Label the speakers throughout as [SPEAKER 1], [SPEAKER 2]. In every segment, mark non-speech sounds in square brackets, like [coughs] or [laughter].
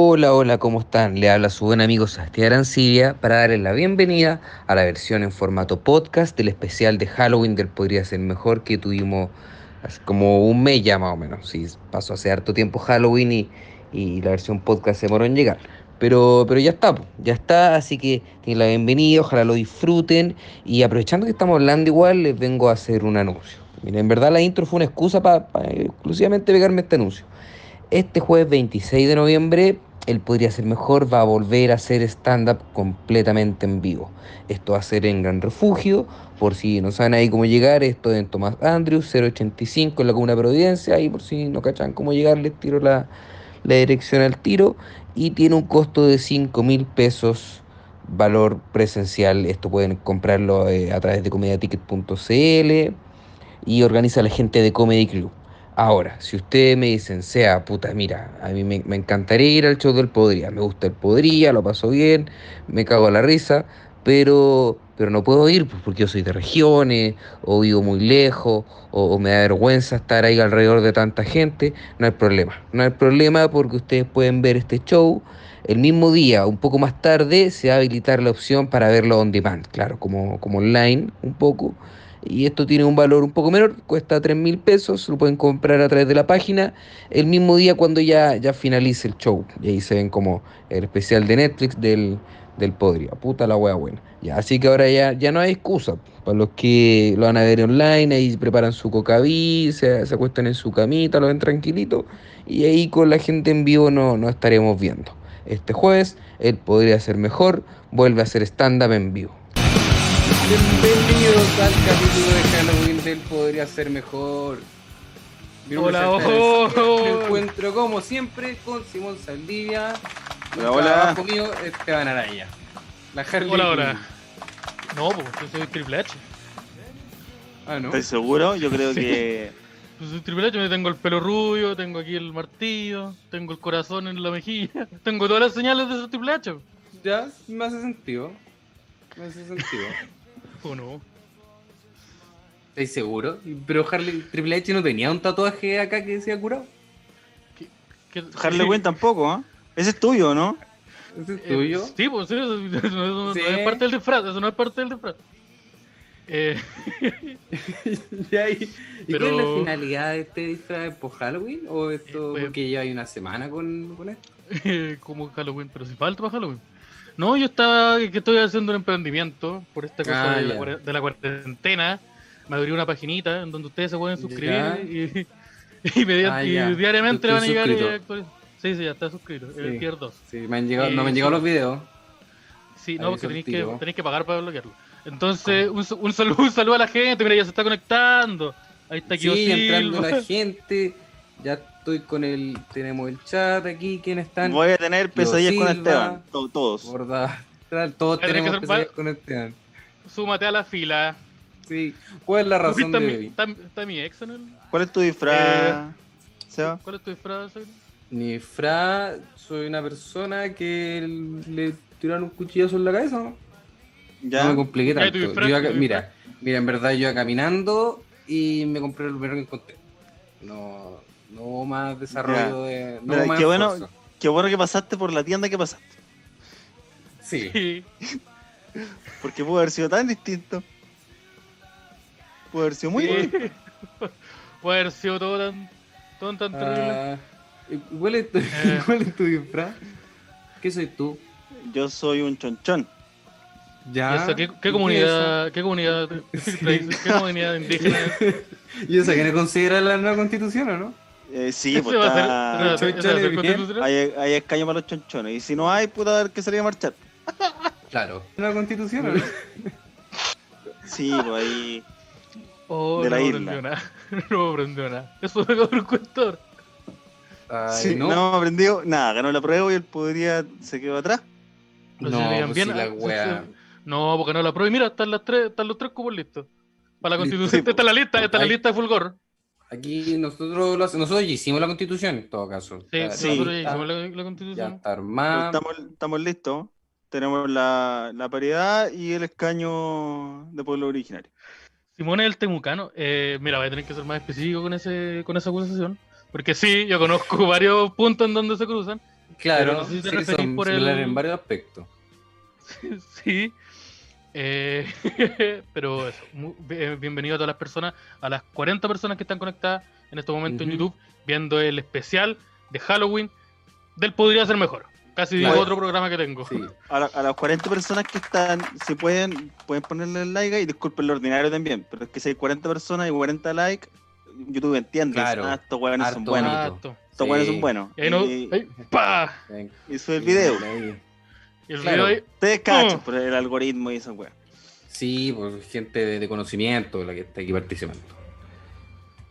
[SPEAKER 1] Hola, hola, ¿cómo están? Le habla su buen amigo Sebastián Arancibia para darles la bienvenida a la versión en formato podcast del especial de Halloween del Podría Ser Mejor que tuvimos hace como un mes ya más o menos. Sí, pasó hace harto tiempo Halloween y, y la versión podcast se demoró en llegar. Pero, pero ya está, po, ya está, así que tienen la bienvenida, ojalá lo disfruten. Y aprovechando que estamos hablando igual, les vengo a hacer un anuncio. Miren, en verdad la intro fue una excusa para exclusivamente pegarme este anuncio. Este jueves 26 de noviembre, él podría ser mejor, va a volver a hacer stand-up completamente en vivo. Esto va a ser en Gran Refugio, por si no saben ahí cómo llegar, esto en Tomás Andrews, 085 en la Comuna Providencia, y por si no cachan cómo llegar, les tiro la, la dirección al tiro y tiene un costo de 5 mil pesos valor presencial. Esto pueden comprarlo eh, a través de comediaticket.cl y organiza la gente de Comedy Club. Ahora, si ustedes me dicen, sea puta, mira, a mí me, me encantaría ir al show del Podría, me gusta el Podría, lo paso bien, me cago en la risa, pero, pero no puedo ir pues, porque yo soy de regiones, o vivo muy lejos, o, o me da vergüenza estar ahí alrededor de tanta gente, no hay problema. No hay problema porque ustedes pueden ver este show. El mismo día, un poco más tarde, se va a habilitar la opción para verlo on demand, claro, como, como online un poco. Y esto tiene un valor un poco menor, cuesta 3 mil pesos, lo pueden comprar a través de la página el mismo día cuando ya, ya finalice el show. Y ahí se ven como el especial de Netflix del, del Podría. Puta la wea buena. Ya, así que ahora ya, ya no hay excusa. Para los que lo van a ver online, ahí preparan su cocaví, se, se acuestan en su camita, lo ven tranquilito. Y ahí con la gente en vivo no, no estaremos viendo. Este jueves, él podría ser mejor, vuelve a hacer stand-up en vivo. Bienvenidos al capítulo de Halloween del Podría Ser Mejor. Mi nombre
[SPEAKER 2] Hola,
[SPEAKER 1] es Sebastián
[SPEAKER 2] ojo.
[SPEAKER 1] Arancibia. Me encuentro como siempre con Simón Saldivia.
[SPEAKER 3] Hola, hola.
[SPEAKER 1] Abajo mío, Esteban Araya. La Harley
[SPEAKER 2] Hola,
[SPEAKER 1] Quinn.
[SPEAKER 2] hola. No, pues yo soy Triple H.
[SPEAKER 1] Ah, ¿no?
[SPEAKER 3] ¿Estás seguro? Yo creo que.
[SPEAKER 2] Yo soy Triple H, yo tengo el pelo rubio, tengo aquí el martillo, tengo el corazón en la mejilla, [laughs] tengo todas las señales de ser Triple H.
[SPEAKER 1] Ya, me hace sentido. Me hace
[SPEAKER 2] [laughs]
[SPEAKER 1] sentido.
[SPEAKER 2] ¿O no?
[SPEAKER 1] Estoy seguro. Pero Harley, Triple H no tenía un tatuaje acá que decía curado.
[SPEAKER 2] ¿Qué-
[SPEAKER 3] Harley
[SPEAKER 2] sí,
[SPEAKER 3] Quinn tampoco, ¿eh? Ese es tuyo, ¿no?
[SPEAKER 1] ¿Ese es
[SPEAKER 2] eh,
[SPEAKER 1] tuyo?
[SPEAKER 2] [laughs] Sí, pues sí, eso, eso no- eso no
[SPEAKER 1] Sí.
[SPEAKER 2] es parte del disfraz, eso no es parte del disfraz. Eh,
[SPEAKER 1] Ya, ¿Y, y cuál
[SPEAKER 2] Pero-
[SPEAKER 1] es la finalidad de este disfraz? ¿Por Halloween? ¿O esto
[SPEAKER 2] Eh, pues-
[SPEAKER 1] porque ya hay una semana con, con esto?
[SPEAKER 2] eh, [laughs] como Halloween, pero si falta para Halloween. No, yo estaba, que estoy haciendo un emprendimiento por esta cosa
[SPEAKER 1] Ah,
[SPEAKER 2] de, la,
[SPEAKER 1] ya.
[SPEAKER 2] cuare- de la cuarentena. Me abrí una paginita en donde ustedes se pueden
[SPEAKER 1] Ya.
[SPEAKER 2] suscribir y, [laughs] y media-
[SPEAKER 1] Ah,
[SPEAKER 2] y
[SPEAKER 1] ya.
[SPEAKER 2] diariamente
[SPEAKER 1] Yo
[SPEAKER 2] van a
[SPEAKER 1] estoy
[SPEAKER 2] llegar.
[SPEAKER 1] suscrito.
[SPEAKER 2] eh, actualiz- Sí, sí, ya está suscrito,
[SPEAKER 1] Sí.
[SPEAKER 2] el tier 2.
[SPEAKER 1] Sí, me han llegado, no me han
[SPEAKER 2] Eh,
[SPEAKER 1] llegado
[SPEAKER 2] sí.
[SPEAKER 1] los videos.
[SPEAKER 2] Sí, no,
[SPEAKER 1] Ahí
[SPEAKER 2] porque
[SPEAKER 1] es el
[SPEAKER 2] tenéis que,
[SPEAKER 1] tiro.
[SPEAKER 2] tenéis que pagar para bloquearlo. Entonces, un, saludo, un saludo [laughs] un saludo a la gente, mira, ya se está conectando. Ahí está
[SPEAKER 1] Sí,
[SPEAKER 2] Kio
[SPEAKER 1] entrando
[SPEAKER 2] [laughs] Silva.
[SPEAKER 1] la gente. Ya estoy con el. Tenemos el chat aquí. ¿Quiénes están?
[SPEAKER 3] Voy a tener pesadillas con
[SPEAKER 1] Silva.
[SPEAKER 3] Esteban. to- todos.
[SPEAKER 1] Gorda. Todos
[SPEAKER 2] Voy a tener
[SPEAKER 1] tenemos
[SPEAKER 2] que
[SPEAKER 1] que
[SPEAKER 2] ser-
[SPEAKER 1] salir con Esteban.
[SPEAKER 2] Súmate a la fila.
[SPEAKER 1] Sí. ¿Cuál es la
[SPEAKER 2] Uy,
[SPEAKER 1] razón
[SPEAKER 2] Está,
[SPEAKER 1] de
[SPEAKER 2] mi,
[SPEAKER 1] hoy?
[SPEAKER 2] está, está mi ex en el.
[SPEAKER 3] ¿Cuál es tu disfraz? Seba?
[SPEAKER 2] ¿Cuál es tu disfraz? Zayn?
[SPEAKER 1] Ni Fra, soy una persona que le tiraron un cuchillazo en la cabeza. ¿no? No
[SPEAKER 3] ¿Ya?
[SPEAKER 1] me compliqué
[SPEAKER 2] Ya, tu
[SPEAKER 1] tanto.
[SPEAKER 2] disfraz,
[SPEAKER 1] Yo iba
[SPEAKER 2] tu
[SPEAKER 1] ca-
[SPEAKER 2] disfraz.
[SPEAKER 1] mira, mira, en verdad yo iba caminando y me compré lo primero que encontré. No, no hubo más desarrollo de. No
[SPEAKER 3] Mira,
[SPEAKER 1] hubo más
[SPEAKER 3] qué bueno-
[SPEAKER 1] esfuerzo.
[SPEAKER 3] Qué bueno que pasaste por la tienda que pasaste.
[SPEAKER 1] Sí.
[SPEAKER 2] Sí.
[SPEAKER 3] Porque pudo haber sido tan distinto. Pudo haber sido muy
[SPEAKER 2] Sí.
[SPEAKER 3] distinto.
[SPEAKER 2] [laughs] Puede haber sido todo tan, todo tan terrible.
[SPEAKER 1] Ah, ¿y ¿Cuál es tu,
[SPEAKER 2] Eh.
[SPEAKER 1] [laughs] cuál es tu disfraz? ¿Qué soy tú?
[SPEAKER 3] Yo soy un chonchón.
[SPEAKER 2] ¿Y
[SPEAKER 1] ¿Ya?
[SPEAKER 4] Ah,
[SPEAKER 2] eso? ¿Qué,
[SPEAKER 1] ¿Y
[SPEAKER 2] qué
[SPEAKER 1] es
[SPEAKER 2] comunidad, ¿Qué comunidad
[SPEAKER 1] Sí.
[SPEAKER 2] traes? ¿Qué comunidad indígena?
[SPEAKER 1] eso? ¿Y eso que no considera la nueva constitución o no?
[SPEAKER 3] Eh, sí,
[SPEAKER 2] Ese
[SPEAKER 3] pues
[SPEAKER 2] va a ser- ese va
[SPEAKER 3] está...
[SPEAKER 2] a ser- ese va a ser
[SPEAKER 1] Chonchones, bien.
[SPEAKER 2] constitucional.
[SPEAKER 3] Hay, hay escaño para los chonchones. Y si no hay, puta, haber que salir a marchar.
[SPEAKER 1] Claro. ¿Nueva constitución o no?
[SPEAKER 3] Sí, pues ahí...
[SPEAKER 2] Oh,
[SPEAKER 3] de la
[SPEAKER 2] no
[SPEAKER 3] isla.
[SPEAKER 2] aprendió nada. [laughs] No aprendió nada. Eso es otro cuento.
[SPEAKER 1] Ay,
[SPEAKER 3] [laughs] sí, no.
[SPEAKER 1] no.
[SPEAKER 3] me aprendió nada. Ganó la prueba y él podría... Se quedó atrás.
[SPEAKER 2] Pero
[SPEAKER 1] No,
[SPEAKER 2] si le digan
[SPEAKER 1] pues
[SPEAKER 2] bien,
[SPEAKER 1] si la
[SPEAKER 2] ah,
[SPEAKER 1] wea-
[SPEAKER 2] sí, sí. No, porque no la prueba. Y mira, están, las tres, están los tres cupos listos. Para la
[SPEAKER 1] Listo,
[SPEAKER 2] constitución.
[SPEAKER 3] sí,
[SPEAKER 2] está la lista, está la
[SPEAKER 1] Ahí.
[SPEAKER 2] lista de Fulgor.
[SPEAKER 1] Aquí nosotros, lo hace- nosotros ya hicimos la constitución en todo caso.
[SPEAKER 2] Sí,
[SPEAKER 4] Ah,
[SPEAKER 1] Está-
[SPEAKER 3] sí.
[SPEAKER 2] nosotros ya
[SPEAKER 1] está-
[SPEAKER 2] hicimos la, la
[SPEAKER 1] Ya
[SPEAKER 2] constitución.
[SPEAKER 1] está armada.
[SPEAKER 3] Estamos, estamos listos. Tenemos la, la paridad y el escaño de pueblo originario.
[SPEAKER 2] Simón es el temucano. Eh, mira, voy a tener que ser más específico con, ese, con esa acusación. Porque sí, yo conozco [laughs] varios puntos en donde se cruzan.
[SPEAKER 4] Claro,
[SPEAKER 2] no sé si te
[SPEAKER 4] sí,
[SPEAKER 2] referís
[SPEAKER 4] son
[SPEAKER 2] por el-
[SPEAKER 4] similares en varios aspectos.
[SPEAKER 2] Sí. Eh, [laughs] pero eso, mu- eh, bienvenido a todas las personas, a las 40 personas que están conectadas en este momento en
[SPEAKER 4] Ujú.
[SPEAKER 2] YouTube, viendo el especial de Halloween del Podría Ser Mejor. Casi digo
[SPEAKER 4] Claro.
[SPEAKER 2] otro programa que tengo. [laughs]
[SPEAKER 4] Sí.
[SPEAKER 3] A, la- a las 40 personas que están, si pueden, pueden ponerle el like y disculpen lo ordinario también, pero es que si hay 40 personas y 40 likes, YouTube entiende.
[SPEAKER 4] Claro.
[SPEAKER 3] Ah, estos weones son
[SPEAKER 4] Harto
[SPEAKER 3] buenos.
[SPEAKER 4] like.
[SPEAKER 2] Ah,
[SPEAKER 4] bonito.
[SPEAKER 2] to-
[SPEAKER 3] Estos weones
[SPEAKER 4] Sí.
[SPEAKER 3] son buenos.
[SPEAKER 2] Y ahí no-
[SPEAKER 3] Y,
[SPEAKER 2] ahí, ¡pa!
[SPEAKER 4] Ven,
[SPEAKER 3] y sube el video.
[SPEAKER 4] ahí.
[SPEAKER 2] Y el
[SPEAKER 4] Claro.
[SPEAKER 2] video ahí,
[SPEAKER 3] Ustedes cachan
[SPEAKER 2] Mm.
[SPEAKER 3] por el algoritmo y esa weón.
[SPEAKER 4] Sí, por gente de, de conocimiento la que está aquí participando.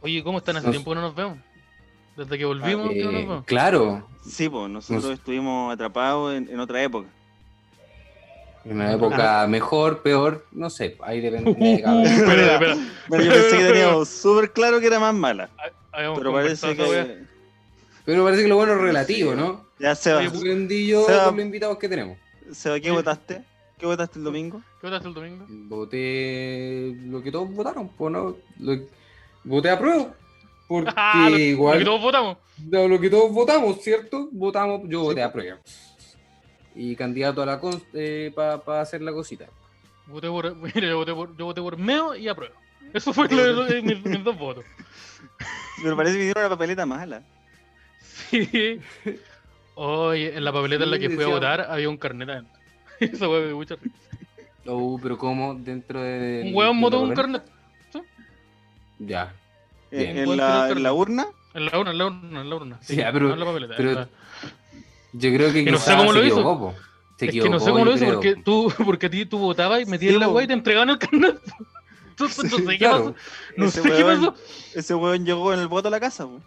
[SPEAKER 2] Oye, ¿cómo están? Hace
[SPEAKER 4] Nos-
[SPEAKER 2] tiempo que no nos vemos. Desde que volvimos, que no nos
[SPEAKER 4] Eh, [laughs]
[SPEAKER 2] vemos.
[SPEAKER 4] claro,
[SPEAKER 3] Sí, pues nosotros
[SPEAKER 4] Nos-
[SPEAKER 3] estuvimos atrapados en, en
[SPEAKER 2] [laughs]
[SPEAKER 3] otra época.
[SPEAKER 4] en
[SPEAKER 3] Ah.
[SPEAKER 4] una época mejor, peor, no sé, ahí depende de
[SPEAKER 3] [laughs]
[SPEAKER 4] cada
[SPEAKER 2] Uh,
[SPEAKER 4] uno.
[SPEAKER 2] espera, espera.
[SPEAKER 4] [laughs]
[SPEAKER 3] Pero yo pensé que teníamos súper claro que era más mala.
[SPEAKER 2] Habíamos
[SPEAKER 3] Pero
[SPEAKER 2] conversado
[SPEAKER 3] parece
[SPEAKER 2] esa wea.
[SPEAKER 3] que
[SPEAKER 4] Pero parece que lo bueno es relativo, ¿no?
[SPEAKER 3] ya se va.
[SPEAKER 2] Oye,
[SPEAKER 4] Un rendillo
[SPEAKER 3] Seba-
[SPEAKER 4] con los invitados que tenemos.
[SPEAKER 3] Seba, ¿qué votaste? ¿Qué votaste el domingo?
[SPEAKER 2] ¿Qué votaste el domingo?
[SPEAKER 4] Voté lo que todos votaron, pues no. Lo- voté a prueba. Porque
[SPEAKER 2] [laughs] Ah, [laughs] lo-
[SPEAKER 4] igual
[SPEAKER 2] Porque todos votamos.
[SPEAKER 4] de lo que todos votamos, ¿cierto? Votamos, yo voté a prueba. Y candidato a la para hacer la cosita.
[SPEAKER 2] Voté por, [laughs] mira, yo voté por, yo voté por Meo y apruebo. Eso fue lo, lo- eh, mis, mis dos votos.
[SPEAKER 3] Pero parece que hicieron una papeleta mala.
[SPEAKER 2] Sí. Oye, en la papeleta en la que fui a votar había un carnet adentro. [laughs] Esa hueá me dio mucha risa.
[SPEAKER 4] Oh, pero ¿cómo? Dentro de.
[SPEAKER 2] Un hueón votó un
[SPEAKER 4] de-
[SPEAKER 2] carnet.
[SPEAKER 4] Ya.
[SPEAKER 3] Eh,
[SPEAKER 4] Bien.
[SPEAKER 3] En,
[SPEAKER 2] Pueden
[SPEAKER 3] la,
[SPEAKER 2] tener
[SPEAKER 3] en la
[SPEAKER 2] carne.
[SPEAKER 3] urna,
[SPEAKER 2] En la urna, en la urna, en la urna. Sí,
[SPEAKER 4] Ya, pero-
[SPEAKER 2] no en la papeleta.
[SPEAKER 4] pero-
[SPEAKER 2] en la-
[SPEAKER 4] Yo creo que.
[SPEAKER 2] Que no sé
[SPEAKER 4] quizás
[SPEAKER 2] cómo lo
[SPEAKER 4] se
[SPEAKER 2] hizo.
[SPEAKER 4] equivocó, po. Se
[SPEAKER 2] Es que
[SPEAKER 4] equivocó,
[SPEAKER 2] no sé cómo lo
[SPEAKER 4] yo
[SPEAKER 2] hizo
[SPEAKER 4] creo.
[SPEAKER 2] porque tú, [laughs] porque a ti tú votabas y metías
[SPEAKER 3] Sí,
[SPEAKER 2] la
[SPEAKER 3] po.
[SPEAKER 2] hueá y te entregaban el carnet. [laughs] Entonces, no sé qué
[SPEAKER 4] Claro.
[SPEAKER 2] pasó. No
[SPEAKER 3] Ese
[SPEAKER 2] sé qué
[SPEAKER 3] hueón-
[SPEAKER 2] pasó.
[SPEAKER 3] ese hueón llegó en el voto a la casa. po.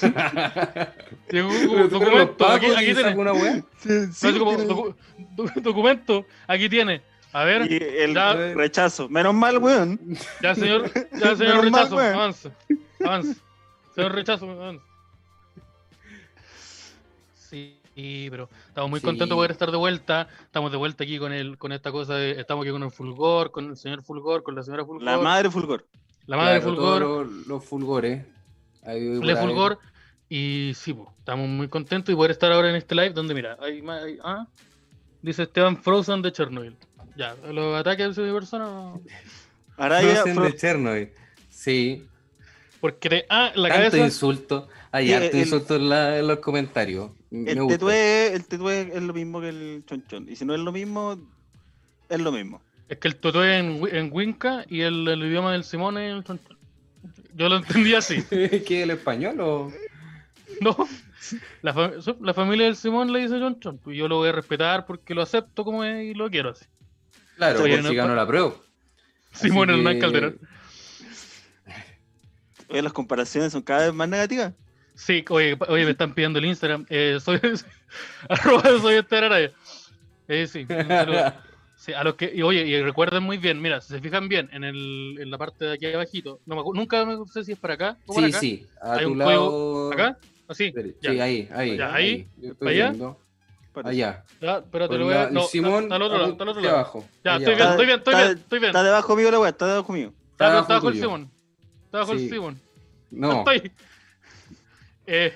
[SPEAKER 4] [laughs]
[SPEAKER 2] Llegó
[SPEAKER 4] Pero
[SPEAKER 2] como
[SPEAKER 4] tú eres los
[SPEAKER 2] documento. Aquí,
[SPEAKER 4] pacos
[SPEAKER 2] aquí
[SPEAKER 4] y
[SPEAKER 2] tenés.
[SPEAKER 4] saca una wea.
[SPEAKER 2] No, así como, docu- docu- [laughs] documento, aquí tiene. A ver,
[SPEAKER 3] Y el
[SPEAKER 2] Ya.
[SPEAKER 3] rechazo. Menos mal, weón.
[SPEAKER 2] ya señor,
[SPEAKER 3] [laughs]
[SPEAKER 2] ya señor
[SPEAKER 3] Menos mal, pues.
[SPEAKER 2] rechazo,
[SPEAKER 3] weón.
[SPEAKER 2] avance, avance. Señor rechazo, avance. Sí, pero estamos muy
[SPEAKER 4] Sí.
[SPEAKER 2] contentos de poder estar de vuelta. Estamos de vuelta aquí con el, con esta cosa de, estamos aquí con el Fulgor, con el señor Fulgor, con la señora Fulgor,
[SPEAKER 3] La madre fulgor.
[SPEAKER 2] la madre
[SPEAKER 4] Claro,
[SPEAKER 2] Fulgor,
[SPEAKER 4] todos los, los fulgores. Ahí voy
[SPEAKER 2] le
[SPEAKER 4] por ahí.
[SPEAKER 2] Fulgor. Y sí, po, estamos muy contentos de poder estar ahora en este live donde, mira, hay, ma- hay- ah, dice Esteban Frozen de Chernobyl. Ya, los ataques de personas
[SPEAKER 3] Araya,
[SPEAKER 4] Frozen
[SPEAKER 3] Fro-
[SPEAKER 4] de Chernobyl. Sí.
[SPEAKER 2] Porque te- ah, la
[SPEAKER 4] Tanto
[SPEAKER 2] cabeza.
[SPEAKER 4] insulto. Hay
[SPEAKER 3] Sí,
[SPEAKER 4] harto
[SPEAKER 3] el-
[SPEAKER 4] insulto en, la- en los comentarios. Me
[SPEAKER 3] el
[SPEAKER 4] gusta.
[SPEAKER 3] tetué, el tetué es lo mismo que el chonchón. Y si no es lo mismo, es lo mismo.
[SPEAKER 2] Es que el totó es en, wi- en Winca y el, el idioma del Simón es el chonchón. Yo lo entendí
[SPEAKER 4] [laughs]
[SPEAKER 2] así. [laughs]
[SPEAKER 4] ¿Qué el español o.?
[SPEAKER 2] No. La, fa- su- la familia del Simón le dice chonchón. Pues yo lo voy a respetar porque lo acepto como es y lo quiero así.
[SPEAKER 4] Claro,
[SPEAKER 2] Oye,
[SPEAKER 4] por
[SPEAKER 2] no-
[SPEAKER 4] si ganó la prueba. Así
[SPEAKER 2] Simón
[SPEAKER 4] que-
[SPEAKER 2] Hernán Calderón.
[SPEAKER 3] Oye, las comparaciones son cada vez más negativas.
[SPEAKER 2] Sí, oye, pa- oye, me están pidiendo el Instagram. Eh, soy. [laughs] arroba soy Esther Araya. Eh, sí,
[SPEAKER 4] [laughs]
[SPEAKER 2] un saludo. Sí, a los que, y oye, y recuerden muy bien, mira, si se fijan bien en, el, en la parte de aquí abajito, no me acu- nunca me sé si es para acá o para
[SPEAKER 4] sí,
[SPEAKER 2] acá.
[SPEAKER 4] sí. A
[SPEAKER 2] Hay
[SPEAKER 4] tu
[SPEAKER 2] un
[SPEAKER 4] lado.
[SPEAKER 2] ¿Acá? Así,
[SPEAKER 4] Sí,
[SPEAKER 2] ya.
[SPEAKER 4] ahí, ahí.
[SPEAKER 2] Ya, ahí,
[SPEAKER 4] Yo estoy
[SPEAKER 2] allá.
[SPEAKER 4] viendo.
[SPEAKER 3] Parece.
[SPEAKER 4] Allá.
[SPEAKER 2] Ya, pero te
[SPEAKER 4] Por
[SPEAKER 2] lo voy
[SPEAKER 4] la-
[SPEAKER 2] a. No,
[SPEAKER 4] Simón.
[SPEAKER 2] está al otro
[SPEAKER 4] a-
[SPEAKER 2] lado, está al otro
[SPEAKER 4] hacia
[SPEAKER 2] lado.
[SPEAKER 4] abajo.
[SPEAKER 2] Ya,
[SPEAKER 4] Allá
[SPEAKER 2] estoy bien,
[SPEAKER 4] abajo.
[SPEAKER 2] estoy bien, estoy bien, estoy bien.
[SPEAKER 3] Está debajo mío la weá, está debajo mío.
[SPEAKER 2] Está
[SPEAKER 4] abajo
[SPEAKER 2] está abajo el
[SPEAKER 4] tuyo.
[SPEAKER 2] Simón. Está abajo
[SPEAKER 4] Sí.
[SPEAKER 2] el Simón.
[SPEAKER 4] [laughs] No.
[SPEAKER 2] Está ahí. Eh,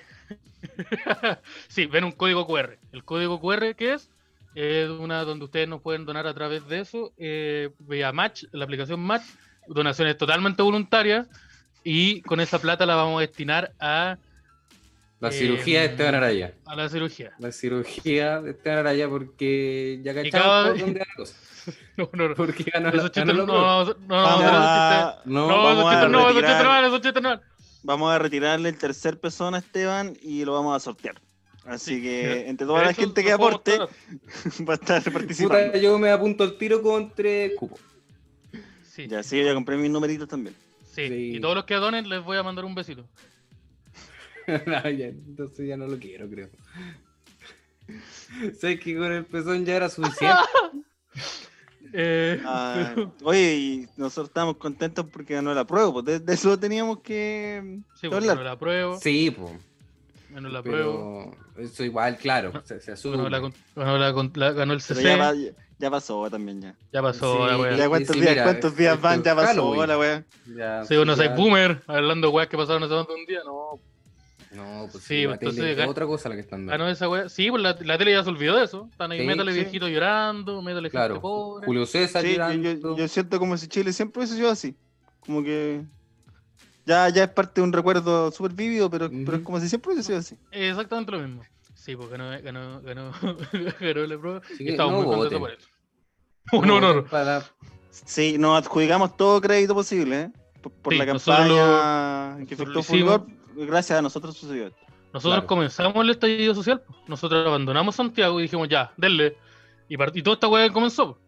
[SPEAKER 2] [laughs] sí, ven un código QR. El código QR, ¿qué es? Es una donde ustedes nos pueden donar a través de eso, eh, vía Match, la aplicación Match. Donaciones totalmente voluntarias. Y con esa plata la vamos a destinar a,
[SPEAKER 4] La cirugía de
[SPEAKER 2] Em,
[SPEAKER 4] Esteban Araya.
[SPEAKER 2] a la cirugía. [laughs]
[SPEAKER 4] La cirugía de Esteban Araya porque ya
[SPEAKER 2] Y
[SPEAKER 4] cachamos
[SPEAKER 2] cada
[SPEAKER 4] por
[SPEAKER 2] vez-
[SPEAKER 4] dónde va la cosa. [laughs]
[SPEAKER 2] No, no, no.
[SPEAKER 4] Porque ganó la,
[SPEAKER 2] Esos chistes
[SPEAKER 4] ganó la
[SPEAKER 2] no,
[SPEAKER 4] prueba.
[SPEAKER 2] no, no, no,
[SPEAKER 3] Vamos
[SPEAKER 2] esos chistes-
[SPEAKER 3] a,
[SPEAKER 4] No,
[SPEAKER 2] no, esos
[SPEAKER 3] vamos a
[SPEAKER 2] chistes no, esos chistes
[SPEAKER 3] retirar-
[SPEAKER 2] no, van, esos chistes no. van.
[SPEAKER 3] vamos a retirarle el tercer peso a Esteban y lo vamos a sortear. Así
[SPEAKER 2] [laughs]
[SPEAKER 3] que entre toda
[SPEAKER 2] De
[SPEAKER 3] la
[SPEAKER 2] hecho,
[SPEAKER 3] gente que
[SPEAKER 2] los puedo
[SPEAKER 3] aporte
[SPEAKER 2] mostrar.
[SPEAKER 3] [laughs] va a estar
[SPEAKER 4] Puta, eh.
[SPEAKER 3] participando.
[SPEAKER 4] yo me apunto al tiro con tres cupos.
[SPEAKER 2] Sí,
[SPEAKER 3] Ya, sí, yo ya compré mis numeritos también.
[SPEAKER 2] sí.
[SPEAKER 4] Sí.
[SPEAKER 2] Y todos los que donen les voy a mandar un besito.
[SPEAKER 4] [laughs] No, ya, entonces ya no lo quiero, creo. [laughs] Sé que con el pezón ya era suficiente.
[SPEAKER 2] Eh,
[SPEAKER 3] Ah, oye, y nosotros estamos contentos porque ganó la prueba, pues de, de eso teníamos que...
[SPEAKER 2] sí,
[SPEAKER 3] que
[SPEAKER 2] pues,
[SPEAKER 3] hablar.
[SPEAKER 2] no la apruebo,
[SPEAKER 4] [laughs] Sí, po.
[SPEAKER 2] yo no la apruebo.
[SPEAKER 4] Pero eso igual, claro, se, se asume.
[SPEAKER 2] Ganó la, con- ganó la con- la- ganó el
[SPEAKER 3] Pero
[SPEAKER 2] CC.
[SPEAKER 3] ya, va- ya- Ya pasó también ya.
[SPEAKER 2] Ya pasó la
[SPEAKER 4] Sí,
[SPEAKER 2] wea.
[SPEAKER 3] Ya cuántos
[SPEAKER 4] sí,
[SPEAKER 3] días,
[SPEAKER 4] mira, eh,
[SPEAKER 3] cuántos días
[SPEAKER 4] es
[SPEAKER 3] van,
[SPEAKER 4] tu
[SPEAKER 3] ya pasó
[SPEAKER 4] Halloween.
[SPEAKER 3] la wea.
[SPEAKER 4] Ya,
[SPEAKER 2] Sí, uno
[SPEAKER 4] ya-
[SPEAKER 2] soy boomer, hablando weas que pasaron hace más de un día, no.
[SPEAKER 4] No, pues
[SPEAKER 2] Sí,
[SPEAKER 4] sí, la
[SPEAKER 2] entonces,
[SPEAKER 4] tele es
[SPEAKER 2] gan-
[SPEAKER 4] otra cosa la que están
[SPEAKER 2] Ah,
[SPEAKER 4] dando.
[SPEAKER 2] no, esa wea. Sí, pues la, la tele ya se olvidó de eso. Están ahí,
[SPEAKER 4] Sí,
[SPEAKER 2] métale
[SPEAKER 4] sí.
[SPEAKER 2] viejito llorando, métale
[SPEAKER 4] claro,
[SPEAKER 2] gente pobre.
[SPEAKER 4] Julio César
[SPEAKER 3] Sí, yo- yo,
[SPEAKER 4] llorando.
[SPEAKER 3] yo siento como si Chile siempre hubiese sido así. Como que ya, ya es parte de un recuerdo súper vívido, pero, pero es
[SPEAKER 4] Ujú.
[SPEAKER 3] como si siempre hubiese sido así.
[SPEAKER 2] Exactamente lo mismo. Sí, pues ganó, ganó, ganó, [laughs] ganó la prueba.
[SPEAKER 4] Así
[SPEAKER 2] Y
[SPEAKER 4] que
[SPEAKER 2] estamos
[SPEAKER 4] no
[SPEAKER 2] muy
[SPEAKER 4] voten.
[SPEAKER 2] contentos por eso. [laughs] Un honor.
[SPEAKER 4] voten Para,
[SPEAKER 3] Sí, nos adjudicamos todo crédito posible, ¿eh? Por, por
[SPEAKER 2] Sí,
[SPEAKER 3] la
[SPEAKER 2] nosotros lo-
[SPEAKER 3] campaña que
[SPEAKER 2] nosotros lo
[SPEAKER 3] efectuó Fulgor, gracias a nosotros sucedió. esto.
[SPEAKER 2] Nosotros
[SPEAKER 4] Claro.
[SPEAKER 2] comenzamos el estallido social. po. Nosotros abandonamos Santiago y dijimos ya, denle. Y, part- y toda esta weá comenzó. po.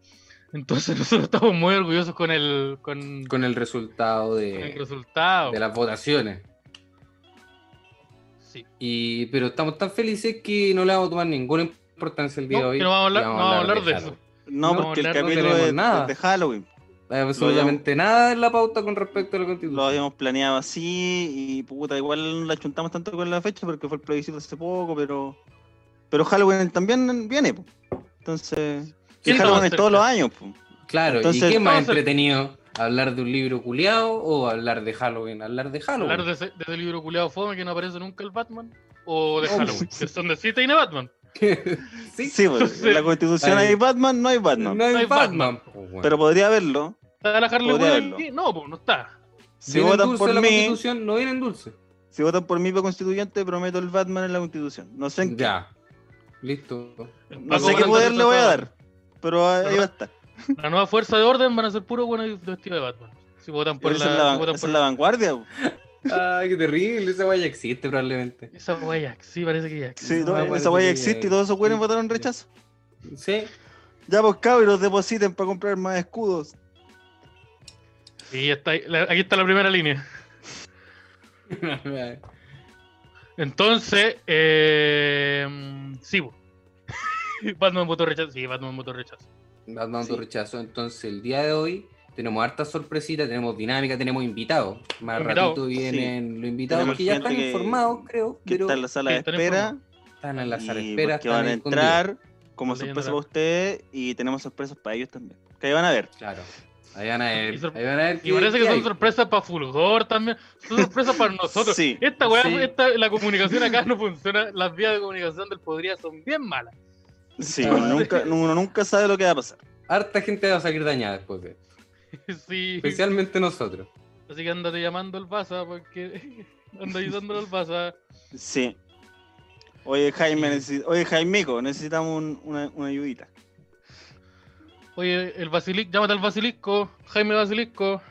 [SPEAKER 2] Entonces [laughs] nosotros estamos muy orgullosos con el, con,
[SPEAKER 4] con el resultado
[SPEAKER 2] con el
[SPEAKER 4] de,
[SPEAKER 2] resultado.
[SPEAKER 4] de las votaciones.
[SPEAKER 2] Sí.
[SPEAKER 4] Y, pero estamos tan felices que no le vamos a tomar ninguna importancia el día
[SPEAKER 2] No,
[SPEAKER 4] de hoy.
[SPEAKER 2] que no vamos a hablar-
[SPEAKER 4] y
[SPEAKER 2] no vamos a hablar de
[SPEAKER 4] Halloween.
[SPEAKER 3] No,
[SPEAKER 2] No,
[SPEAKER 3] porque el
[SPEAKER 2] claro, no
[SPEAKER 3] capítulo
[SPEAKER 4] tenemos
[SPEAKER 3] es,
[SPEAKER 4] nada.
[SPEAKER 3] es de Halloween.
[SPEAKER 4] Eh, Absolutamente nada en la pauta con respecto a la
[SPEAKER 3] Lo
[SPEAKER 4] constitución.
[SPEAKER 3] habíamos planeado así y puta, igual no la chuntamos tanto con la fecha porque fue el plebiscito hace poco, pero pero Halloween también viene. po. Entonces,
[SPEAKER 2] Sí,
[SPEAKER 3] y Halloween
[SPEAKER 2] estamos
[SPEAKER 3] es todos los
[SPEAKER 2] cerca.
[SPEAKER 3] años. po.
[SPEAKER 4] Claro, ¿y
[SPEAKER 3] Entonces-
[SPEAKER 4] qué es más
[SPEAKER 2] Entonces-
[SPEAKER 4] entretenido? ¿Hablar de un libro culiado o hablar de Halloween? Hablar
[SPEAKER 3] Ah,
[SPEAKER 4] de Halloween.
[SPEAKER 2] Hablar de ese, de ese libro culiado fome que no aparece nunca el Batman. O de
[SPEAKER 4] Oh,
[SPEAKER 2] Halloween. Que son de cita y no Batman.
[SPEAKER 4] [laughs] sí,
[SPEAKER 3] Sí, po, en la Constitución
[SPEAKER 4] Ahí.
[SPEAKER 3] hay Batman, no hay
[SPEAKER 4] no,
[SPEAKER 3] Batman.
[SPEAKER 4] hay
[SPEAKER 2] hay
[SPEAKER 4] Batman.
[SPEAKER 2] Batman.
[SPEAKER 4] po, weón.
[SPEAKER 3] Pero podría haberlo.
[SPEAKER 2] ¿Está la Harley
[SPEAKER 3] Podría
[SPEAKER 2] Quinn?
[SPEAKER 3] haberlo.
[SPEAKER 2] ahí? No, pues no está.
[SPEAKER 3] Si
[SPEAKER 4] Viene en
[SPEAKER 3] votan
[SPEAKER 4] dulce
[SPEAKER 3] por
[SPEAKER 4] la
[SPEAKER 3] mí,
[SPEAKER 4] constitución, no vienen dulce.
[SPEAKER 3] si votan por mí para constituyente, prometo el Batman en la Constitución. No sé en qué,
[SPEAKER 4] Ya. Listo.
[SPEAKER 3] no
[SPEAKER 2] Paco
[SPEAKER 3] sé qué
[SPEAKER 2] Brando
[SPEAKER 3] poder
[SPEAKER 2] se
[SPEAKER 3] le voy a
[SPEAKER 2] trataba.
[SPEAKER 3] dar, pero ahí va a estar.
[SPEAKER 2] La nueva fuerza de orden van a ser puro bueno vestido de Batman. Si votan por
[SPEAKER 3] Esa
[SPEAKER 2] la.
[SPEAKER 3] es la,
[SPEAKER 2] si votan
[SPEAKER 3] esa
[SPEAKER 2] por
[SPEAKER 3] es la vanguardia. po.
[SPEAKER 4] Ay, qué terrible. Esa guaya existe probablemente.
[SPEAKER 2] Esa wea, sí, parece que ya. existe.
[SPEAKER 3] Sí,
[SPEAKER 4] No,
[SPEAKER 3] no,
[SPEAKER 4] me parece
[SPEAKER 3] esa wea
[SPEAKER 4] que-
[SPEAKER 3] existe y todos esos güeyes votaron rechazo.
[SPEAKER 4] Sí.
[SPEAKER 3] [laughs]
[SPEAKER 4] [laughs]
[SPEAKER 3] Ya pues cabros, depositen para comprar más escudos.
[SPEAKER 2] Sí, está ahí- la- aquí está la primera línea. Entonces, eh, sí, bo. [laughs] Batman votó rechazo. Sí, Batman votó rechazo.
[SPEAKER 4] Batman
[SPEAKER 3] Sí.
[SPEAKER 4] tu rechazo. Entonces, el día de hoy tenemos harta sorpresita, tenemos dinámica, tenemos invitados. Más
[SPEAKER 2] Invitados.
[SPEAKER 4] ratito vienen los invitados
[SPEAKER 3] Tenemos
[SPEAKER 4] que ya
[SPEAKER 3] gente
[SPEAKER 4] están
[SPEAKER 3] que-
[SPEAKER 4] informados, creo,
[SPEAKER 3] Que
[SPEAKER 4] pero
[SPEAKER 3] está en la sala
[SPEAKER 2] Sí,
[SPEAKER 3] de
[SPEAKER 2] están
[SPEAKER 3] espera.
[SPEAKER 4] están en la sala de
[SPEAKER 3] y
[SPEAKER 4] espera.
[SPEAKER 3] porque
[SPEAKER 4] están
[SPEAKER 3] van a
[SPEAKER 4] escondidos.
[SPEAKER 3] entrar como
[SPEAKER 2] Están leyendo
[SPEAKER 3] sorpresa
[SPEAKER 2] la-
[SPEAKER 3] para ustedes y tenemos sorpresas para ellos también. Que ahí van a ver.
[SPEAKER 4] Claro. Ahí van a
[SPEAKER 2] Y
[SPEAKER 4] ver.
[SPEAKER 2] sor-
[SPEAKER 4] Ahí van a ver
[SPEAKER 2] Y parece que
[SPEAKER 4] qué
[SPEAKER 2] son
[SPEAKER 4] hay.
[SPEAKER 2] sorpresas para Fulgor también. Son sorpresas para nosotros.
[SPEAKER 3] Sí.
[SPEAKER 2] Esta weá,
[SPEAKER 4] Sí.
[SPEAKER 2] esta- la comunicación acá no funciona. Las vías de comunicación del Podría son bien malas. [laughs]
[SPEAKER 3] Sí,
[SPEAKER 4] Ah.
[SPEAKER 3] uno nunca, uno nunca sabe lo que va a pasar.
[SPEAKER 4] Harta gente va a salir dañada después de esto,
[SPEAKER 2] Sí.
[SPEAKER 4] Especialmente nosotros.
[SPEAKER 2] Así que andate llamando al Baza porque. [laughs] Anda ayudándolo al Baza.
[SPEAKER 3] Sí. Oye, Jaime,
[SPEAKER 2] Sí.
[SPEAKER 3] necesi- oye, Jaimico, necesitamos un- una, una ayudita.
[SPEAKER 2] Oye, el Basilic, llámate al Basilisco. Jaime Basilisco.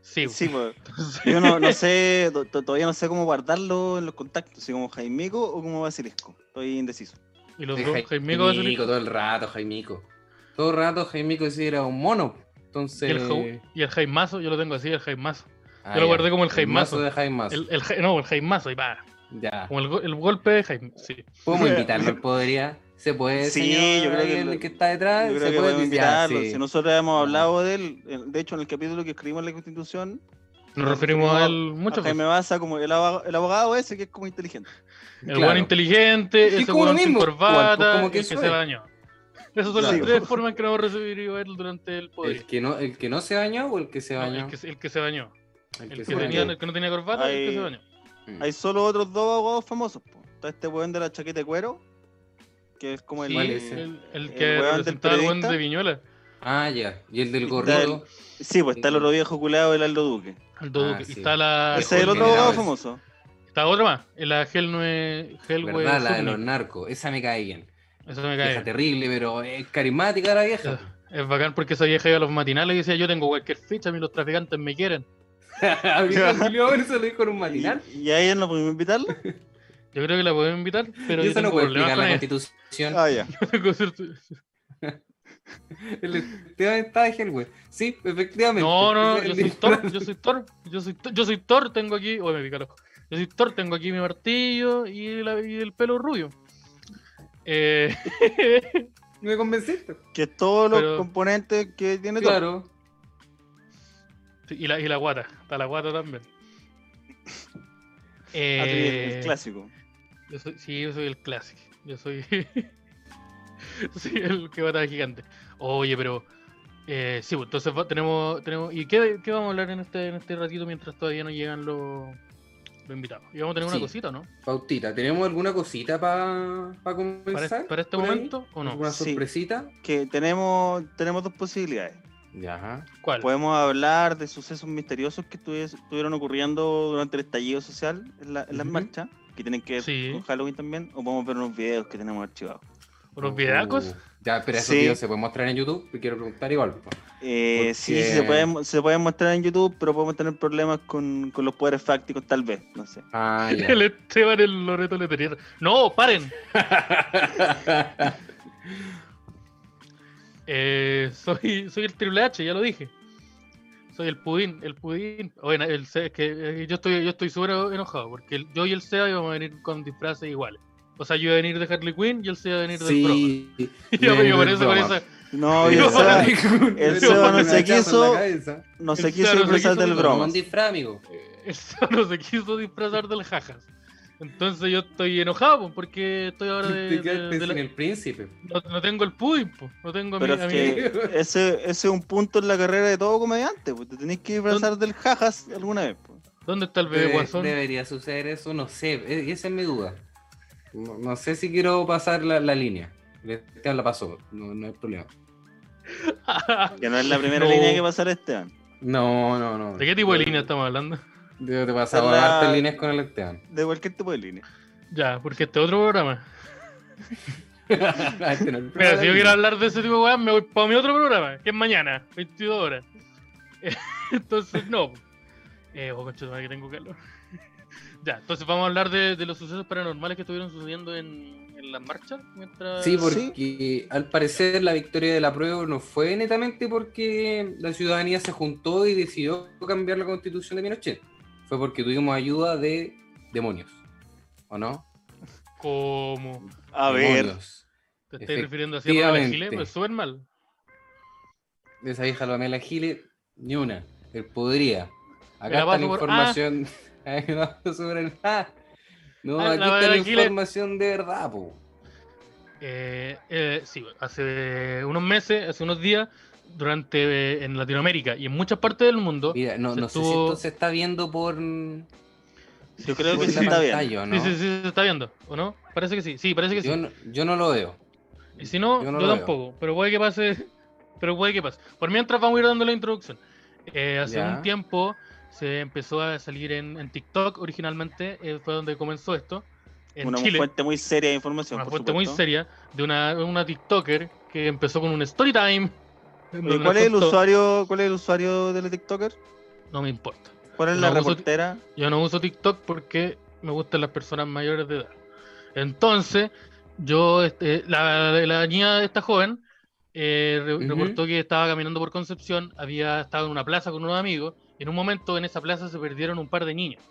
[SPEAKER 2] Sí, bo.
[SPEAKER 3] Sí, pues.
[SPEAKER 2] Entonces-
[SPEAKER 3] Yo no, no sé, to- to- todavía no sé cómo guardarlo en los contactos, si como Jaimico o como Basilisco. Estoy indeciso.
[SPEAKER 2] Y los
[SPEAKER 4] Es
[SPEAKER 2] dos, Jaimico Basilico.
[SPEAKER 4] todo el rato, Jaimico. Todo el rato, Jaimico sí era un mono.
[SPEAKER 2] Y
[SPEAKER 4] Entonces.
[SPEAKER 2] el, Jau- y el Jaimazo, yo lo tengo así, el Jaimazo.
[SPEAKER 4] Ah,
[SPEAKER 2] yo
[SPEAKER 4] ya.
[SPEAKER 2] lo guardé como el
[SPEAKER 4] mazo
[SPEAKER 2] Jaimazo.
[SPEAKER 4] de Jaimazo.
[SPEAKER 2] El, el Jai- no, el Jaimazo, y va.
[SPEAKER 4] Ya.
[SPEAKER 2] Como el, go- el golpe de Jaime. Sí.
[SPEAKER 4] Podemos invitarlo al Podría. Se puede.
[SPEAKER 3] Sí,
[SPEAKER 4] señor
[SPEAKER 3] yo creo que
[SPEAKER 4] Ariel,
[SPEAKER 3] lo-
[SPEAKER 4] el que está detrás.
[SPEAKER 3] Yo
[SPEAKER 4] Ah, se
[SPEAKER 3] creo que
[SPEAKER 4] puede
[SPEAKER 3] podemos
[SPEAKER 4] Ya,
[SPEAKER 3] invitarlo.
[SPEAKER 4] sí. Ah.
[SPEAKER 3] Si nosotros hemos
[SPEAKER 4] Ajá.
[SPEAKER 3] hablado de él, en- de hecho, en el capítulo que escribimos en la Constitución,
[SPEAKER 2] Nos referimos a él mucho.
[SPEAKER 3] a Jaime Baza como el abogado, el abogado ese que es como inteligente.
[SPEAKER 2] El
[SPEAKER 4] Claro.
[SPEAKER 2] buen inteligente,
[SPEAKER 4] Sí,
[SPEAKER 2] ese
[SPEAKER 4] como lo
[SPEAKER 2] buen sin
[SPEAKER 4] mismo, igual, pues,
[SPEAKER 2] corbata,
[SPEAKER 4] como que
[SPEAKER 2] el que
[SPEAKER 4] eso
[SPEAKER 2] se
[SPEAKER 4] es.
[SPEAKER 2] bañó. Esas son
[SPEAKER 4] Claro.
[SPEAKER 2] las tres formas en que nos vamos a recibir a él durante el poder.
[SPEAKER 4] El que, no, el que no se bañó o el que se
[SPEAKER 2] No,
[SPEAKER 4] bañó.
[SPEAKER 2] el, que, se- el que se bañó. El que,
[SPEAKER 4] se
[SPEAKER 2] tenía,
[SPEAKER 4] bañó. Mm.
[SPEAKER 2] el que no tenía corbata, y el que
[SPEAKER 3] Ay.
[SPEAKER 2] se bañó.
[SPEAKER 3] Hay solo otros dos abogados famosos. po. Está este weón de la chaqueta de cuero, que es como el,
[SPEAKER 2] Sí,
[SPEAKER 4] ¿Cuál es ese?
[SPEAKER 2] el, el
[SPEAKER 3] el
[SPEAKER 2] que
[SPEAKER 3] weón del
[SPEAKER 2] representaba al buen
[SPEAKER 3] periodista.
[SPEAKER 2] de Viñuela,
[SPEAKER 4] Ah, ya. Y el del
[SPEAKER 3] Está
[SPEAKER 4] gorrito.
[SPEAKER 3] Sí, pues está el otro viejo culeado del Aldo Duque.
[SPEAKER 2] el Doduque.
[SPEAKER 4] Ah, sí.
[SPEAKER 2] Y está la.
[SPEAKER 3] Ese es el otro
[SPEAKER 4] general.
[SPEAKER 3] abogado famoso.
[SPEAKER 2] Está otra más. La Helwe. Helwe.
[SPEAKER 4] ¿Verdad? La de los
[SPEAKER 2] Zubnik.
[SPEAKER 4] narcos. Esa me cae bien.
[SPEAKER 2] Eso me
[SPEAKER 4] Vieja
[SPEAKER 2] cae.
[SPEAKER 4] terrible, pero es carismática la
[SPEAKER 2] [laughs]
[SPEAKER 4] vieja. [laughs]
[SPEAKER 2] Es bacán porque esa vieja iba a los matinales y decía: Yo tengo cualquier ficha, a mí los traficantes me quieren.
[SPEAKER 4] A mí Julián se lo dijo en un
[SPEAKER 3] ¿Y,
[SPEAKER 4] matinal.
[SPEAKER 3] y a ella no pudimos invitarlo?
[SPEAKER 2] Yo creo que la podemos invitar, [laughs] pero.
[SPEAKER 4] y
[SPEAKER 2] yo
[SPEAKER 4] eso no
[SPEAKER 2] tengo
[SPEAKER 4] puede
[SPEAKER 2] problemas
[SPEAKER 4] explicar
[SPEAKER 2] con
[SPEAKER 4] la
[SPEAKER 2] ella.
[SPEAKER 4] constitución.
[SPEAKER 3] Ah, ya.
[SPEAKER 2] [laughs] Tengo cierto-
[SPEAKER 4] El Esteban está de Helwe. Sí, efectivamente.
[SPEAKER 2] No,
[SPEAKER 4] [laughs]
[SPEAKER 2] no, no,
[SPEAKER 4] El
[SPEAKER 2] yo soy
[SPEAKER 4] disfraz.
[SPEAKER 2] Thor, yo soy Thor, yo soy, Thor- yo soy Thor, tengo aquí, oye, me pica el ojo. Yo soy Thor, tengo aquí mi martillo y, la- y el pelo rubio. Eh, [laughs]
[SPEAKER 4] Me convenciste.
[SPEAKER 3] Que todos los
[SPEAKER 2] Pero-
[SPEAKER 3] componentes que tiene todo.
[SPEAKER 4] Claro.
[SPEAKER 2] y, la, y la guata, está la guata también.
[SPEAKER 3] Ah, sí, el-
[SPEAKER 2] Eh,
[SPEAKER 3] el clásico.
[SPEAKER 2] yo [laughs] soy- sí, yo soy el clásico, yo soy, soy el que bata gigante. Oye, pero. eh, sí, pues, entonces va- tenemos. tenemos ¿Y qué, qué vamos a hablar en este, en este ratito mientras todavía no llegan los, los invitados? ¿Y vamos a tener
[SPEAKER 4] Sí.
[SPEAKER 2] una cosita, no?
[SPEAKER 4] Pautita, ¿tenemos alguna cosita para
[SPEAKER 2] ¿Para,
[SPEAKER 4] comenzar?
[SPEAKER 2] para este
[SPEAKER 4] Pues por ahí?
[SPEAKER 2] momento o no?
[SPEAKER 4] ¿Alguna
[SPEAKER 3] Sí.
[SPEAKER 4] sorpresita?
[SPEAKER 3] Que tenemos, tenemos dos posibilidades.
[SPEAKER 4] Ya.
[SPEAKER 2] ¿Cuál?
[SPEAKER 3] Podemos hablar de sucesos misteriosos que estuvies- estuvieron ocurriendo durante el estallido social en, la- en las
[SPEAKER 4] Ujú.
[SPEAKER 3] marchas, que tienen que ver
[SPEAKER 2] Sí.
[SPEAKER 3] con Halloween también, o podemos ver unos videos que tenemos archivados.
[SPEAKER 2] ¿Los viedacos? [laughs]
[SPEAKER 4] Uh, ya, pero eso
[SPEAKER 3] Sí.
[SPEAKER 4] tío, se puede mostrar en YouTube. Te quiero preguntar igual. po.
[SPEAKER 3] Eh,
[SPEAKER 4] Porque-
[SPEAKER 3] Sí, sí, se pueden, se pueden mostrar en YouTube, pero podemos tener problemas con, con los poderes fácticos, tal vez, no sé.
[SPEAKER 4] Ah,
[SPEAKER 2] [laughs] El Esteban, el Loreto Letelier. ¡No, paren!
[SPEAKER 4] ya. [laughs]
[SPEAKER 2] Eh, [laughs] soy, soy el Triple H, ya lo dije. Soy el Pudín, el Pudín. Oye, na- el Se- es que eh, yo estoy yo estoy súper enojado porque el- yo y el Seba íbamos a venir con disfraces iguales. O sea, yo iba a venir de Harley Quinn y el Seba iba a venir del Broma.
[SPEAKER 4] sí.
[SPEAKER 2] [laughs] Y yo, yo por eso, por eso. [laughs]
[SPEAKER 3] No, y
[SPEAKER 2] No,
[SPEAKER 3] el Seba-
[SPEAKER 4] El
[SPEAKER 2] Seba no
[SPEAKER 3] se quiso. no
[SPEAKER 2] el
[SPEAKER 3] sé quién
[SPEAKER 2] Seba no se
[SPEAKER 3] sorpresa
[SPEAKER 2] quiso
[SPEAKER 3] del
[SPEAKER 2] disfrazar.
[SPEAKER 3] broma.
[SPEAKER 4] Un disfraz, amigo.
[SPEAKER 2] [laughs] El Seba no se quiso disfrazar del Jajas. Entonces yo estoy enojado po, porque estoy ahora
[SPEAKER 4] [laughs]
[SPEAKER 2] de.
[SPEAKER 4] Te
[SPEAKER 2] de-
[SPEAKER 4] quedaste
[SPEAKER 2] de la-
[SPEAKER 4] sin el príncipe.
[SPEAKER 2] no, no tengo el Pudín, po, no tengo a mi-
[SPEAKER 3] Pero es
[SPEAKER 2] a mi-
[SPEAKER 3] que ese, ese es un punto en la carrera de todo comediante, pues te tenés que disfrazar del jajas alguna vez. pues.
[SPEAKER 2] ¿Dónde está el bebé
[SPEAKER 4] Debe-
[SPEAKER 2] Guasón?
[SPEAKER 4] Debería suceder eso, no sé. e- Esa es mi duda. No, no sé si quiero pasar la, la línea. Esteban la pasó, no, no hay problema.
[SPEAKER 3] Que no es la primera
[SPEAKER 2] No.
[SPEAKER 3] línea que pasará Esteban.
[SPEAKER 4] No, no, no.
[SPEAKER 2] [laughs] ¿De qué tipo de línea estamos hablando?
[SPEAKER 4] Yo te pasaba
[SPEAKER 3] La-
[SPEAKER 4] hartas líneas con el Esteban. [laughs]
[SPEAKER 3] De cualquier tipo de línea.
[SPEAKER 2] Ya, porque este otro programa.
[SPEAKER 4] Ay, este no es el
[SPEAKER 2] Mira,
[SPEAKER 4] problema.
[SPEAKER 2] si yo quiero hablar de ese tipo de weas, me voy para mi otro programa, que es mañana, 22 horas. [laughs] entonces, no. Eh, oh, conchetumare, que tengo calor. [laughs] ya, entonces vamos a hablar de, de los sucesos paranormales que estuvieron sucediendo en, en las marchas. Mientras...
[SPEAKER 4] Sí, porque al parecer la victoria de la prueba no fue netamente porque la ciudadanía se juntó y decidió cambiar la constitución de Pinochet. Fue porque tuvimos ayuda de demonios. ¿O no?
[SPEAKER 2] Como
[SPEAKER 3] A ver,
[SPEAKER 4] Demonios.
[SPEAKER 2] te estoy refiriendo así a Pamela Giles, me suben mal.
[SPEAKER 4] de esa vieja Pamela Giles, ni una. El podría.
[SPEAKER 2] Me
[SPEAKER 4] Acá
[SPEAKER 2] la
[SPEAKER 4] está
[SPEAKER 2] paso
[SPEAKER 4] la
[SPEAKER 2] por-
[SPEAKER 4] información. [laughs] Ay, no, sobre el- ah. No, aquí
[SPEAKER 2] Ah, la
[SPEAKER 4] está la
[SPEAKER 2] Pamela Giles.
[SPEAKER 4] información de verdad, po.
[SPEAKER 2] Eh, eh, sí, hace unos meses, hace unos días, durante eh, en Latinoamérica y en muchas partes del mundo.
[SPEAKER 4] Mira, no,
[SPEAKER 2] Se
[SPEAKER 4] no sé si
[SPEAKER 2] estuvo-
[SPEAKER 4] esto se está viendo por,
[SPEAKER 3] yo creo
[SPEAKER 4] por
[SPEAKER 3] que
[SPEAKER 4] la
[SPEAKER 3] se está bien.
[SPEAKER 4] pantalla, ¿o
[SPEAKER 2] Sí,
[SPEAKER 4] ¿no?
[SPEAKER 2] sí, sí, se está viendo, ¿o no? Parece que sí, sí, parece que sí.
[SPEAKER 4] Yo, no, yo no lo veo.
[SPEAKER 2] Y si no,
[SPEAKER 4] Yo
[SPEAKER 2] yo,
[SPEAKER 4] no lo veo.
[SPEAKER 2] tampoco. Pero puede que pase. [laughs] Pero puede que pase. Por mientras vamos a ir dando la introducción. Eh, hace
[SPEAKER 4] Ya.
[SPEAKER 2] un tiempo se empezó a salir en, en TikTok originalmente, eh, fue donde comenzó esto. En
[SPEAKER 3] una
[SPEAKER 2] Chile,
[SPEAKER 3] fuente muy seria de información.
[SPEAKER 2] una
[SPEAKER 3] por
[SPEAKER 2] fuente muy
[SPEAKER 3] supuesto.
[SPEAKER 2] seria de una, una TikToker que empezó con un story time. donde
[SPEAKER 3] Oye,
[SPEAKER 2] nos
[SPEAKER 3] ¿Cuál es el
[SPEAKER 2] contó-
[SPEAKER 3] usuario? ¿Cuál es el usuario del TikToker?
[SPEAKER 2] No me importa.
[SPEAKER 3] ¿Cuál es
[SPEAKER 2] No,
[SPEAKER 3] la
[SPEAKER 2] uso-
[SPEAKER 3] reportera?
[SPEAKER 2] Yo no uso TikTok porque me gustan las personas mayores de edad. Entonces, yo, este, la, la niña de esta joven eh, re-
[SPEAKER 4] Ujú.
[SPEAKER 2] reportó que estaba caminando por Concepción, había estado en una plaza con unos amigos, y en un momento en esa plaza se perdieron un par de niños.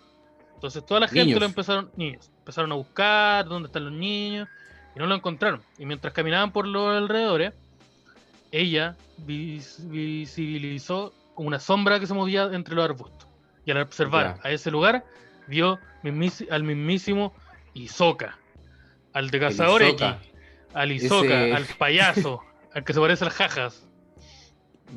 [SPEAKER 2] Entonces toda la gente
[SPEAKER 4] Niños.
[SPEAKER 2] lo empezaron, niños, empezaron a buscar dónde están los niños, y no lo encontraron. Y mientras caminaban por los alrededores, ella vis- visibilizó como una sombra que se movía entre los arbustos. Y al observar
[SPEAKER 4] Ya.
[SPEAKER 2] a ese lugar, vio mismis- al mismísimo Isoca, al de Cazador X,
[SPEAKER 4] Isoca.
[SPEAKER 2] al Isoca,
[SPEAKER 4] Ese-
[SPEAKER 2] al
[SPEAKER 4] [laughs]
[SPEAKER 2] payaso, al que se parece al Jajas.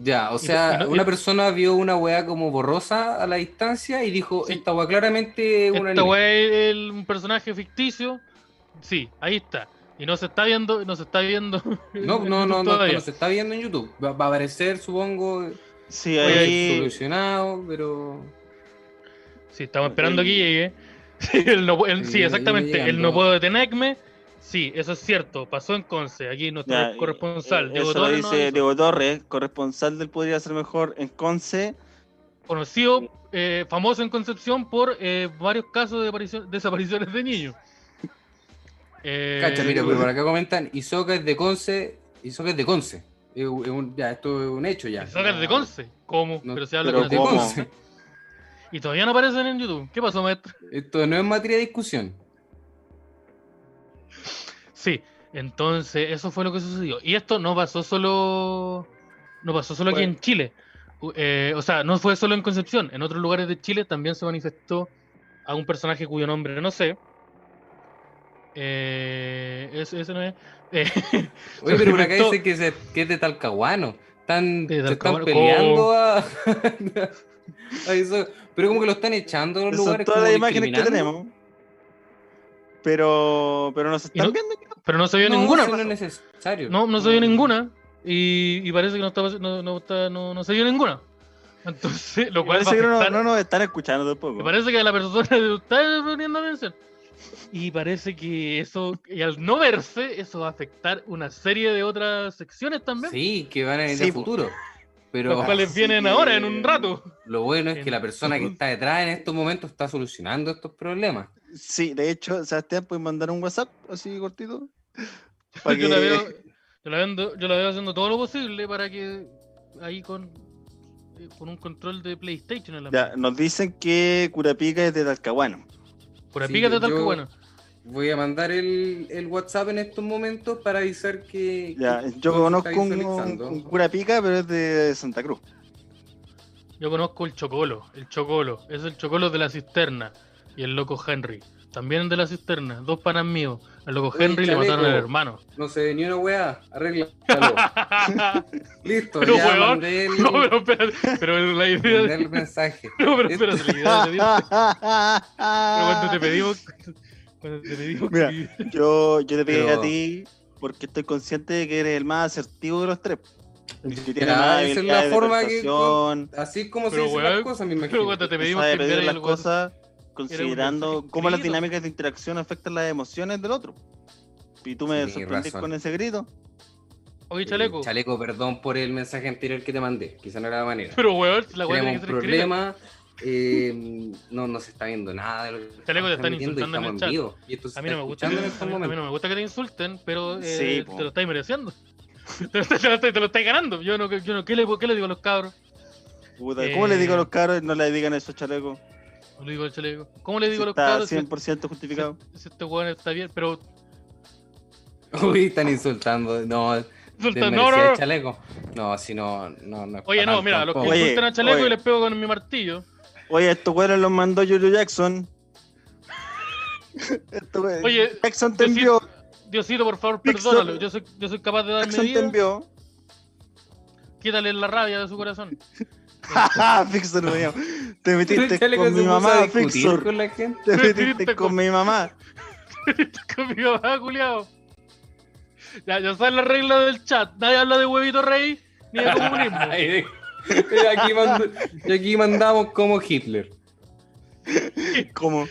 [SPEAKER 4] Ya, o
[SPEAKER 2] Y-
[SPEAKER 4] sea,
[SPEAKER 2] y no- y-
[SPEAKER 4] una persona vio una weá como borrosa a la distancia y dijo,
[SPEAKER 2] Sí.
[SPEAKER 4] esta weá claramente es una
[SPEAKER 2] Esta weá es el- un personaje ficticio. Sí, ahí está. Y no se está viendo, no se está viendo.
[SPEAKER 4] No,
[SPEAKER 2] [laughs] en
[SPEAKER 4] no,
[SPEAKER 2] YouTube
[SPEAKER 4] no, no,
[SPEAKER 2] todavía.
[SPEAKER 4] no se está viendo en YouTube. Va, va a aparecer, supongo,
[SPEAKER 3] Sí,
[SPEAKER 2] Oye,
[SPEAKER 3] ahí.
[SPEAKER 4] solucionado, pero...
[SPEAKER 2] Sí, estamos esperando
[SPEAKER 3] El-
[SPEAKER 2] que llegue. [laughs] Sí, el no- el-
[SPEAKER 4] El
[SPEAKER 2] sí,
[SPEAKER 4] viene-
[SPEAKER 2] exactamente.
[SPEAKER 4] viene
[SPEAKER 2] El no
[SPEAKER 4] llegando.
[SPEAKER 2] puedo detenerme. Sí, eso es cierto. Pasó en Conce. Aquí nuestro
[SPEAKER 3] Ya,
[SPEAKER 2] corresponsal,
[SPEAKER 3] eh,
[SPEAKER 2] Diego
[SPEAKER 3] eso lo
[SPEAKER 2] Torres, nos
[SPEAKER 3] dice
[SPEAKER 2] avisó.
[SPEAKER 3] Diego Torres, corresponsal del Podría Ser Mejor en Conce.
[SPEAKER 2] conocido, eh, famoso en Concepción por eh, varios casos de aparición- desapariciones
[SPEAKER 4] [laughs]
[SPEAKER 2] de niños. Eh,
[SPEAKER 4] Cacha, mira, pero por acá comentan, Isoca es de Conce, Isoca es de Conce. Es un- es un- ya, esto es un hecho ya.
[SPEAKER 2] Sacas de Conce. ¿Cómo?
[SPEAKER 4] No,
[SPEAKER 2] pero se habla
[SPEAKER 3] Ah, pero
[SPEAKER 2] con acento.
[SPEAKER 3] ¿cómo?
[SPEAKER 2] Y todavía no aparecen en YouTube. ¿Qué pasó, maestro?
[SPEAKER 4] Esto no es materia de discusión.
[SPEAKER 2] Sí, entonces eso fue lo que sucedió. Y esto no pasó solo, no pasó solo aquí
[SPEAKER 4] Bueno.
[SPEAKER 2] en Chile. U- eh, o sea, no fue solo en Concepción. En otros lugares de Chile también se manifestó a un personaje cuyo nombre no sé. Eh, ese, ese no es. Eh,
[SPEAKER 4] Oye, pero por acá
[SPEAKER 2] experimentó-
[SPEAKER 4] dice que, se- que es de Talcahuano. Están,
[SPEAKER 2] De
[SPEAKER 4] se
[SPEAKER 2] Talcahuano,
[SPEAKER 4] están peleando a... [laughs] a eso. Pero como que lo están echando a los
[SPEAKER 3] Esas son
[SPEAKER 4] lugares.
[SPEAKER 3] todas
[SPEAKER 4] como
[SPEAKER 3] las imágenes que
[SPEAKER 4] discriminando.
[SPEAKER 3] tenemos. Pero, pero nos están
[SPEAKER 2] no-
[SPEAKER 3] viendo.
[SPEAKER 2] pero no se vio
[SPEAKER 4] No,
[SPEAKER 2] ninguna.
[SPEAKER 4] eso no es necesario.
[SPEAKER 2] No, no se vio ninguna. Y, y parece que no, está, pas- no, no, está- no, no se vio ninguna. Entonces, lo
[SPEAKER 3] Y
[SPEAKER 2] cual va
[SPEAKER 3] parece
[SPEAKER 2] a
[SPEAKER 3] que no,
[SPEAKER 2] afectar-
[SPEAKER 3] no nos están escuchando
[SPEAKER 2] Me
[SPEAKER 3] tampoco.
[SPEAKER 2] parece que la persona de- está poniendo atención. Y parece que eso, y al no verse, eso va a afectar una serie de otras secciones también.
[SPEAKER 4] Sí, que van a venir
[SPEAKER 3] Sí, pues.
[SPEAKER 4] a
[SPEAKER 3] po.
[SPEAKER 4] futuro. Pero
[SPEAKER 2] Los cuales
[SPEAKER 3] así
[SPEAKER 2] vienen
[SPEAKER 3] que-
[SPEAKER 2] ahora, en
[SPEAKER 4] [laughs]
[SPEAKER 2] un rato.
[SPEAKER 4] lo bueno es que la persona que está detrás en estos momentos está solucionando estos problemas.
[SPEAKER 3] Sí, de hecho, Sebastián, puedes mandar un WhatsApp así cortito. Para
[SPEAKER 2] [laughs] Yo la, veo,
[SPEAKER 3] que
[SPEAKER 2] yo, la vendo- yo la veo haciendo todo lo posible para que ahí con, eh, con un control de PlayStation en la
[SPEAKER 3] ya, nos dicen que Curapica es de Talcahuano.
[SPEAKER 2] Por
[SPEAKER 4] Sí,
[SPEAKER 2] pica
[SPEAKER 4] yo-
[SPEAKER 2] de tal que
[SPEAKER 4] yo-
[SPEAKER 2] bueno.
[SPEAKER 4] Voy a mandar el, el WhatsApp en estos momentos para avisar que.
[SPEAKER 3] Ya,
[SPEAKER 4] que
[SPEAKER 3] yo
[SPEAKER 4] todo se
[SPEAKER 3] conozco
[SPEAKER 4] está
[SPEAKER 3] un,
[SPEAKER 4] visualizando.
[SPEAKER 3] un Curapica, pero es de Santa Cruz.
[SPEAKER 2] Yo conozco el Chocolo, el Chocolo, es el Chocolo de la cisterna y el loco Henry. También de la cisterna, dos panas míos. Al loco
[SPEAKER 4] Oye,
[SPEAKER 2] Henry le mataron al
[SPEAKER 4] chaleco. [laughs]
[SPEAKER 2] hermano.
[SPEAKER 4] No se ve ni una weá,
[SPEAKER 2] [laughs]
[SPEAKER 4] arréglalo. Listo,
[SPEAKER 2] Pero,
[SPEAKER 4] ya
[SPEAKER 2] weón,
[SPEAKER 4] mandé el,
[SPEAKER 2] No, pero espérate, pero la idea. [laughs]
[SPEAKER 4] mandé el mensaje.
[SPEAKER 2] No, pero espérate, la idea de Dios.
[SPEAKER 4] [laughs]
[SPEAKER 2] Pero cuando te pedimos. Cuando
[SPEAKER 3] [laughs]
[SPEAKER 2] te pedimos.
[SPEAKER 3] Mira.
[SPEAKER 2] que-
[SPEAKER 3] Yo, yo te pegué
[SPEAKER 4] Pero-
[SPEAKER 3] a ti porque estoy consciente de que eres el más asertivo de los tres. El que tiene
[SPEAKER 4] Ya, esa es la
[SPEAKER 3] más habilidades de
[SPEAKER 4] forma que-
[SPEAKER 3] persuasión,
[SPEAKER 4] Así como
[SPEAKER 2] Pero,
[SPEAKER 4] se dicen
[SPEAKER 2] weón,
[SPEAKER 4] las cosas, me
[SPEAKER 2] Pero
[SPEAKER 4] imagino.
[SPEAKER 2] cuando te
[SPEAKER 3] que
[SPEAKER 2] pedimos
[SPEAKER 3] sabe
[SPEAKER 2] que
[SPEAKER 3] pedir
[SPEAKER 2] enviara
[SPEAKER 3] las
[SPEAKER 2] el WhatsApp.
[SPEAKER 3] cosas, considerando
[SPEAKER 2] mensaje
[SPEAKER 3] cómo las
[SPEAKER 2] escrito.
[SPEAKER 3] dinámicas de interacción afectan las emociones del otro. Y tú me
[SPEAKER 4] Tenés
[SPEAKER 3] sorprendís
[SPEAKER 4] razón.
[SPEAKER 3] con ese grito.
[SPEAKER 2] Oye, chaleco.
[SPEAKER 4] Eh, Chaleco, perdón por el mensaje anterior que te mandé. Quizá no era la manera.
[SPEAKER 2] Pero, weón, la weá
[SPEAKER 4] Tenemos
[SPEAKER 2] tiene que
[SPEAKER 4] un
[SPEAKER 2] ser escrita.
[SPEAKER 4] problema. eh, no, no se está viendo nada de lo que
[SPEAKER 2] Chaleco, te están
[SPEAKER 4] transmitiendo y
[SPEAKER 2] insultando en el
[SPEAKER 4] estamos
[SPEAKER 2] chat.
[SPEAKER 4] vivo. Y esto se
[SPEAKER 2] A mí no
[SPEAKER 4] está
[SPEAKER 2] me gusta. A mí,
[SPEAKER 4] escuchando en este estos
[SPEAKER 2] a mí
[SPEAKER 4] momentos.
[SPEAKER 2] no me gusta que te insulten, pero eh,
[SPEAKER 3] Sí, po.
[SPEAKER 2] te lo estáis mereciendo. [laughs] Te lo, estáis- te lo estáis- te lo estáis ganando. Yo no, yo no, ¿qué, le, ¿Qué le digo a los cabros?
[SPEAKER 3] Puta, ¿Cómo le digo a los caros? No le digan eso, chaleco.
[SPEAKER 2] No Eh, le digo al chaleco. ¿Cómo le
[SPEAKER 3] Si
[SPEAKER 2] digo a los
[SPEAKER 3] está
[SPEAKER 2] cabros si,
[SPEAKER 3] 100% justificado.
[SPEAKER 2] si este weón está bien? Pero.
[SPEAKER 4] [laughs] Uy, están insultando. No, desmerecía
[SPEAKER 2] Insulta, no, no, no.
[SPEAKER 4] el chaleco. No, si no, no, no. es
[SPEAKER 2] Oye,
[SPEAKER 4] pa'
[SPEAKER 2] no,
[SPEAKER 4] tanto
[SPEAKER 2] mira, a
[SPEAKER 4] [laughs]
[SPEAKER 2] los que
[SPEAKER 4] tampoco.
[SPEAKER 3] Oye,
[SPEAKER 2] insultan a chaleco
[SPEAKER 3] oye.
[SPEAKER 2] y les pego con mi martillo.
[SPEAKER 3] Oye, estos güeyes los mandó Julio Jackson. Estos güeyes-
[SPEAKER 2] Oye,
[SPEAKER 3] Jackson te
[SPEAKER 2] yo sí-
[SPEAKER 3] envió.
[SPEAKER 2] Diosito, por favor,
[SPEAKER 3] Pixar.
[SPEAKER 2] perdónalo. Yo soy, yo soy capaz de darme
[SPEAKER 3] Jackson te
[SPEAKER 2] vida.
[SPEAKER 3] envió. [laughs]
[SPEAKER 2] Quítale la rabia de su corazón. [laughs]
[SPEAKER 3] Jaja, Fixer, weón. Te
[SPEAKER 4] El
[SPEAKER 3] metiste
[SPEAKER 4] chaleco
[SPEAKER 3] con
[SPEAKER 4] se
[SPEAKER 3] mi
[SPEAKER 4] puso a
[SPEAKER 3] mamá,
[SPEAKER 4] discutir
[SPEAKER 3] Fixer.
[SPEAKER 4] con la gente.
[SPEAKER 3] Te
[SPEAKER 2] Metiste
[SPEAKER 3] metiste
[SPEAKER 2] con-
[SPEAKER 3] con mi mamá.
[SPEAKER 2] Con mi papá, culiao. Ya, ya saben las reglas del chat. Nadie habla de huevito rey
[SPEAKER 4] [laughs]
[SPEAKER 2] ni de comunismo.
[SPEAKER 4] Ay, y aquí mando- y aquí mandamos como Hitler.
[SPEAKER 2] [laughs]
[SPEAKER 3] Como,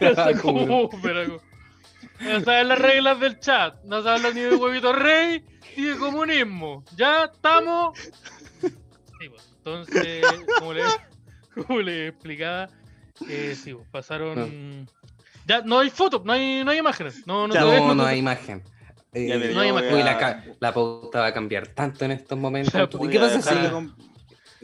[SPEAKER 2] Ya [laughs] sé cómo, pero- Ya saben las reglas del chat. No se habla ni de huevito rey ni de comunismo. Ya estamos. Sí, pues, entonces, como le, como le explicaba, eh, sí, pues, pasaron. Ya, no hay fotos, no hay, no hay imágenes. No, no,
[SPEAKER 3] Ya,
[SPEAKER 2] se ve,
[SPEAKER 4] Ah. No,
[SPEAKER 2] no
[SPEAKER 4] no
[SPEAKER 2] se-
[SPEAKER 4] hay imagen. Eh,
[SPEAKER 3] Ya, mira,
[SPEAKER 2] no hay
[SPEAKER 3] yo
[SPEAKER 2] imagen.
[SPEAKER 3] voy
[SPEAKER 4] uy,
[SPEAKER 3] a-
[SPEAKER 4] la, ca- la pauta va a cambiar tanto en estos momentos.
[SPEAKER 2] La
[SPEAKER 4] ¿Y
[SPEAKER 3] voy
[SPEAKER 4] qué
[SPEAKER 3] a
[SPEAKER 4] pasa
[SPEAKER 3] dejar de
[SPEAKER 2] sí.
[SPEAKER 4] si,
[SPEAKER 3] comp-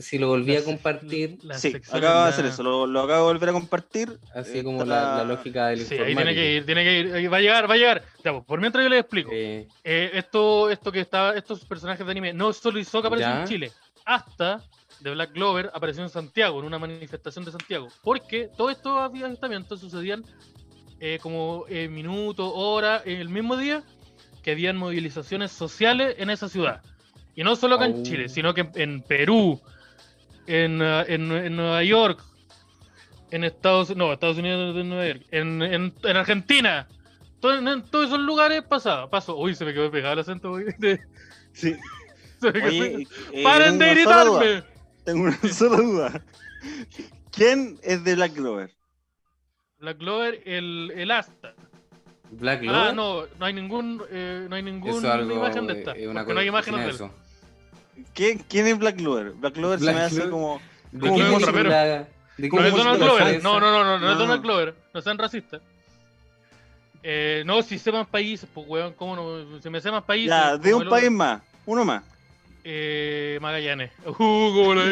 [SPEAKER 4] si lo volví
[SPEAKER 2] la
[SPEAKER 4] a
[SPEAKER 2] sec-
[SPEAKER 4] compartir?
[SPEAKER 2] la
[SPEAKER 3] Sí,
[SPEAKER 2] sección
[SPEAKER 3] acabo de
[SPEAKER 2] la-
[SPEAKER 3] hacer eso. Lo, lo acabo de volver a compartir.
[SPEAKER 4] Así
[SPEAKER 3] Eh,
[SPEAKER 4] como
[SPEAKER 3] está
[SPEAKER 4] la, la lógica del
[SPEAKER 2] Sí, ahí tiene
[SPEAKER 4] informático.
[SPEAKER 2] que ir, tiene que ir. ahí Va a llegar, va a llegar. Ya, pues, por mientras yo les explico.
[SPEAKER 4] Eh,
[SPEAKER 2] Eh, esto, esto que estaba, estos personajes de anime, no solo Hisoka apareció
[SPEAKER 4] Ya.
[SPEAKER 2] en Chile, hasta The Black Glover apareció en Santiago, en una manifestación de Santiago, porque todos estos avistamientos sucedían eh, como eh, minutos, horas, en el mismo día que habían movilizaciones sociales en esa ciudad. Y no solo acá en
[SPEAKER 4] Au.
[SPEAKER 2] Chile, sino que en, en Perú, en, eh, en- en Nueva York, en Estados, no, Estados Unidos, en Nueva York, en, en- en Argentina. Todo- en, en todos esos lugares pasaba. Pasó. Uy, se me quedó pegado el acento. güey. [laughs] De-
[SPEAKER 3] Sí.
[SPEAKER 2] [laughs] se me quedó-
[SPEAKER 3] Oye, eh,
[SPEAKER 2] ¡Paren
[SPEAKER 3] tengo
[SPEAKER 2] de
[SPEAKER 3] una sola duda,
[SPEAKER 2] gritarme!
[SPEAKER 3] Tengo
[SPEAKER 2] [laughs]
[SPEAKER 3] una sola duda. ¿Quién es de Black Glover?
[SPEAKER 2] Black Glover, el, el asta.
[SPEAKER 4] Black
[SPEAKER 2] Ah,
[SPEAKER 4] Glover.
[SPEAKER 2] no, no hay ningún, eh, no hay
[SPEAKER 4] Eso es
[SPEAKER 2] ninguna
[SPEAKER 4] algo,
[SPEAKER 2] imagen de esta.
[SPEAKER 4] eh, una
[SPEAKER 2] porque no hay
[SPEAKER 4] cosa-
[SPEAKER 2] imágenes de
[SPEAKER 4] eso.
[SPEAKER 2] él.
[SPEAKER 3] ¿Quién, quién es Black Glover? Black Glover
[SPEAKER 4] Black
[SPEAKER 3] se me hace
[SPEAKER 4] Glover.
[SPEAKER 3] como.
[SPEAKER 4] ¿De
[SPEAKER 3] Como
[SPEAKER 4] qué
[SPEAKER 2] un
[SPEAKER 4] película- de qué
[SPEAKER 2] No es
[SPEAKER 4] película
[SPEAKER 2] Donald
[SPEAKER 3] Como
[SPEAKER 4] fue
[SPEAKER 2] Glover.
[SPEAKER 4] esa?
[SPEAKER 2] No, no, no, no, no es
[SPEAKER 3] No.
[SPEAKER 2] Donald Glover. No sean racistas. Eh, no, si sepan países, pues weón, ¿cómo no? Si me sepan países. pues,
[SPEAKER 3] Ya, de
[SPEAKER 2] como
[SPEAKER 3] un
[SPEAKER 2] el
[SPEAKER 3] país
[SPEAKER 2] otro.
[SPEAKER 3] más. Uno más.
[SPEAKER 2] Eh, Magallanes. [laughs] Uh, ¿cómo lo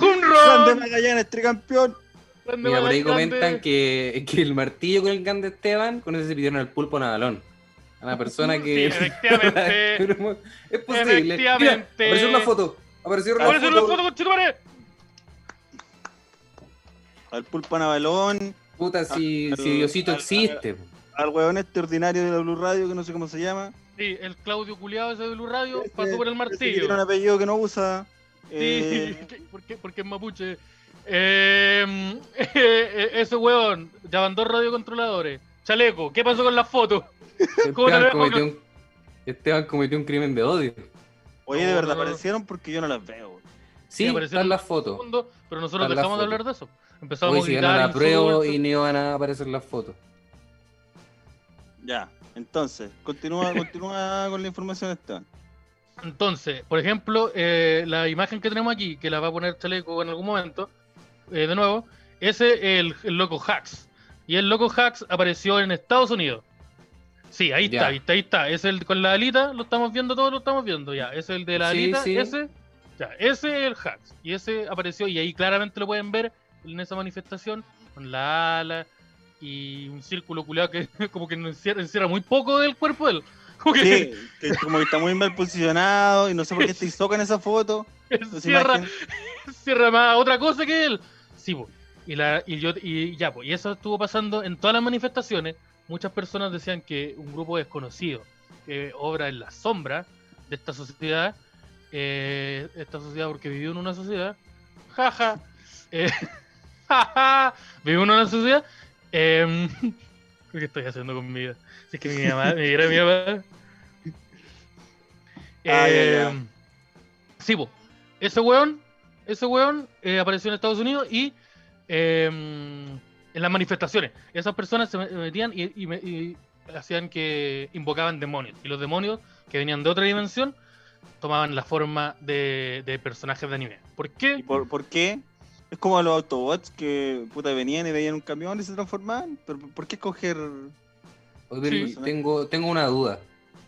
[SPEAKER 2] ¡Home
[SPEAKER 3] Grande
[SPEAKER 2] run!
[SPEAKER 3] Magallanes, tricampeón.
[SPEAKER 2] Grande
[SPEAKER 4] Mira, por ahí
[SPEAKER 2] Magallanes.
[SPEAKER 4] comentan que, que el martillo con el can de Esteban, con ese se pidieron el pulpo Nadalón. A [laughs] la persona
[SPEAKER 2] Mm, Sí,
[SPEAKER 4] que. [laughs]
[SPEAKER 2] efectivamente.
[SPEAKER 4] es posible. Mira,
[SPEAKER 2] Efectivamente.
[SPEAKER 4] apareció una foto. Apareció una
[SPEAKER 2] ¡Apareció una
[SPEAKER 4] foto.
[SPEAKER 2] foto, conchetumare!
[SPEAKER 3] Al Pulpo Navalón.
[SPEAKER 4] Puta, si,
[SPEAKER 3] Ah,
[SPEAKER 4] si Diosito
[SPEAKER 3] ah,
[SPEAKER 4] existe.
[SPEAKER 3] al huevón este ordinario de la Blue Radio, que no sé cómo se llama.
[SPEAKER 2] Sí, el Claudio Culeado ese de Blue Radio
[SPEAKER 3] Ese-
[SPEAKER 2] pasó por el
[SPEAKER 3] ese que Tiene un
[SPEAKER 2] martillo.
[SPEAKER 3] apellido que no usa.
[SPEAKER 2] Sí, [laughs]
[SPEAKER 3] eh,
[SPEAKER 2] ¿por qué? porque es mapuche. [laughs] Eh, eh, ese weón, ya van dos radiocontroladores. Chaleco, ¿qué pasó con las fotos? [laughs] ¿Cómo no
[SPEAKER 4] Esteban
[SPEAKER 2] veo?
[SPEAKER 4] cometió, un, Esteban cometió un crimen de odio.
[SPEAKER 3] Oye,
[SPEAKER 2] No,
[SPEAKER 3] de verdad
[SPEAKER 2] no, no.
[SPEAKER 3] aparecieron porque yo no las veo.
[SPEAKER 4] Sí,
[SPEAKER 2] Sí, apareció
[SPEAKER 4] están
[SPEAKER 2] en-
[SPEAKER 4] las fotos.
[SPEAKER 2] Mundo, pero nosotros
[SPEAKER 4] Está la
[SPEAKER 2] dejamos de
[SPEAKER 4] foto.
[SPEAKER 2] hablar de eso. Empezamos
[SPEAKER 4] Hoy
[SPEAKER 2] a
[SPEAKER 4] si
[SPEAKER 2] gritar.
[SPEAKER 4] ganan la prueba
[SPEAKER 2] insultos.
[SPEAKER 4] y no van a aparecer las fotos.
[SPEAKER 3] Ya, entonces,
[SPEAKER 2] [laughs]
[SPEAKER 3] continúa, continúa con la información, Esteban.
[SPEAKER 2] Entonces, por ejemplo, eh, la imagen que tenemos aquí, que la va a poner Chaleco en algún momento, eh, de nuevo, ese es el, el loco Hacks. Y el loco Hacks apareció en Estados Unidos. Sí, ahí
[SPEAKER 4] Ya.
[SPEAKER 2] está, ahí está, ahí está. Es el con la alita, lo estamos viendo todos, lo estamos viendo ya. Es el de la
[SPEAKER 4] Sí,
[SPEAKER 2] alita,
[SPEAKER 4] sí.
[SPEAKER 2] ese. Ya, ese es el Hacks. Y ese apareció, y ahí claramente lo pueden ver en esa manifestación, con la ala y un círculo culeado que [laughs] como que no encierra, encierra muy poco del cuerpo de él. [laughs] Como que
[SPEAKER 3] Sí, que como que está muy mal posicionado y no sé por qué te socan esa foto. Esa
[SPEAKER 2] encierra,
[SPEAKER 3] imagen.
[SPEAKER 2] cierra más otra cosa que él. Sí, po. y, la, y, yo, y ya, pues, y eso estuvo pasando en todas las manifestaciones. Muchas personas decían que un grupo desconocido que obra en la sombra de esta sociedad, eh, esta sociedad porque vivió en una sociedad, jaja, eh, [laughs] jaja, vivió en una sociedad, em, [laughs] ¿qué estoy haciendo con mi vida? Si es que mi mamá, mi gran mi mamá.
[SPEAKER 3] [laughs] Ah, ya, ya.
[SPEAKER 2] Em, Sí, po. Ese weón, ese weón eh, apareció en Estados Unidos y eh, en las manifestaciones. Esas personas se metían y, y me- y hacían que invocaban demonios. Y los demonios que venían de otra dimensión tomaban la forma de, de personajes de anime. ¿Por
[SPEAKER 3] ¿Y
[SPEAKER 2] qué?
[SPEAKER 3] por, por qué? Es como los Autobots que puta venían y veían un camión y se transformaban. Pero ¿por qué escoger?
[SPEAKER 4] Oye, pero
[SPEAKER 2] Sí.
[SPEAKER 4] tengo, tengo una duda.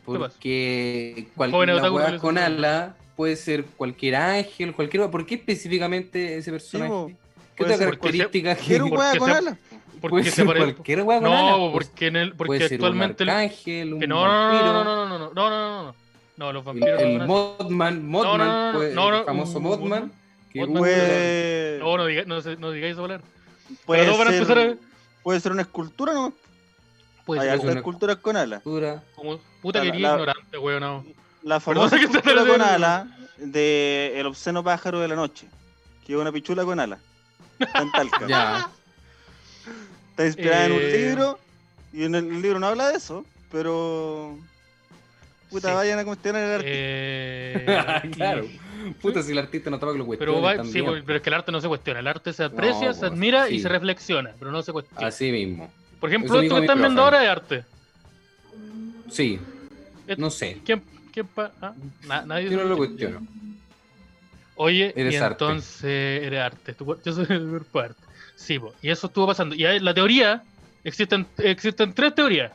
[SPEAKER 2] pasa?
[SPEAKER 4] Porque cual,
[SPEAKER 2] Jóvenes
[SPEAKER 4] la
[SPEAKER 2] otaku
[SPEAKER 4] weá
[SPEAKER 2] realizan
[SPEAKER 4] con
[SPEAKER 2] todo.
[SPEAKER 4] ala puede ser cualquier ángel, cualquier. ¿Por qué específicamente ese personaje?
[SPEAKER 3] bo.
[SPEAKER 4] ¿Qué
[SPEAKER 3] Puede
[SPEAKER 4] otra
[SPEAKER 3] ser
[SPEAKER 4] característica que [laughs]
[SPEAKER 3] Quiero un
[SPEAKER 2] Porque
[SPEAKER 3] hueá con
[SPEAKER 2] se-
[SPEAKER 3] alas.
[SPEAKER 2] Porque
[SPEAKER 4] puede
[SPEAKER 2] se
[SPEAKER 4] ser
[SPEAKER 2] parece.
[SPEAKER 4] cualquier weá con ala?
[SPEAKER 2] No,
[SPEAKER 4] Pues,
[SPEAKER 2] porque, en el, porque
[SPEAKER 4] puede ser
[SPEAKER 2] actualmente.
[SPEAKER 4] un
[SPEAKER 2] el-
[SPEAKER 4] arcángel, un
[SPEAKER 2] que no, no, no, no,
[SPEAKER 4] vampiro,
[SPEAKER 2] no, no, no, no, no, no, no, no, los
[SPEAKER 4] el,
[SPEAKER 2] vampiros. no
[SPEAKER 4] el
[SPEAKER 2] son así.
[SPEAKER 4] Mothman, Mothman,
[SPEAKER 2] no, no,
[SPEAKER 4] pues,
[SPEAKER 2] no, no,
[SPEAKER 4] el famoso
[SPEAKER 2] uh,
[SPEAKER 4] Mothman, que
[SPEAKER 2] Mothman,
[SPEAKER 4] puede-
[SPEAKER 3] Puede,
[SPEAKER 2] No, no, diga- no, se- no digáis eso, hablar.
[SPEAKER 3] puede
[SPEAKER 2] Pero no van a
[SPEAKER 3] ser,
[SPEAKER 2] empezar
[SPEAKER 3] puede ser una escultura, ¿no?
[SPEAKER 2] Pues
[SPEAKER 3] Hay
[SPEAKER 4] ser
[SPEAKER 3] algunas
[SPEAKER 4] una-
[SPEAKER 3] esculturas con alas.
[SPEAKER 4] Dura.
[SPEAKER 2] como, puta
[SPEAKER 3] La-
[SPEAKER 2] que
[SPEAKER 3] la-
[SPEAKER 2] eres ignorante, weón.
[SPEAKER 3] [laughs]
[SPEAKER 2] No.
[SPEAKER 3] La famosa
[SPEAKER 2] [laughs] que te lo
[SPEAKER 3] escultura
[SPEAKER 2] digo.
[SPEAKER 3] con alas de El obsceno pájaro de la noche. Que es una pichula con alas. Está en Talca.
[SPEAKER 4] [laughs]
[SPEAKER 2] Ah,
[SPEAKER 4] Ya.
[SPEAKER 3] Está inspirada en un
[SPEAKER 2] Eh.
[SPEAKER 3] libro. Y en el libro no habla de eso. Pero. Puta,
[SPEAKER 2] Sí.
[SPEAKER 3] vayan a cuestionar el
[SPEAKER 2] [laughs]
[SPEAKER 3] artista.
[SPEAKER 2] Eh,
[SPEAKER 4] claro.
[SPEAKER 2] y-
[SPEAKER 4] Puta, si el artista no estaba que lo cuestione
[SPEAKER 2] Pero, va-
[SPEAKER 4] también.
[SPEAKER 2] sí, pues, pero es que el arte no se cuestiona. El arte se aprecia,
[SPEAKER 4] No,
[SPEAKER 2] se
[SPEAKER 4] pues,
[SPEAKER 2] admira y
[SPEAKER 4] sí.
[SPEAKER 2] se reflexiona, pero no se cuestiona.
[SPEAKER 4] Así mismo.
[SPEAKER 2] Por
[SPEAKER 4] eso
[SPEAKER 2] ejemplo, esto
[SPEAKER 4] digo
[SPEAKER 2] que
[SPEAKER 4] mi
[SPEAKER 2] están viendo
[SPEAKER 4] profe.
[SPEAKER 2] ahora es arte.
[SPEAKER 4] Sí.
[SPEAKER 2] Et-
[SPEAKER 4] No sé.
[SPEAKER 2] ¿Quién, quién pa- ah, na- nadie
[SPEAKER 4] Yo no
[SPEAKER 2] se-
[SPEAKER 4] lo [laughs] cuestiono.
[SPEAKER 2] Oye, y
[SPEAKER 4] Eres arte.
[SPEAKER 2] entonces eres arte. tu cuer- Yo soy el cuerpo de arte. Sí, po, y eso estuvo pasando. Y hay- la teoría, existen, existen tres teorías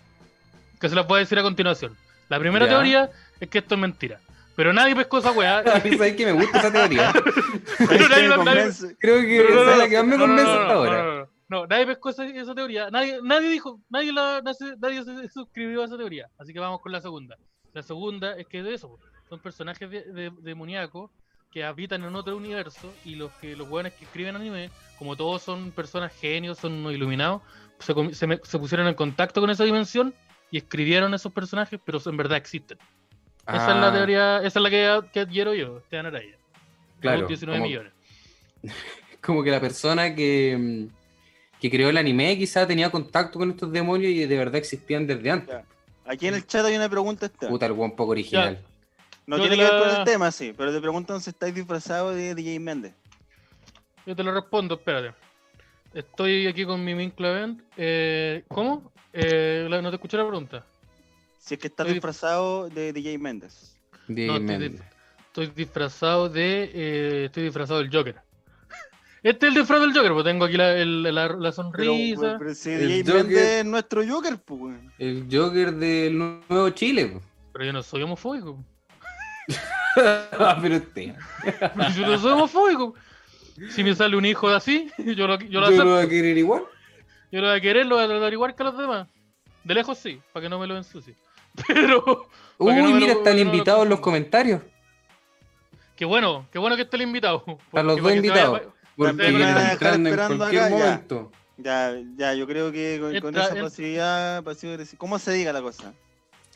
[SPEAKER 2] que se las voy a decir a continuación. La primera
[SPEAKER 4] Ya.
[SPEAKER 2] teoría es que esto es mentira. Pero nadie pescó
[SPEAKER 4] [laughs]
[SPEAKER 2] esa weá.
[SPEAKER 4] ¿Sabes que me gusta esa
[SPEAKER 2] [laughs]
[SPEAKER 4] teoría?
[SPEAKER 3] ¿Sabes
[SPEAKER 2] Pero
[SPEAKER 3] qué
[SPEAKER 2] nadie
[SPEAKER 3] me
[SPEAKER 2] lo- nadie-
[SPEAKER 3] convence?
[SPEAKER 4] Creo que
[SPEAKER 2] No, no,
[SPEAKER 4] esa es
[SPEAKER 2] no,
[SPEAKER 4] la que más me
[SPEAKER 2] no, no,
[SPEAKER 4] convence
[SPEAKER 2] no,
[SPEAKER 4] hasta
[SPEAKER 2] no,
[SPEAKER 4] ahora.
[SPEAKER 2] no, no, no. No, nadie pescó esa, esa teoría. Nadie, nadie dijo, nadie, la, nadie- nadie se suscribió a esa teoría. Así que vamos con la segunda. La segunda es que de eso, po, son personajes de- de- demoníacos que habitan en otro universo y los que los buenos que escriben anime, como todos son personas genios, son unos iluminados, se, comi- se me- se pusieron en contacto con esa dimensión y escribieron esos personajes, pero en verdad existen. Esa es la
[SPEAKER 4] Ah,
[SPEAKER 2] teoría, esa es la que, que adhiero yo, Esteban Araya.
[SPEAKER 4] Claro,
[SPEAKER 2] 19
[SPEAKER 4] como-
[SPEAKER 2] millones.
[SPEAKER 4] Como que la persona que, mm, que creó el anime quizá tenía contacto con estos demonios y de verdad existían desde antes.
[SPEAKER 3] Aquí en el chat hay una pregunta, Esteban.
[SPEAKER 4] Puta, el un poco original.
[SPEAKER 3] No
[SPEAKER 2] Yo
[SPEAKER 3] tiene
[SPEAKER 2] te
[SPEAKER 3] que ver
[SPEAKER 2] la-
[SPEAKER 3] con el tema, sí, pero te preguntan si estáis disfrazados de DJ Méndez.
[SPEAKER 2] Yo te lo respondo, espérate. Estoy aquí con mi Min Clavent. Eh, ¿Cómo? Eh, la- no te escuché la pregunta.
[SPEAKER 3] Si es que estás
[SPEAKER 2] Estoy-
[SPEAKER 3] disfrazado de DJ Méndez.
[SPEAKER 4] De
[SPEAKER 2] No,
[SPEAKER 4] Mendes.
[SPEAKER 2] estoy Estoy disfrazado de. eh, estoy disfrazado del Joker. Este es el disfraz del Joker, pues tengo aquí la, el- la- la
[SPEAKER 3] Pero,
[SPEAKER 2] sonrisa.
[SPEAKER 3] weón, pero si
[SPEAKER 4] el
[SPEAKER 3] DJ
[SPEAKER 4] Joker-
[SPEAKER 3] Méndez es nuestro Joker, pues. weón.
[SPEAKER 4] El Joker del Nuevo Chile. po.
[SPEAKER 2] Pero yo no soy homofóbico. [laughs]
[SPEAKER 4] [laughs] Ah, Pero usted.
[SPEAKER 2] Pero Yo no soy homofóbico. Si me sale un hijo de así, [laughs] yo lo, yo
[SPEAKER 4] Yo lo,
[SPEAKER 2] lo acepto.
[SPEAKER 4] voy a querer igual.
[SPEAKER 2] Yo lo voy a querer, lo voy a tratar igual que a los demás. De lejos sí, para que no me lo ensucie. [laughs] Pero.
[SPEAKER 4] Uy,
[SPEAKER 2] Para que no me
[SPEAKER 4] mira,
[SPEAKER 2] lo-
[SPEAKER 4] están
[SPEAKER 2] no me lo
[SPEAKER 4] invitados en los
[SPEAKER 2] confundan.
[SPEAKER 4] comentarios.
[SPEAKER 2] Qué bueno, qué bueno que esté el invitado.
[SPEAKER 4] Están los dos
[SPEAKER 2] porque para que se vaya-
[SPEAKER 4] invitados. Porque
[SPEAKER 3] También me van a dejar
[SPEAKER 4] están entrando en
[SPEAKER 3] esperando
[SPEAKER 4] cualquier
[SPEAKER 3] acá, ya.
[SPEAKER 4] momento.
[SPEAKER 3] Ya, ya, yo creo que con, con
[SPEAKER 2] Entra-
[SPEAKER 3] esa
[SPEAKER 2] en-
[SPEAKER 3] pasividad, pasivo-agresivo, ¿cómo se diga la cosa?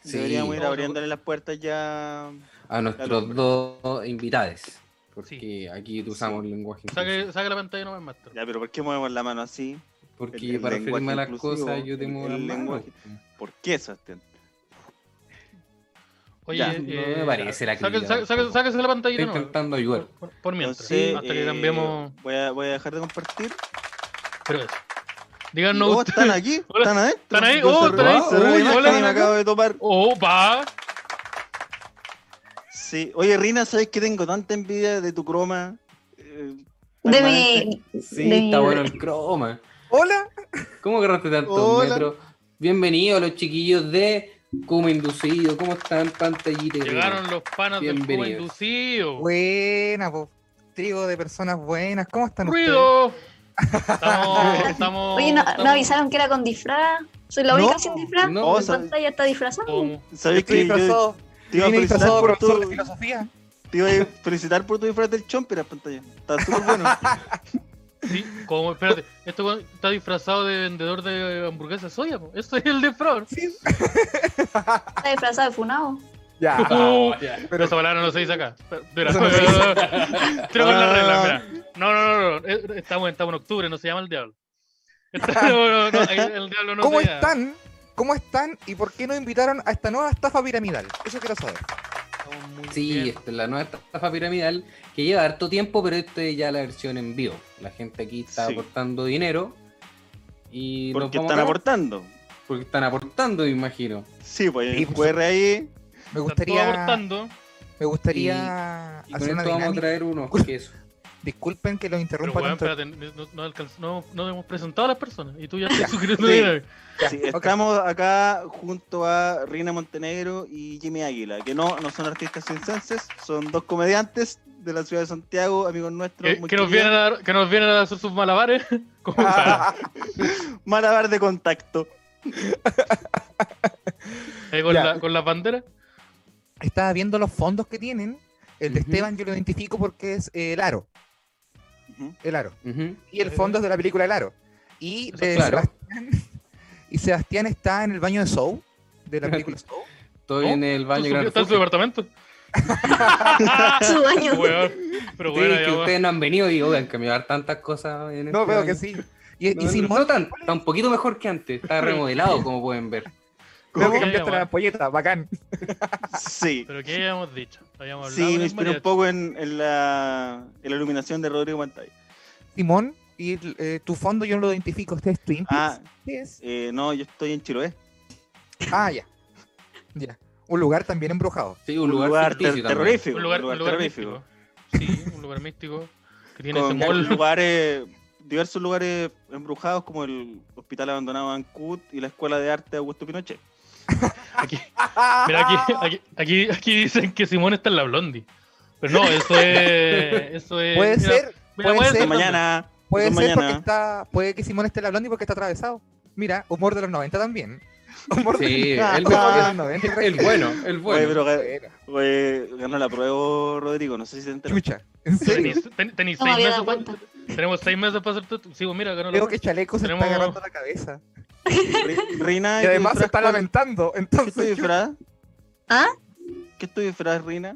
[SPEAKER 4] Sí.
[SPEAKER 3] Deberíamos ir
[SPEAKER 2] No, yo-
[SPEAKER 3] abriéndole las puertas ya.
[SPEAKER 4] A nuestros
[SPEAKER 3] Claro.
[SPEAKER 4] dos invitados. Porque
[SPEAKER 2] Sí.
[SPEAKER 4] aquí usamos el lenguaje.
[SPEAKER 2] Saque,
[SPEAKER 4] inclusivo.
[SPEAKER 2] saque la pantalla nomás, Master.
[SPEAKER 3] Ya, pero ¿por qué movemos la mano así? el-
[SPEAKER 4] Porque
[SPEAKER 3] el
[SPEAKER 4] para
[SPEAKER 3] lenguaje
[SPEAKER 4] referirme a las
[SPEAKER 3] inclusivo,
[SPEAKER 4] cosas yo
[SPEAKER 3] el-
[SPEAKER 4] tengo
[SPEAKER 3] el
[SPEAKER 4] las manos.
[SPEAKER 3] lenguaje. ¿Por qué, Sebastián?
[SPEAKER 2] Oye, eh,
[SPEAKER 3] Ya.
[SPEAKER 4] No me parece la
[SPEAKER 2] saque-
[SPEAKER 4] crítica
[SPEAKER 2] saque- saque-
[SPEAKER 4] tampoco.
[SPEAKER 2] sáquese la pantallita
[SPEAKER 4] Estoy
[SPEAKER 2] nomás.
[SPEAKER 4] intentando ayudar.
[SPEAKER 2] Por, por- por mientras,
[SPEAKER 3] Entonces,
[SPEAKER 2] hasta que
[SPEAKER 3] eh,
[SPEAKER 2] cambiemos.
[SPEAKER 3] voy, a, voy a dejar de compartir.
[SPEAKER 2] Pero eso. Díganos
[SPEAKER 3] Oh,
[SPEAKER 2] ustedes.
[SPEAKER 3] ¿Están aquí?
[SPEAKER 2] [laughs] Hola.
[SPEAKER 3] ¿Están adentro?
[SPEAKER 2] ¿Están ahí?
[SPEAKER 3] Yo
[SPEAKER 2] Oh,
[SPEAKER 3] cerré-
[SPEAKER 2] ¿están
[SPEAKER 4] ahí?
[SPEAKER 3] cerré la
[SPEAKER 4] Uy,
[SPEAKER 3] imagen
[SPEAKER 2] hola.
[SPEAKER 3] y me acabo de topar.
[SPEAKER 2] ¡Opa!
[SPEAKER 3] Sí. Oye, Rina, ¿sabes que tengo tanta envidia de tu croma? Eh,
[SPEAKER 5] De
[SPEAKER 3] permanente.
[SPEAKER 5] mi.
[SPEAKER 4] Sí,
[SPEAKER 5] de mi-
[SPEAKER 4] está bueno
[SPEAKER 3] [laughs]
[SPEAKER 4] el croma.
[SPEAKER 6] Hola,
[SPEAKER 4] ¿Cómo agarraste tantos
[SPEAKER 3] Hola.
[SPEAKER 4] metros? Bienvenidos los chiquillos de Kuma Inducido. ¿Cómo están, pantallita? y
[SPEAKER 2] Llegaron los panas del cubo
[SPEAKER 4] Bienvenidos.
[SPEAKER 2] inducido.
[SPEAKER 6] buena, po. trigo de personas buenas. ¿Cómo están ustedes?
[SPEAKER 2] ¡Ruido! Estamos. estamos
[SPEAKER 5] Oye, no,
[SPEAKER 2] estamos-
[SPEAKER 5] no avisaron que era con disfraz. Soy la
[SPEAKER 6] No,
[SPEAKER 5] única sin disfraz.
[SPEAKER 4] no,
[SPEAKER 5] la
[SPEAKER 3] o sea-
[SPEAKER 5] pantalla está disfrazada.
[SPEAKER 2] ¿Cómo?
[SPEAKER 3] ¿Sabes
[SPEAKER 6] Estoy
[SPEAKER 3] que yo
[SPEAKER 6] disfrazado,
[SPEAKER 3] te iba a
[SPEAKER 6] vine
[SPEAKER 3] felicitar
[SPEAKER 6] disfrazado de
[SPEAKER 3] por
[SPEAKER 6] profesor de
[SPEAKER 3] tu,
[SPEAKER 6] filosofía.
[SPEAKER 3] te
[SPEAKER 4] [laughs]
[SPEAKER 3] iba a felicitar por tu disfraz del chomper las pantallas? Está súper bueno.
[SPEAKER 2] Sí, ¿cómo? Espérate, esto weón está disfrazado de vendedor de hamburguesas soya. po. Eso es el de Frog.
[SPEAKER 6] Sí.
[SPEAKER 5] Está disfrazada de Funao.
[SPEAKER 6] [laughs] Ya,
[SPEAKER 2] [laughs] Uh,
[SPEAKER 6] pero-
[SPEAKER 2] Esa palabra no se dice acá. Espera,
[SPEAKER 6] Eso no se Ah.
[SPEAKER 2] espera. [laughs] Creo que es la regla, mira. No, no, no, no. eh, Estamos, estamos en octubre, no se llama el diablo. [laughs] Está- no, no, no, ahí el diablo no
[SPEAKER 6] ¿cómo
[SPEAKER 2] se llama.
[SPEAKER 6] están? ¿Cómo están y por qué nos invitaron a esta nueva estafa piramidal? Eso quiero saber.
[SPEAKER 2] Estamos muy
[SPEAKER 4] Sí,
[SPEAKER 2] bien.
[SPEAKER 4] esta es la nueva estafa piramidal que lleva harto tiempo, pero esta es ya la versión en vivo. La gente aquí está
[SPEAKER 3] Sí.
[SPEAKER 4] aportando dinero [laughs] y nos
[SPEAKER 3] Porque
[SPEAKER 4] vamos
[SPEAKER 3] están
[SPEAKER 4] a cagar
[SPEAKER 3] aportando.
[SPEAKER 4] porque están aportando, me imagino.
[SPEAKER 3] Sí, pues hay
[SPEAKER 6] Y-
[SPEAKER 3] un QR ahí.
[SPEAKER 6] Me
[SPEAKER 2] Están todos
[SPEAKER 6] gustaría,
[SPEAKER 2] abortando.
[SPEAKER 6] me gustaría
[SPEAKER 4] Y con
[SPEAKER 6] hacer
[SPEAKER 4] esto
[SPEAKER 6] una
[SPEAKER 4] vamos a
[SPEAKER 6] dinámica.
[SPEAKER 4] traer unos quesos.
[SPEAKER 6] Disculpen que los
[SPEAKER 2] Pero,
[SPEAKER 6] interrumpa
[SPEAKER 2] weón,
[SPEAKER 6] tanto.
[SPEAKER 2] espérate, no, no alcanz- no- no hemos presentado a las personas y tú ya
[SPEAKER 6] [laughs]
[SPEAKER 2] estás sugiriendo
[SPEAKER 3] Sí.
[SPEAKER 2] dinero.
[SPEAKER 6] Ya,
[SPEAKER 3] Sí,
[SPEAKER 6] ok.
[SPEAKER 3] Estamos acá junto a Rina Montenegro y Jimmy Águila, que no, no son artistas circenses, son dos comediantes de la ciudad de Santiago, amigos nuestros.
[SPEAKER 2] Que,
[SPEAKER 3] muy
[SPEAKER 2] Eh, que nos
[SPEAKER 3] queridos.
[SPEAKER 2] vienen a, que nos vienen a hacer sus malabares. [laughs] Como para-
[SPEAKER 6] Ah.
[SPEAKER 3] [laughs] Malabar de contacto.
[SPEAKER 2] eh, con,
[SPEAKER 6] Ya.
[SPEAKER 2] la, con las banderas.
[SPEAKER 6] Estaba viendo los fondos que tienen. El de
[SPEAKER 4] Ujú.
[SPEAKER 6] Esteban yo lo identifico porque es eh, el aro.
[SPEAKER 3] Ujú.
[SPEAKER 6] El aro.
[SPEAKER 4] Ujú.
[SPEAKER 6] Y el
[SPEAKER 2] Ujú.
[SPEAKER 6] fondo es de la película El Aro. Y,
[SPEAKER 4] Eso,
[SPEAKER 6] de
[SPEAKER 4] claro.
[SPEAKER 6] Eh, Sebastián, y Sebastián está en el baño de Soul, de la película Soul.
[SPEAKER 4] Estoy
[SPEAKER 2] ¿No?
[SPEAKER 4] en el
[SPEAKER 2] Tú
[SPEAKER 4] baño
[SPEAKER 2] subi-
[SPEAKER 4] Gran
[SPEAKER 2] Está en su
[SPEAKER 4] Refugio. [laughs]
[SPEAKER 2] departamento.
[SPEAKER 5] [laughs] Su baño.
[SPEAKER 2] Weón, Pero
[SPEAKER 4] Sí,
[SPEAKER 2] bueno,
[SPEAKER 4] que ustedes no han venido y oigan, cambiar tantas cosas. En
[SPEAKER 6] No,
[SPEAKER 4] este
[SPEAKER 6] veo
[SPEAKER 4] año.
[SPEAKER 6] que sí. Y,
[SPEAKER 4] No,
[SPEAKER 6] y sin
[SPEAKER 4] no,
[SPEAKER 6] mono,
[SPEAKER 4] no tan- está un poquito mejor que antes. Está remodelado, como pueden ver.
[SPEAKER 6] veo que
[SPEAKER 2] ¿Cómo?
[SPEAKER 6] cambiaste la ampolleta, bacán.
[SPEAKER 3] Sí,
[SPEAKER 2] Pero ¿qué habíamos dicho? Habíamos hablado
[SPEAKER 3] sí,
[SPEAKER 2] del
[SPEAKER 3] me inspiré un
[SPEAKER 2] mariachi.
[SPEAKER 3] poco en, en la, en la iluminación de Rodrigo Pantalla.
[SPEAKER 6] Simón, y eh, tu fondo yo no lo identifico. ¿Usted es Twin Peaks?
[SPEAKER 3] Ah,
[SPEAKER 6] ¿Qué es?
[SPEAKER 3] eh, no, yo estoy en Chiloé.
[SPEAKER 6] Ah, ya. Ya. Un lugar también embrujado.
[SPEAKER 4] Sí, un
[SPEAKER 3] Un
[SPEAKER 4] lugar,
[SPEAKER 3] lugar ter-
[SPEAKER 4] ficticio también.
[SPEAKER 3] terrorífico.
[SPEAKER 2] un lugar, un lugar místico. Sí, un lugar místico que tiene
[SPEAKER 3] Con
[SPEAKER 2] ese este [laughs] mall.
[SPEAKER 3] lugares, diversos lugares embrujados como el Hospital Abandonado de Ancud y la Escuela de Arte de Augusto Pinochet.
[SPEAKER 2] Aquí, mira, aquí, aquí, aquí, aquí dicen que Simón está en la Blondie. Pero no, eso es. Eso es
[SPEAKER 6] Puede
[SPEAKER 2] Eh, mira,
[SPEAKER 6] ser,
[SPEAKER 2] mira,
[SPEAKER 6] puede
[SPEAKER 2] puede
[SPEAKER 6] ser.
[SPEAKER 2] ser también.
[SPEAKER 3] Mañana,
[SPEAKER 6] puede
[SPEAKER 3] son
[SPEAKER 6] ser porque
[SPEAKER 3] mañana. ¿eh?
[SPEAKER 6] está, puede que Simón esté en la Blondie porque está atravesado. Mira, humor de los 90 también. [laughs] Humor de-
[SPEAKER 4] Sí,
[SPEAKER 6] Ah,
[SPEAKER 4] el,
[SPEAKER 6] humor de
[SPEAKER 4] mejor-
[SPEAKER 6] los
[SPEAKER 4] [laughs]
[SPEAKER 6] 90.
[SPEAKER 4] el bueno, el bueno.
[SPEAKER 3] Oye, pero ga-
[SPEAKER 6] Bueno,
[SPEAKER 3] oye, ganó la prueba Rodrigo, no sé si te enteraste.
[SPEAKER 6] Chucha, en serio.
[SPEAKER 2] Tenéis- ten- tenéis
[SPEAKER 5] No me
[SPEAKER 2] seis
[SPEAKER 5] había
[SPEAKER 2] meses.
[SPEAKER 5] dado
[SPEAKER 2] pa- Tenemos seis meses para hacer tu. Sí, pues mira, ganó la
[SPEAKER 6] Veo que Chaleco se
[SPEAKER 2] Tenemos-
[SPEAKER 6] está agarrando la cabeza.
[SPEAKER 3] Ri- [laughs] Rina,
[SPEAKER 6] Y además
[SPEAKER 3] ¿qué
[SPEAKER 6] se está
[SPEAKER 3] disfraz-
[SPEAKER 6] lamentando. [laughs]
[SPEAKER 3] ¿Qué es tu
[SPEAKER 6] Entonces,
[SPEAKER 3] disfraz?
[SPEAKER 5] ¿Ah?
[SPEAKER 3] ¿Qué es tu disfraz, Rina?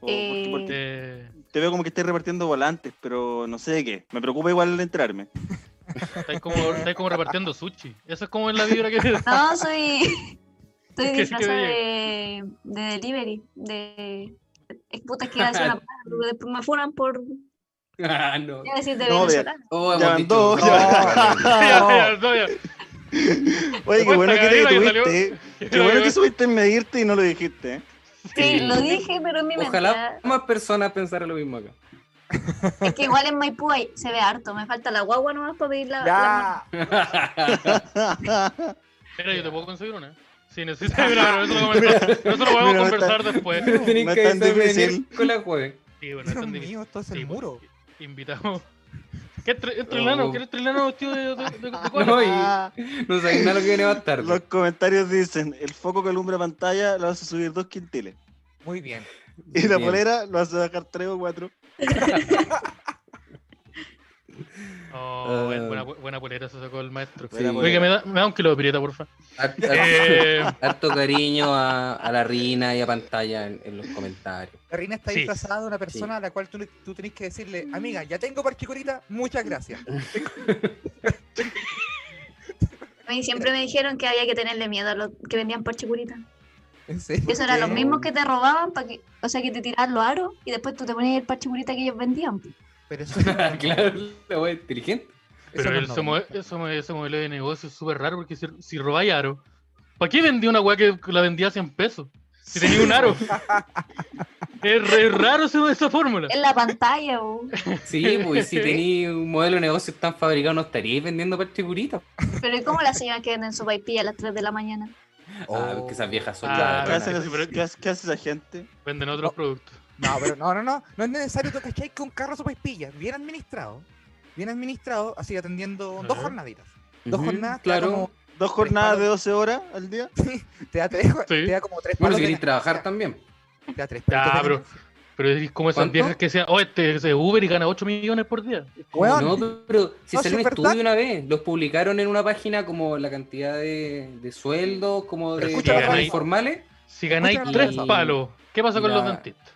[SPEAKER 3] O- porque-
[SPEAKER 5] Eh,
[SPEAKER 3] porque
[SPEAKER 2] Eh,
[SPEAKER 3] te veo como que estás repartiendo volantes, pero no sé de qué. Me preocupa igual el entrarme.
[SPEAKER 2] estáis, como, estáis como repartiendo sushi. Eso es como en la vibra
[SPEAKER 6] [laughs]
[SPEAKER 2] que.
[SPEAKER 5] No, soy. Estoy
[SPEAKER 2] ¿Qué- qué
[SPEAKER 5] disfrazada
[SPEAKER 2] diga?
[SPEAKER 5] de, de delivery. De. Es puta que hacen una parada, porque después me funan por.
[SPEAKER 4] [laughs] Ah, no.
[SPEAKER 5] Iba a decir de
[SPEAKER 3] No, vea.
[SPEAKER 5] venezolano.
[SPEAKER 4] Oh, hemos
[SPEAKER 3] Ya van
[SPEAKER 4] dicho-
[SPEAKER 3] dos,
[SPEAKER 4] no,
[SPEAKER 3] ya
[SPEAKER 4] vale.
[SPEAKER 2] [laughs] Ya, ya, no, ya.
[SPEAKER 3] Oye, qué
[SPEAKER 2] Cuenta,
[SPEAKER 3] bueno que te
[SPEAKER 2] Gabriela, que salió.
[SPEAKER 3] detuviste. eh. Qué bueno que subiste en medirte y no lo dijiste. eh.
[SPEAKER 5] Sí,
[SPEAKER 4] Sí.
[SPEAKER 5] lo dije, pero en mi mente. ah,
[SPEAKER 4] Ojalá más personas pensaran lo mismo [laughs] acá.
[SPEAKER 5] Es que igual en Maipú ahí se ve harto. Me falta la guagua nomás para pedir la. la-
[SPEAKER 6] ya.
[SPEAKER 2] Mira, yo te puedo conseguir una. Si necesitas, mira, pero eso lo,
[SPEAKER 6] [laughs]
[SPEAKER 2] conversamos- eso lo podemos
[SPEAKER 3] Mira,
[SPEAKER 2] conversar después.
[SPEAKER 4] Tienen
[SPEAKER 3] No es
[SPEAKER 4] que
[SPEAKER 3] tan
[SPEAKER 4] avisarme
[SPEAKER 3] difícil.
[SPEAKER 4] venir con la jueves.
[SPEAKER 2] Sí, bueno, es
[SPEAKER 6] Dios
[SPEAKER 2] tan difícil.
[SPEAKER 6] mío, esto es
[SPEAKER 2] Sí, pues,
[SPEAKER 6] el
[SPEAKER 2] bueno,
[SPEAKER 6] muro.
[SPEAKER 2] Invitamos. [laughs] ¿Qué es tri- es trilano?
[SPEAKER 4] Oh.
[SPEAKER 2] ¿Qué es trilano vestido de, de,
[SPEAKER 4] [laughs]
[SPEAKER 2] de, de koala?
[SPEAKER 4] No, y
[SPEAKER 3] Ah,
[SPEAKER 4] no saben nada lo que viene más
[SPEAKER 3] los
[SPEAKER 4] tarde.
[SPEAKER 3] comentarios dicen, el foco que alumbra pantalla lo hace subir dos quintiles.
[SPEAKER 6] Muy bien.
[SPEAKER 3] Y la
[SPEAKER 4] Bien.
[SPEAKER 3] polera lo hace bajar tres o cuatro.
[SPEAKER 2] Oh,
[SPEAKER 4] Ah.
[SPEAKER 2] buen- buena, buena polera se sacó el maestro.
[SPEAKER 4] Sí.
[SPEAKER 2] Oye, que me da, me da un kilo de pireta,
[SPEAKER 4] [laughs]
[SPEAKER 2] porfa.
[SPEAKER 4] Har- har- [laughs]
[SPEAKER 2] Eh,
[SPEAKER 4] Harto cariño a, a la Rina y a pantalla en, en los [laughs] comentarios.
[SPEAKER 6] La reina está
[SPEAKER 2] Sí.
[SPEAKER 6] disfrazada de una persona a la cual tú, le- tú tenés que decirle, amiga, ya tengo particulita, muchas gracias.
[SPEAKER 4] [laughs]
[SPEAKER 5] A mí siempre me dijeron que había que tenerle miedo a los que vendían parchecuritas.
[SPEAKER 6] ¿En serio? Eh,
[SPEAKER 5] Eso eran
[SPEAKER 4] Sí.
[SPEAKER 5] los mismos que te robaban, para que, o sea, que te tiraban los aros y después tú te ponías el parchecurita que ellos vendían.
[SPEAKER 6] Pero eso,
[SPEAKER 4] Ah, claro, la wea inteligente.
[SPEAKER 6] eso
[SPEAKER 2] pero
[SPEAKER 6] no
[SPEAKER 2] el-
[SPEAKER 6] es
[SPEAKER 2] ese,
[SPEAKER 6] normal.
[SPEAKER 2] mode- ese mode- ese modelo de negocio es súper raro porque si, si robáis aro, ¿para qué vendí una weá que la vendía a 100 pesos? Si tenía
[SPEAKER 4] [laughs]
[SPEAKER 2] un aro. es re raro ese- esa fórmula.
[SPEAKER 5] En la pantalla, bo.
[SPEAKER 4] [laughs] Sí, pues si tenéis un modelo de negocio tan fabricado, no estaríais vendiendo particuritas.
[SPEAKER 5] Pero ¿y cómo las señoras que venden su a las 3 de la mañana?
[SPEAKER 4] Ah,
[SPEAKER 6] Oh.
[SPEAKER 4] que esas viejas son
[SPEAKER 2] Ah,
[SPEAKER 4] ladronas.
[SPEAKER 3] ¿Qué hace,
[SPEAKER 2] claro,
[SPEAKER 3] la-
[SPEAKER 2] sí.
[SPEAKER 3] qué hace- qué hace esa gente?
[SPEAKER 2] Venden otros productos.
[SPEAKER 6] No, pero no, no, no. No es necesario, tú cachai, que un carro sopa y pilla, bien administrado, bien administrado, así atendiendo dos
[SPEAKER 2] Ajá.
[SPEAKER 6] jornaditas. Dos
[SPEAKER 4] Ujú,
[SPEAKER 6] jornadas, te da [laughs]
[SPEAKER 4] Claro.
[SPEAKER 3] ¿Dos jornadas de 12 horas al día?
[SPEAKER 6] como- te da tres, te da como tres
[SPEAKER 4] Bueno,
[SPEAKER 6] palos
[SPEAKER 4] si
[SPEAKER 6] de
[SPEAKER 4] queréis trabajar
[SPEAKER 6] ganancia.
[SPEAKER 4] también.
[SPEAKER 6] Te da tres
[SPEAKER 2] Ya,
[SPEAKER 6] palitos de
[SPEAKER 2] bro.
[SPEAKER 6] ganancia.
[SPEAKER 2] Pero es como esas
[SPEAKER 4] ¿Cuánto?
[SPEAKER 2] viejas que sean, oh, este es Uber y gana 8 millones por día.
[SPEAKER 6] Weón,
[SPEAKER 4] No, pero si
[SPEAKER 6] No,
[SPEAKER 4] salió
[SPEAKER 6] sí,
[SPEAKER 4] un
[SPEAKER 6] es
[SPEAKER 4] estudio
[SPEAKER 6] verdad.
[SPEAKER 4] una vez, los publicaron en una página como la cantidad de, de sueldos, como
[SPEAKER 6] Pero
[SPEAKER 4] de
[SPEAKER 2] escucha,
[SPEAKER 4] trabajos
[SPEAKER 2] ganáis-
[SPEAKER 4] informales.
[SPEAKER 2] Si ganáis
[SPEAKER 6] Escucha,
[SPEAKER 2] tres
[SPEAKER 4] y-
[SPEAKER 2] palos, ¿qué pasa con
[SPEAKER 4] la-
[SPEAKER 2] los dentistas?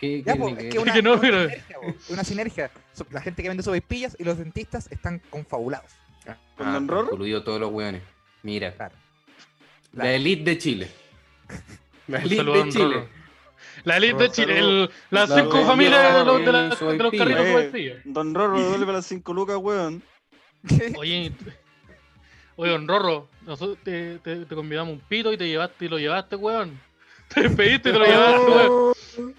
[SPEAKER 4] Que,
[SPEAKER 6] Ya,
[SPEAKER 4] que-
[SPEAKER 6] po,
[SPEAKER 4] que-
[SPEAKER 6] es que una,
[SPEAKER 2] [laughs] Que no,
[SPEAKER 6] una
[SPEAKER 2] pero-
[SPEAKER 6] sinergia, po, una sinergia. So- La gente que vende sopepillas y los dentistas están confabulados.
[SPEAKER 2] Ah,
[SPEAKER 3] ¿Con Don Rorro?
[SPEAKER 4] incluido todos los hueones. Mira.
[SPEAKER 6] Claro.
[SPEAKER 4] La elite de Chile. La
[SPEAKER 2] Un
[SPEAKER 4] elite
[SPEAKER 2] saludo a
[SPEAKER 4] de
[SPEAKER 2] don
[SPEAKER 4] Chile.
[SPEAKER 2] Rolo. La elite de
[SPEAKER 3] Saludo.
[SPEAKER 2] Chile, el- las
[SPEAKER 4] La
[SPEAKER 2] cinco
[SPEAKER 3] doña
[SPEAKER 2] familias de los, de, la-
[SPEAKER 4] en su
[SPEAKER 2] de los
[SPEAKER 4] Haití.
[SPEAKER 2] carritos
[SPEAKER 3] Eh.
[SPEAKER 2] subestimados.
[SPEAKER 3] Don Rorro, devuelve las 5 lucas, weón.
[SPEAKER 2] Oye, oye, don Rorro, nosotros te, te, te convidamos un pito y te llevaste y lo llevaste, weón. [laughs] Te despediste y te lo llevaste, weón.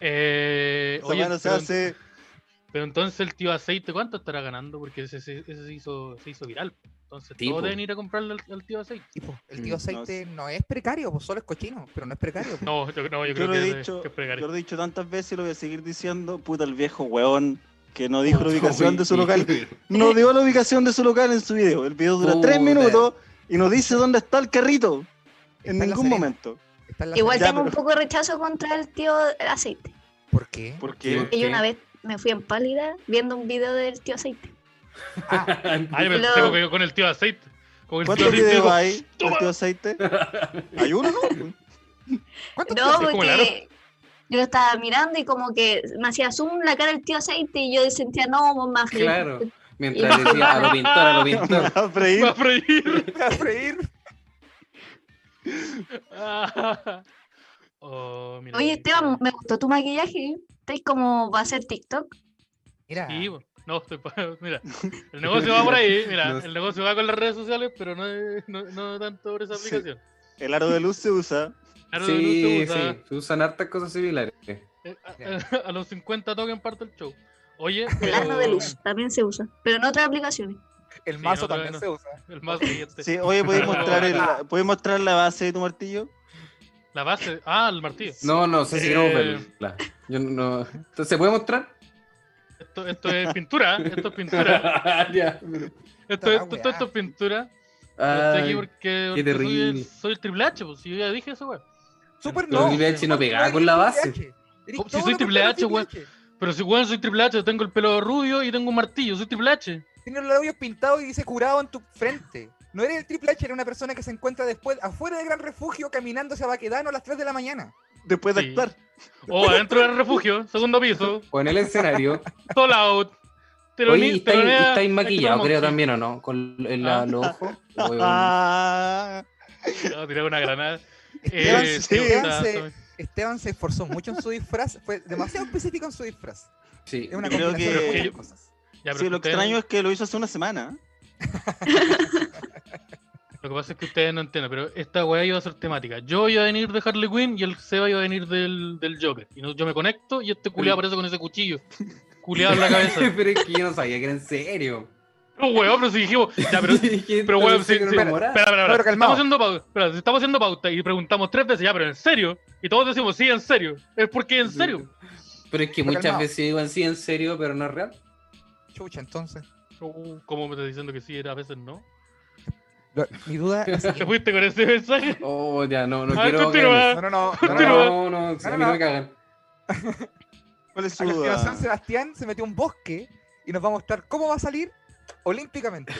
[SPEAKER 2] Eh,
[SPEAKER 3] Oh. Esa
[SPEAKER 2] oye,
[SPEAKER 3] weá no se
[SPEAKER 2] pero,
[SPEAKER 3] hace.
[SPEAKER 2] pero entonces el tío aceite, ¿cuánto estará ganando? Porque ese, ese, ese se, hizo, se hizo viral. Entonces
[SPEAKER 4] Sí, po.
[SPEAKER 2] todos deben ir a comprarle al, al tío aceite.
[SPEAKER 6] [laughs] Y, po, el
[SPEAKER 4] Mm,
[SPEAKER 6] tío
[SPEAKER 4] no
[SPEAKER 6] aceite no, es precario, po, solo es cochino, pero no es precario. po.
[SPEAKER 2] No, yo, no, yo,
[SPEAKER 3] Yo,
[SPEAKER 2] creo
[SPEAKER 3] lo
[SPEAKER 2] que,
[SPEAKER 3] he
[SPEAKER 2] es-
[SPEAKER 3] dicho,
[SPEAKER 2] que es precario.
[SPEAKER 3] yo lo he dicho tantas veces y lo voy a seguir diciendo. Puta, el viejo weón que no dijo la ubicación de su
[SPEAKER 4] Uy,
[SPEAKER 3] local. No dio la ubicación de su local en su video. El video dura
[SPEAKER 4] Puta.
[SPEAKER 3] 3 minutos y no dice dónde está el carrito.
[SPEAKER 6] Está
[SPEAKER 3] En
[SPEAKER 6] la
[SPEAKER 3] ningún
[SPEAKER 6] Serena,
[SPEAKER 3] momento.
[SPEAKER 6] está en la
[SPEAKER 5] Igual
[SPEAKER 6] Serena.
[SPEAKER 5] tengo un
[SPEAKER 3] pero-
[SPEAKER 5] poco de rechazo contra el tío aceite.
[SPEAKER 6] ¿Por qué?
[SPEAKER 3] Porque
[SPEAKER 5] Y
[SPEAKER 4] ¿Qué?
[SPEAKER 5] yo una vez me fui en pálida viendo un video del tío aceite.
[SPEAKER 2] Ay, me
[SPEAKER 5] Lo-
[SPEAKER 2] tengo que ir con el tío aceite. Con el tío
[SPEAKER 3] ¿cuántos
[SPEAKER 2] aceite.
[SPEAKER 3] videos
[SPEAKER 2] digo,
[SPEAKER 3] hay del tío aceite? ¿Hay uno, no?
[SPEAKER 6] ¿Cuánto te
[SPEAKER 5] No,
[SPEAKER 6] hace?
[SPEAKER 2] como el
[SPEAKER 5] porque yo lo estaba mirando y como que me hacía zoom la cara del tío aceite y yo sentía, no, más feliz.
[SPEAKER 4] [laughs] Claro. Mientras decía a lo pintor, a lo
[SPEAKER 3] Me
[SPEAKER 4] pintor.
[SPEAKER 3] va a
[SPEAKER 2] Me va
[SPEAKER 3] [laughs] freír.
[SPEAKER 2] a freír.
[SPEAKER 6] Me va a freír.
[SPEAKER 2] Ah. [laughs] Oh, mira,
[SPEAKER 5] Oye,
[SPEAKER 2] qué
[SPEAKER 5] Esteban,
[SPEAKER 2] cara.
[SPEAKER 5] me gustó tu maquillaje. ¿eh? Estás como va a hacer TikTok.
[SPEAKER 6] Mira,
[SPEAKER 2] Sí, bo- no, estoy pa- [laughs]
[SPEAKER 5] [laughs]
[SPEAKER 2] mira, el negocio va por ahí, mira,
[SPEAKER 4] No sé.
[SPEAKER 2] el negocio va con las redes sociales, pero no, es- no, no tanto por esa
[SPEAKER 3] Sí.
[SPEAKER 2] aplicación.
[SPEAKER 3] El aro de luz se usa.
[SPEAKER 2] [laughs] Claro, no se
[SPEAKER 4] Sí,
[SPEAKER 2] usa,
[SPEAKER 4] sí. Se usan hartas cosas similares.
[SPEAKER 2] eh, a- a, a los 50 toquen parte el show.
[SPEAKER 5] [laughs]
[SPEAKER 2] Oye,
[SPEAKER 5] El
[SPEAKER 2] pero-
[SPEAKER 5] arno de luz también se usa, pero en otras aplicaciones.
[SPEAKER 6] el
[SPEAKER 2] Sí,
[SPEAKER 6] mazo
[SPEAKER 2] no,
[SPEAKER 6] también
[SPEAKER 2] no.
[SPEAKER 6] se usa.
[SPEAKER 2] el más siguiente.
[SPEAKER 3] Sí, oye, ¿puedes mostrar,
[SPEAKER 2] [laughs]
[SPEAKER 3] el- ¿puedes mostrar la base de tu martillo?
[SPEAKER 2] La base, ah, el martillo.
[SPEAKER 4] No, no sé si
[SPEAKER 2] Eh.
[SPEAKER 4] queremos verla. Yo no. Entonces, ¿se puede mostrar?
[SPEAKER 2] Esto, esto es pintura, esto
[SPEAKER 4] [laughs]
[SPEAKER 2] es pintura,
[SPEAKER 4] Ya.
[SPEAKER 2] esto,
[SPEAKER 6] la
[SPEAKER 2] esto, esto- esto es pintura. No estoy
[SPEAKER 4] Ay,
[SPEAKER 2] aquí porque,
[SPEAKER 4] Ah, qué
[SPEAKER 2] porque soy,
[SPEAKER 4] terrible.
[SPEAKER 2] el, soy el triple H, pues, si yo ya dije eso, weón.
[SPEAKER 6] Super
[SPEAKER 4] Pero
[SPEAKER 6] no.
[SPEAKER 4] el H no pegaba
[SPEAKER 6] Eres
[SPEAKER 4] con la base.
[SPEAKER 6] triple H. Eres
[SPEAKER 2] Oh, si
[SPEAKER 6] todo
[SPEAKER 2] soy
[SPEAKER 6] lo
[SPEAKER 2] triple H,
[SPEAKER 6] contrario a
[SPEAKER 2] weón. Pero si weón soy triple H, tengo el pelo rubio y tengo un martillo, soy triple H.
[SPEAKER 6] Tienes los labios pintados y dice curado en tu frente. No eres el triple H, eres una persona que se encuentra después afuera del gran refugio caminando hacia Baquedano a las 3 de la mañana.
[SPEAKER 3] Después de
[SPEAKER 2] Sí.
[SPEAKER 3] actuar.
[SPEAKER 2] O adentro del refugio, segundo piso,
[SPEAKER 4] O en el
[SPEAKER 2] [laughs]
[SPEAKER 4] escenario.
[SPEAKER 2] Todo out.
[SPEAKER 4] Oye, y estáis, y estáis maquillados, creo también, ¿o no? Con el,
[SPEAKER 2] Ah.
[SPEAKER 4] los
[SPEAKER 2] [laughs]
[SPEAKER 4] ojos. Weón.
[SPEAKER 3] Ah,
[SPEAKER 2] No, tiré una granada.
[SPEAKER 6] Esteban,
[SPEAKER 2] Eh,
[SPEAKER 3] sí,
[SPEAKER 2] sí,
[SPEAKER 6] Esteban
[SPEAKER 2] está-
[SPEAKER 6] se-
[SPEAKER 2] está-
[SPEAKER 6] Esteban se esforzó mucho en su disfraz, fue demasiado específico en su disfraz.
[SPEAKER 4] Sí.
[SPEAKER 6] Es una
[SPEAKER 3] Creo
[SPEAKER 6] combinación
[SPEAKER 3] que-
[SPEAKER 6] de muchas cosas.
[SPEAKER 2] ya, pero
[SPEAKER 3] sí, lo
[SPEAKER 2] ustedes-
[SPEAKER 3] extraño es que lo hizo hace una semana.
[SPEAKER 2] lo que pasa es que ustedes no entienden, pero esta weá iba a ser temática. Yo iba a venir de Harley Quinn y el Seba iba a venir del, del Joker. Y no- yo me conecto y este culiado aparece con ese cuchillo. Culeado en
[SPEAKER 4] [laughs]
[SPEAKER 2] la cabeza.
[SPEAKER 4] [laughs] pero es que yo no sabía que era en serio.
[SPEAKER 2] No, weón, pero si dijimos.
[SPEAKER 4] [laughs]
[SPEAKER 2] Ya, pero. Pero weón, sí, sí. Espera, espera, espera.
[SPEAKER 6] Pero
[SPEAKER 2] Estamos
[SPEAKER 6] calmado.
[SPEAKER 2] haciendo pauta, espera, si estamos haciendo pauta y preguntamos tres veces, ya, pero en serio. Y todos decimos, sí, en serio. Es porque en serio.
[SPEAKER 4] Pero es que
[SPEAKER 6] Pero
[SPEAKER 4] muchas
[SPEAKER 6] calmado.
[SPEAKER 4] veces digo en sí, en serio, pero no es real.
[SPEAKER 6] Chucha, entonces.
[SPEAKER 2] Uh, ¿Cómo me estás diciendo que sí, era a
[SPEAKER 4] [laughs]
[SPEAKER 2] veces no?
[SPEAKER 6] Lo- mi duda es.
[SPEAKER 2] [laughs]
[SPEAKER 6] la
[SPEAKER 2] Te
[SPEAKER 6] siguiente.
[SPEAKER 2] fuiste con ese mensaje.
[SPEAKER 4] Oh, ya, no, no
[SPEAKER 2] A ver,
[SPEAKER 4] quiero.
[SPEAKER 2] continúa.
[SPEAKER 6] No, no, no. no,
[SPEAKER 4] No,
[SPEAKER 6] no,
[SPEAKER 4] [laughs]
[SPEAKER 6] no.
[SPEAKER 4] no, no, a mí no me cagan. [laughs]
[SPEAKER 3] ¿Cuál es su
[SPEAKER 6] A continuación,
[SPEAKER 3] duda?
[SPEAKER 6] Sebastián se metió a un bosque y nos va a mostrar cómo va a salir olímpicamente.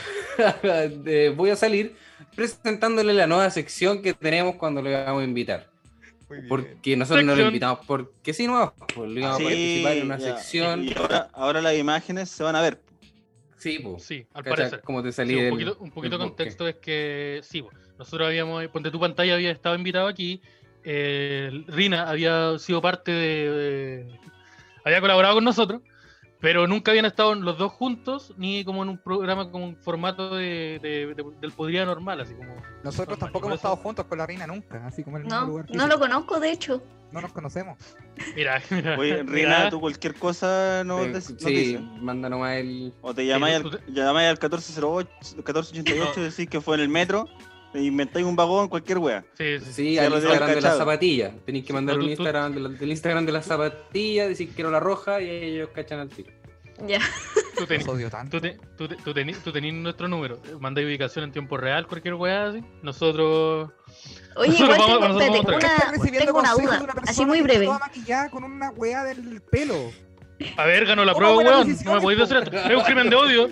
[SPEAKER 4] Eh, voy a salir presentándole la nueva sección que tenemos cuando le vamos a invitar.
[SPEAKER 6] Muy bien.
[SPEAKER 4] Porque nosotros no
[SPEAKER 2] Sección. Ah,
[SPEAKER 4] lo invitamos, porque si no, pues, le íbamos
[SPEAKER 3] Sí,
[SPEAKER 4] a participar en una
[SPEAKER 3] ya.
[SPEAKER 4] sección.
[SPEAKER 3] Y ahora, ahora las imágenes se van a ver.
[SPEAKER 4] Sí, pues.
[SPEAKER 2] Sí, al
[SPEAKER 4] Cacha,
[SPEAKER 2] parecer.
[SPEAKER 4] como te
[SPEAKER 2] Sí,
[SPEAKER 4] salí
[SPEAKER 2] un
[SPEAKER 4] del-
[SPEAKER 2] poquito, un poquito de
[SPEAKER 4] del bosque.
[SPEAKER 2] contexto es que sí, po, nosotros habíamos, ponte tu pantalla había estado invitado aquí, eh, Rina había sido parte de, de- había colaborado con nosotros, pero nunca habían estado los dos juntos, ni como en un programa con un formato de, de- de- del podría normal, así como
[SPEAKER 6] Nosotros
[SPEAKER 2] Normal,
[SPEAKER 6] tampoco
[SPEAKER 2] por
[SPEAKER 6] hemos
[SPEAKER 2] eso-
[SPEAKER 6] estado juntos con la reina nunca, así como en el mismo
[SPEAKER 5] No,
[SPEAKER 6] lugar.
[SPEAKER 5] no lo conozco, de hecho.
[SPEAKER 6] No nos conocemos.
[SPEAKER 2] mira, [laughs] mira,
[SPEAKER 3] Oye,
[SPEAKER 2] mira,
[SPEAKER 3] Rina, tú cualquier cosa no
[SPEAKER 4] Eh,
[SPEAKER 3] te
[SPEAKER 4] sí,
[SPEAKER 3] dices.
[SPEAKER 4] manda nomás el.
[SPEAKER 3] O te llamáis al,
[SPEAKER 2] tú te-
[SPEAKER 3] llamáis al 1408, 1488 y decís que fue en el metro, te inventáis un vagón, cualquier wea.
[SPEAKER 2] sí, sí,
[SPEAKER 4] Sí,
[SPEAKER 3] ya
[SPEAKER 4] al
[SPEAKER 3] lo tengo
[SPEAKER 4] Instagram de la
[SPEAKER 3] cachado.
[SPEAKER 4] zapatilla. Tenéis que
[SPEAKER 2] Sí,
[SPEAKER 4] mandar
[SPEAKER 2] no,
[SPEAKER 4] un
[SPEAKER 2] tú- tú-
[SPEAKER 4] Instagram de la- del Instagram de la zapatilla, decir quiero la roja y ellos cachan al tiro.
[SPEAKER 5] Ya.
[SPEAKER 2] tú tenés-
[SPEAKER 6] Nos odio tanto.
[SPEAKER 2] Tú, te, tú, te- tú tení- tú tenés nuestro número, mandáis ubicación en tiempo real, cualquier weá así. Nosotros.
[SPEAKER 5] Oye,
[SPEAKER 2] Nosotros
[SPEAKER 5] igual
[SPEAKER 2] vamos-
[SPEAKER 5] tengo,
[SPEAKER 2] nosotros
[SPEAKER 5] espérate,
[SPEAKER 2] vamos a
[SPEAKER 6] Están
[SPEAKER 5] una,
[SPEAKER 6] recibiendo
[SPEAKER 5] tengo una
[SPEAKER 6] consejos
[SPEAKER 5] duda,
[SPEAKER 6] de una persona
[SPEAKER 5] así muy
[SPEAKER 6] que
[SPEAKER 5] breve.
[SPEAKER 6] Estaba maquillada con una weá del pelo.
[SPEAKER 2] A ver, ganó la
[SPEAKER 6] Toma
[SPEAKER 2] prueba,
[SPEAKER 6] buenas
[SPEAKER 2] weón. No me
[SPEAKER 6] decisiones,
[SPEAKER 2] podéis
[SPEAKER 6] po,
[SPEAKER 2] decir esto. Es un crimen de odio.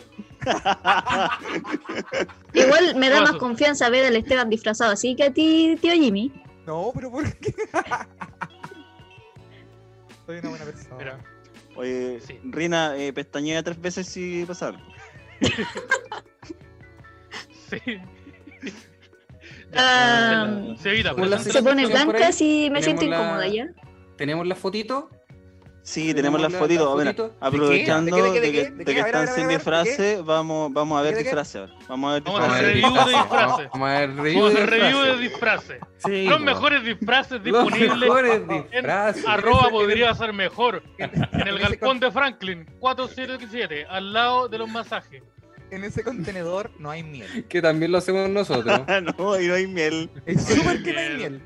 [SPEAKER 5] Igual me da
[SPEAKER 2] Toma
[SPEAKER 5] más
[SPEAKER 2] su-
[SPEAKER 5] confianza ver al Esteban disfrazado así que a ti, tío Jimmy.
[SPEAKER 6] No, pero ¿por qué? [laughs] Soy una buena persona.
[SPEAKER 2] Mira,
[SPEAKER 3] Oye,
[SPEAKER 2] Sí.
[SPEAKER 3] Rina, eh, pestañea tres veces y pasar.
[SPEAKER 2] sí.
[SPEAKER 5] Ah,
[SPEAKER 2] Se evita, pues.
[SPEAKER 4] Hola,
[SPEAKER 2] presenta
[SPEAKER 5] se
[SPEAKER 4] ¿Tenemos
[SPEAKER 5] pone
[SPEAKER 4] por ahí?
[SPEAKER 5] blanca si me
[SPEAKER 4] Tenemos
[SPEAKER 5] siento
[SPEAKER 4] la-
[SPEAKER 5] incómoda ya.
[SPEAKER 4] ¿Tenemos la fotito?
[SPEAKER 3] Sí, tenemos las fotitos. Mira, aprovechando
[SPEAKER 6] ¿De
[SPEAKER 3] de
[SPEAKER 6] qué, de qué, de
[SPEAKER 3] que,
[SPEAKER 6] qué?
[SPEAKER 3] de
[SPEAKER 6] ¿De
[SPEAKER 3] que
[SPEAKER 6] qué? A ver, a
[SPEAKER 3] están
[SPEAKER 6] ver, a
[SPEAKER 3] sin
[SPEAKER 6] ver, a ver, ¿de qué?
[SPEAKER 3] disfraces, vamos, vamos a ver
[SPEAKER 6] ¿De qué, de qué?
[SPEAKER 3] disfraces ahora. Vamos a ver
[SPEAKER 2] Vamos a
[SPEAKER 4] Vamos a
[SPEAKER 2] hacer
[SPEAKER 4] ver
[SPEAKER 3] [laughs] disfraces.
[SPEAKER 2] review de
[SPEAKER 4] disfraces,
[SPEAKER 2] disfraces.
[SPEAKER 4] Vamos a ver review de disfraces. Sí,
[SPEAKER 2] Vamos a hacer review de disfraces. Los
[SPEAKER 4] po.
[SPEAKER 2] mejores disfraces
[SPEAKER 4] Los
[SPEAKER 2] disponibles.
[SPEAKER 4] mejores
[SPEAKER 2] en
[SPEAKER 4] disfraces. [laughs]
[SPEAKER 2] Arroba podría ser mejor. En el
[SPEAKER 6] ese
[SPEAKER 2] galpón de Franklin, 477, al lado de los masajes.
[SPEAKER 6] En ese contenedor no hay miel.
[SPEAKER 4] Que también lo hacemos
[SPEAKER 2] [laughs]
[SPEAKER 4] nosotros.
[SPEAKER 3] Ah, no, y no hay miel.
[SPEAKER 6] Es
[SPEAKER 2] Oye,
[SPEAKER 6] súper que no hay
[SPEAKER 2] miel.
[SPEAKER 6] miel.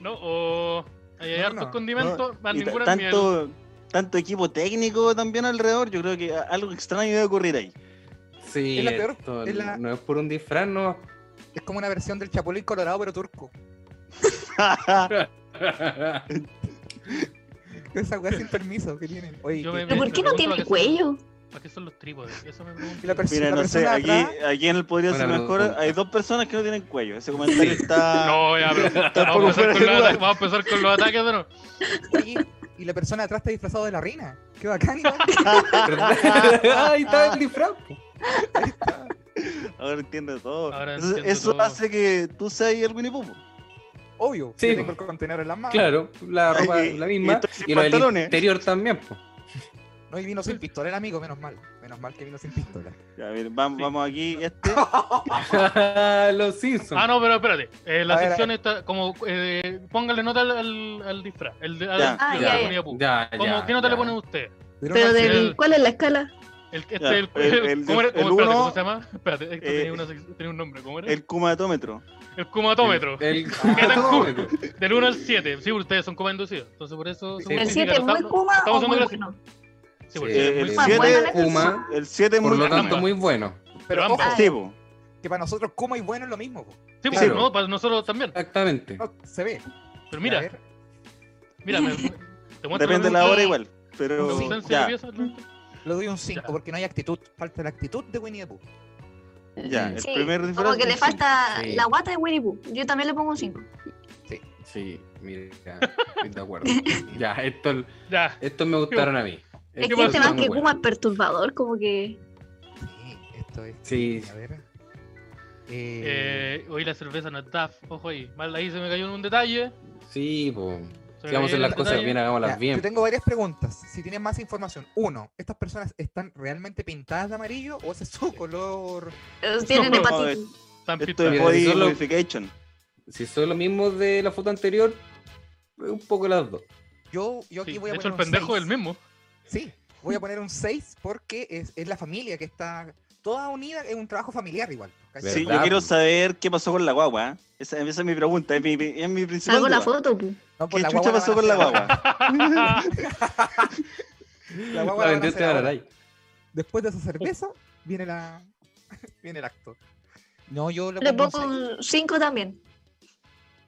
[SPEAKER 2] No, o. Hay
[SPEAKER 6] No,
[SPEAKER 2] hartos
[SPEAKER 6] no,
[SPEAKER 2] condimentos, más
[SPEAKER 3] Y t-
[SPEAKER 2] ninguna miel.
[SPEAKER 3] tanto, tanto equipo técnico también alrededor, yo creo que a- algo extraño debe ocurrir ahí.
[SPEAKER 4] Sí,
[SPEAKER 6] Es la peor-
[SPEAKER 4] esto
[SPEAKER 6] es la-
[SPEAKER 4] no es por un disfraz, no. [laughs]
[SPEAKER 6] Es como una versión del Chapulín Colorado, pero turco. Esa weá sin permiso que tienen. Oye,
[SPEAKER 2] Yo
[SPEAKER 6] que-
[SPEAKER 2] me-
[SPEAKER 5] ¿Pero por qué no
[SPEAKER 2] pregunto para
[SPEAKER 5] tiene
[SPEAKER 2] qué son-
[SPEAKER 5] cuello?
[SPEAKER 2] ¿Para qué son los trípodes? Eso me pregunto.
[SPEAKER 6] y la, pers-
[SPEAKER 3] Mira,
[SPEAKER 6] la
[SPEAKER 3] no sé,
[SPEAKER 6] persona
[SPEAKER 3] aquí,
[SPEAKER 6] atrás,
[SPEAKER 3] aquí en el podría
[SPEAKER 4] Bueno,
[SPEAKER 3] ser
[SPEAKER 4] no,
[SPEAKER 3] mejor,
[SPEAKER 4] no.
[SPEAKER 3] hay dos personas que no tienen cuello. Ese comentario
[SPEAKER 4] Sí.
[SPEAKER 2] [laughs]
[SPEAKER 3] está.
[SPEAKER 2] No, ya, pero
[SPEAKER 3] [laughs] por
[SPEAKER 2] vamos a, empezar
[SPEAKER 3] fuera
[SPEAKER 2] con
[SPEAKER 3] de
[SPEAKER 2] los
[SPEAKER 3] lugar.
[SPEAKER 2] ata- vamos a empezar con los ataques de nuevo.
[SPEAKER 6] [laughs] oye, y la persona atrás está disfrazado de la reina. Qué
[SPEAKER 3] [laughs]
[SPEAKER 6] bacán, igual.
[SPEAKER 4] Ahí está el disfraz. po.
[SPEAKER 3] Ahora entiendo todo.
[SPEAKER 2] Ahora
[SPEAKER 3] Entonces,
[SPEAKER 2] entiendo
[SPEAKER 3] eso
[SPEAKER 2] todo.
[SPEAKER 3] hace que tú seas el Winnie Pooh.
[SPEAKER 6] Obvio.
[SPEAKER 4] Sí,
[SPEAKER 6] yo
[SPEAKER 4] po.
[SPEAKER 6] tengo el contenedor en las manos.
[SPEAKER 4] Claro, la ropa
[SPEAKER 3] Y-
[SPEAKER 4] la
[SPEAKER 3] y
[SPEAKER 4] misma.
[SPEAKER 3] estoy sin
[SPEAKER 4] Y lo del
[SPEAKER 3] pantalones.
[SPEAKER 4] interior también. po.
[SPEAKER 6] No, y vino sin pistola el amigo, menos mal. Menos mal que vino sin pistola.
[SPEAKER 3] Ya, mira, vamos,
[SPEAKER 2] [laughs]
[SPEAKER 3] vamos aquí. Este.
[SPEAKER 4] Los Simpsons.
[SPEAKER 2] Ah, no, pero espérate. Eh, la
[SPEAKER 6] A ver,
[SPEAKER 2] sección está como. Eh, póngale nota al, al, al disfraz. El de, al-
[SPEAKER 3] Ya.
[SPEAKER 2] de
[SPEAKER 5] Ah,
[SPEAKER 2] la
[SPEAKER 5] ya, ya.
[SPEAKER 2] comunidad pública.
[SPEAKER 4] Ya, ya,
[SPEAKER 2] Como, ¿Qué nota le
[SPEAKER 4] ya.
[SPEAKER 2] ponen ustedes?
[SPEAKER 5] Pero
[SPEAKER 6] no,
[SPEAKER 2] del-
[SPEAKER 6] sí,
[SPEAKER 5] del, ¿cuál es la escala?
[SPEAKER 2] El, este,
[SPEAKER 3] Ya,
[SPEAKER 2] el,
[SPEAKER 3] el- el-
[SPEAKER 2] ¿cómo, era,
[SPEAKER 3] el
[SPEAKER 2] cómo- espérate, ¿cómo
[SPEAKER 3] uno-
[SPEAKER 2] se llama? Espérate, esto
[SPEAKER 3] eh,
[SPEAKER 2] tenía, una sec- tenía un nombre. ¿Cómo era? El,
[SPEAKER 3] El cumatómetro.
[SPEAKER 2] cumatómetro. [laughs]
[SPEAKER 4] El
[SPEAKER 2] tan cool?
[SPEAKER 4] culo?
[SPEAKER 2] del 1 al 7. Sí, ustedes son coma inducidos. Entonces, por eso. son
[SPEAKER 4] Sí.
[SPEAKER 5] ¿El
[SPEAKER 2] muy
[SPEAKER 5] 7 es
[SPEAKER 2] indicados.
[SPEAKER 5] muy Kuma
[SPEAKER 2] estamos
[SPEAKER 5] o
[SPEAKER 2] haciendo
[SPEAKER 5] muy
[SPEAKER 2] clase.
[SPEAKER 5] bueno?
[SPEAKER 2] Sí, porque
[SPEAKER 3] Eh,
[SPEAKER 2] es muy
[SPEAKER 3] el
[SPEAKER 5] Kuma,
[SPEAKER 2] bueno.
[SPEAKER 3] 7
[SPEAKER 4] Kuma,
[SPEAKER 3] el siete es
[SPEAKER 4] por
[SPEAKER 3] muy
[SPEAKER 4] lo
[SPEAKER 2] Kuma.
[SPEAKER 4] tanto, muy bueno.
[SPEAKER 6] pero
[SPEAKER 2] ambas.
[SPEAKER 6] ojo,
[SPEAKER 5] Ah,
[SPEAKER 3] Sí, po.
[SPEAKER 6] que para nosotros Kuma y bueno es lo mismo. po.
[SPEAKER 2] Sí, pues,
[SPEAKER 4] Claro.
[SPEAKER 2] no, para nosotros también.
[SPEAKER 4] Exactamente.
[SPEAKER 6] No, se ve.
[SPEAKER 2] Pero mira,
[SPEAKER 6] A ver,
[SPEAKER 2] mira. me- me- te muestro
[SPEAKER 3] Depende de la
[SPEAKER 2] pregunta-
[SPEAKER 3] hora igual.
[SPEAKER 2] la
[SPEAKER 3] Pero
[SPEAKER 2] ausencia de
[SPEAKER 3] ya,
[SPEAKER 2] piezas, ¿no?
[SPEAKER 6] le doy un 5
[SPEAKER 2] Ya.
[SPEAKER 6] porque no hay actitud. Falta la actitud de Winnie the Pooh.
[SPEAKER 3] ya, el
[SPEAKER 5] Sí,
[SPEAKER 3] primer disfraz.
[SPEAKER 5] Como que le
[SPEAKER 3] un cinco.
[SPEAKER 5] falta
[SPEAKER 4] Sí.
[SPEAKER 5] la guata de Winnie Pooh. Yo también le pongo un 5.
[SPEAKER 4] Sí, mira, ya, estoy de acuerdo. Ya, estos,
[SPEAKER 2] Ya.
[SPEAKER 4] estos me gustaron a mí.
[SPEAKER 5] Es
[SPEAKER 4] Estos
[SPEAKER 5] que este
[SPEAKER 4] están
[SPEAKER 5] más
[SPEAKER 4] muy
[SPEAKER 5] que
[SPEAKER 4] buenos.
[SPEAKER 5] Kuma es perturbador, como que.
[SPEAKER 6] Sí, esto es.
[SPEAKER 4] Sí,
[SPEAKER 6] A ver. Eh,
[SPEAKER 2] Eh, hoy la cerveza no está, ojo ahí. Mal, ahí se me cayó un detalle.
[SPEAKER 4] sí, po.
[SPEAKER 2] se me
[SPEAKER 4] Si vamos a hacer
[SPEAKER 2] cayó
[SPEAKER 4] las
[SPEAKER 2] un
[SPEAKER 4] cosas
[SPEAKER 2] detalle.
[SPEAKER 4] bien, hagámoslas
[SPEAKER 6] ya,
[SPEAKER 4] bien.
[SPEAKER 6] Yo tengo varias preguntas. Si tienen más información. Uno, ¿estas personas están realmente pintadas de amarillo o ese es su color?
[SPEAKER 5] eh, Tienen
[SPEAKER 2] pero-
[SPEAKER 5] hepatitis.
[SPEAKER 2] Tan
[SPEAKER 3] Esto
[SPEAKER 2] pita.
[SPEAKER 3] es
[SPEAKER 4] Mira,
[SPEAKER 3] body
[SPEAKER 4] si solo-
[SPEAKER 3] modification.
[SPEAKER 4] Si son los mismos de la foto anterior, un poco las dos.
[SPEAKER 6] Yo, yo aquí
[SPEAKER 2] Sí,
[SPEAKER 6] voy
[SPEAKER 2] de
[SPEAKER 6] a
[SPEAKER 2] hecho,
[SPEAKER 6] poner
[SPEAKER 2] el
[SPEAKER 6] un
[SPEAKER 2] pendejo es
[SPEAKER 6] seis.
[SPEAKER 2] el mismo. [laughs]
[SPEAKER 6] Sí, voy a poner un 6 porque es, es la familia que está toda unida, es un trabajo familiar igual. ¿cachai?
[SPEAKER 3] Sí, yo
[SPEAKER 4] ¿Verdad?
[SPEAKER 3] quiero saber qué pasó con la guagua. ¿eh? Esa, esa es mi pregunta, es mi, mi- es mi principal.
[SPEAKER 5] Salgo la
[SPEAKER 3] duda.
[SPEAKER 5] foto, pu.
[SPEAKER 6] No,
[SPEAKER 3] ¿Qué
[SPEAKER 6] pues la
[SPEAKER 3] chucha
[SPEAKER 6] guagua
[SPEAKER 3] pasó
[SPEAKER 6] van
[SPEAKER 3] con la
[SPEAKER 6] a hacer- [laughs]
[SPEAKER 3] guagua?
[SPEAKER 6] la guagua la van a
[SPEAKER 4] vendiste
[SPEAKER 6] hacer
[SPEAKER 4] a la
[SPEAKER 6] ahora.
[SPEAKER 4] Aray.
[SPEAKER 6] Después de esa cerveza, viene la [laughs] viene el acto. No, yo le
[SPEAKER 5] Le
[SPEAKER 6] pongo un
[SPEAKER 5] pongo
[SPEAKER 6] seis.
[SPEAKER 5] un 5 también.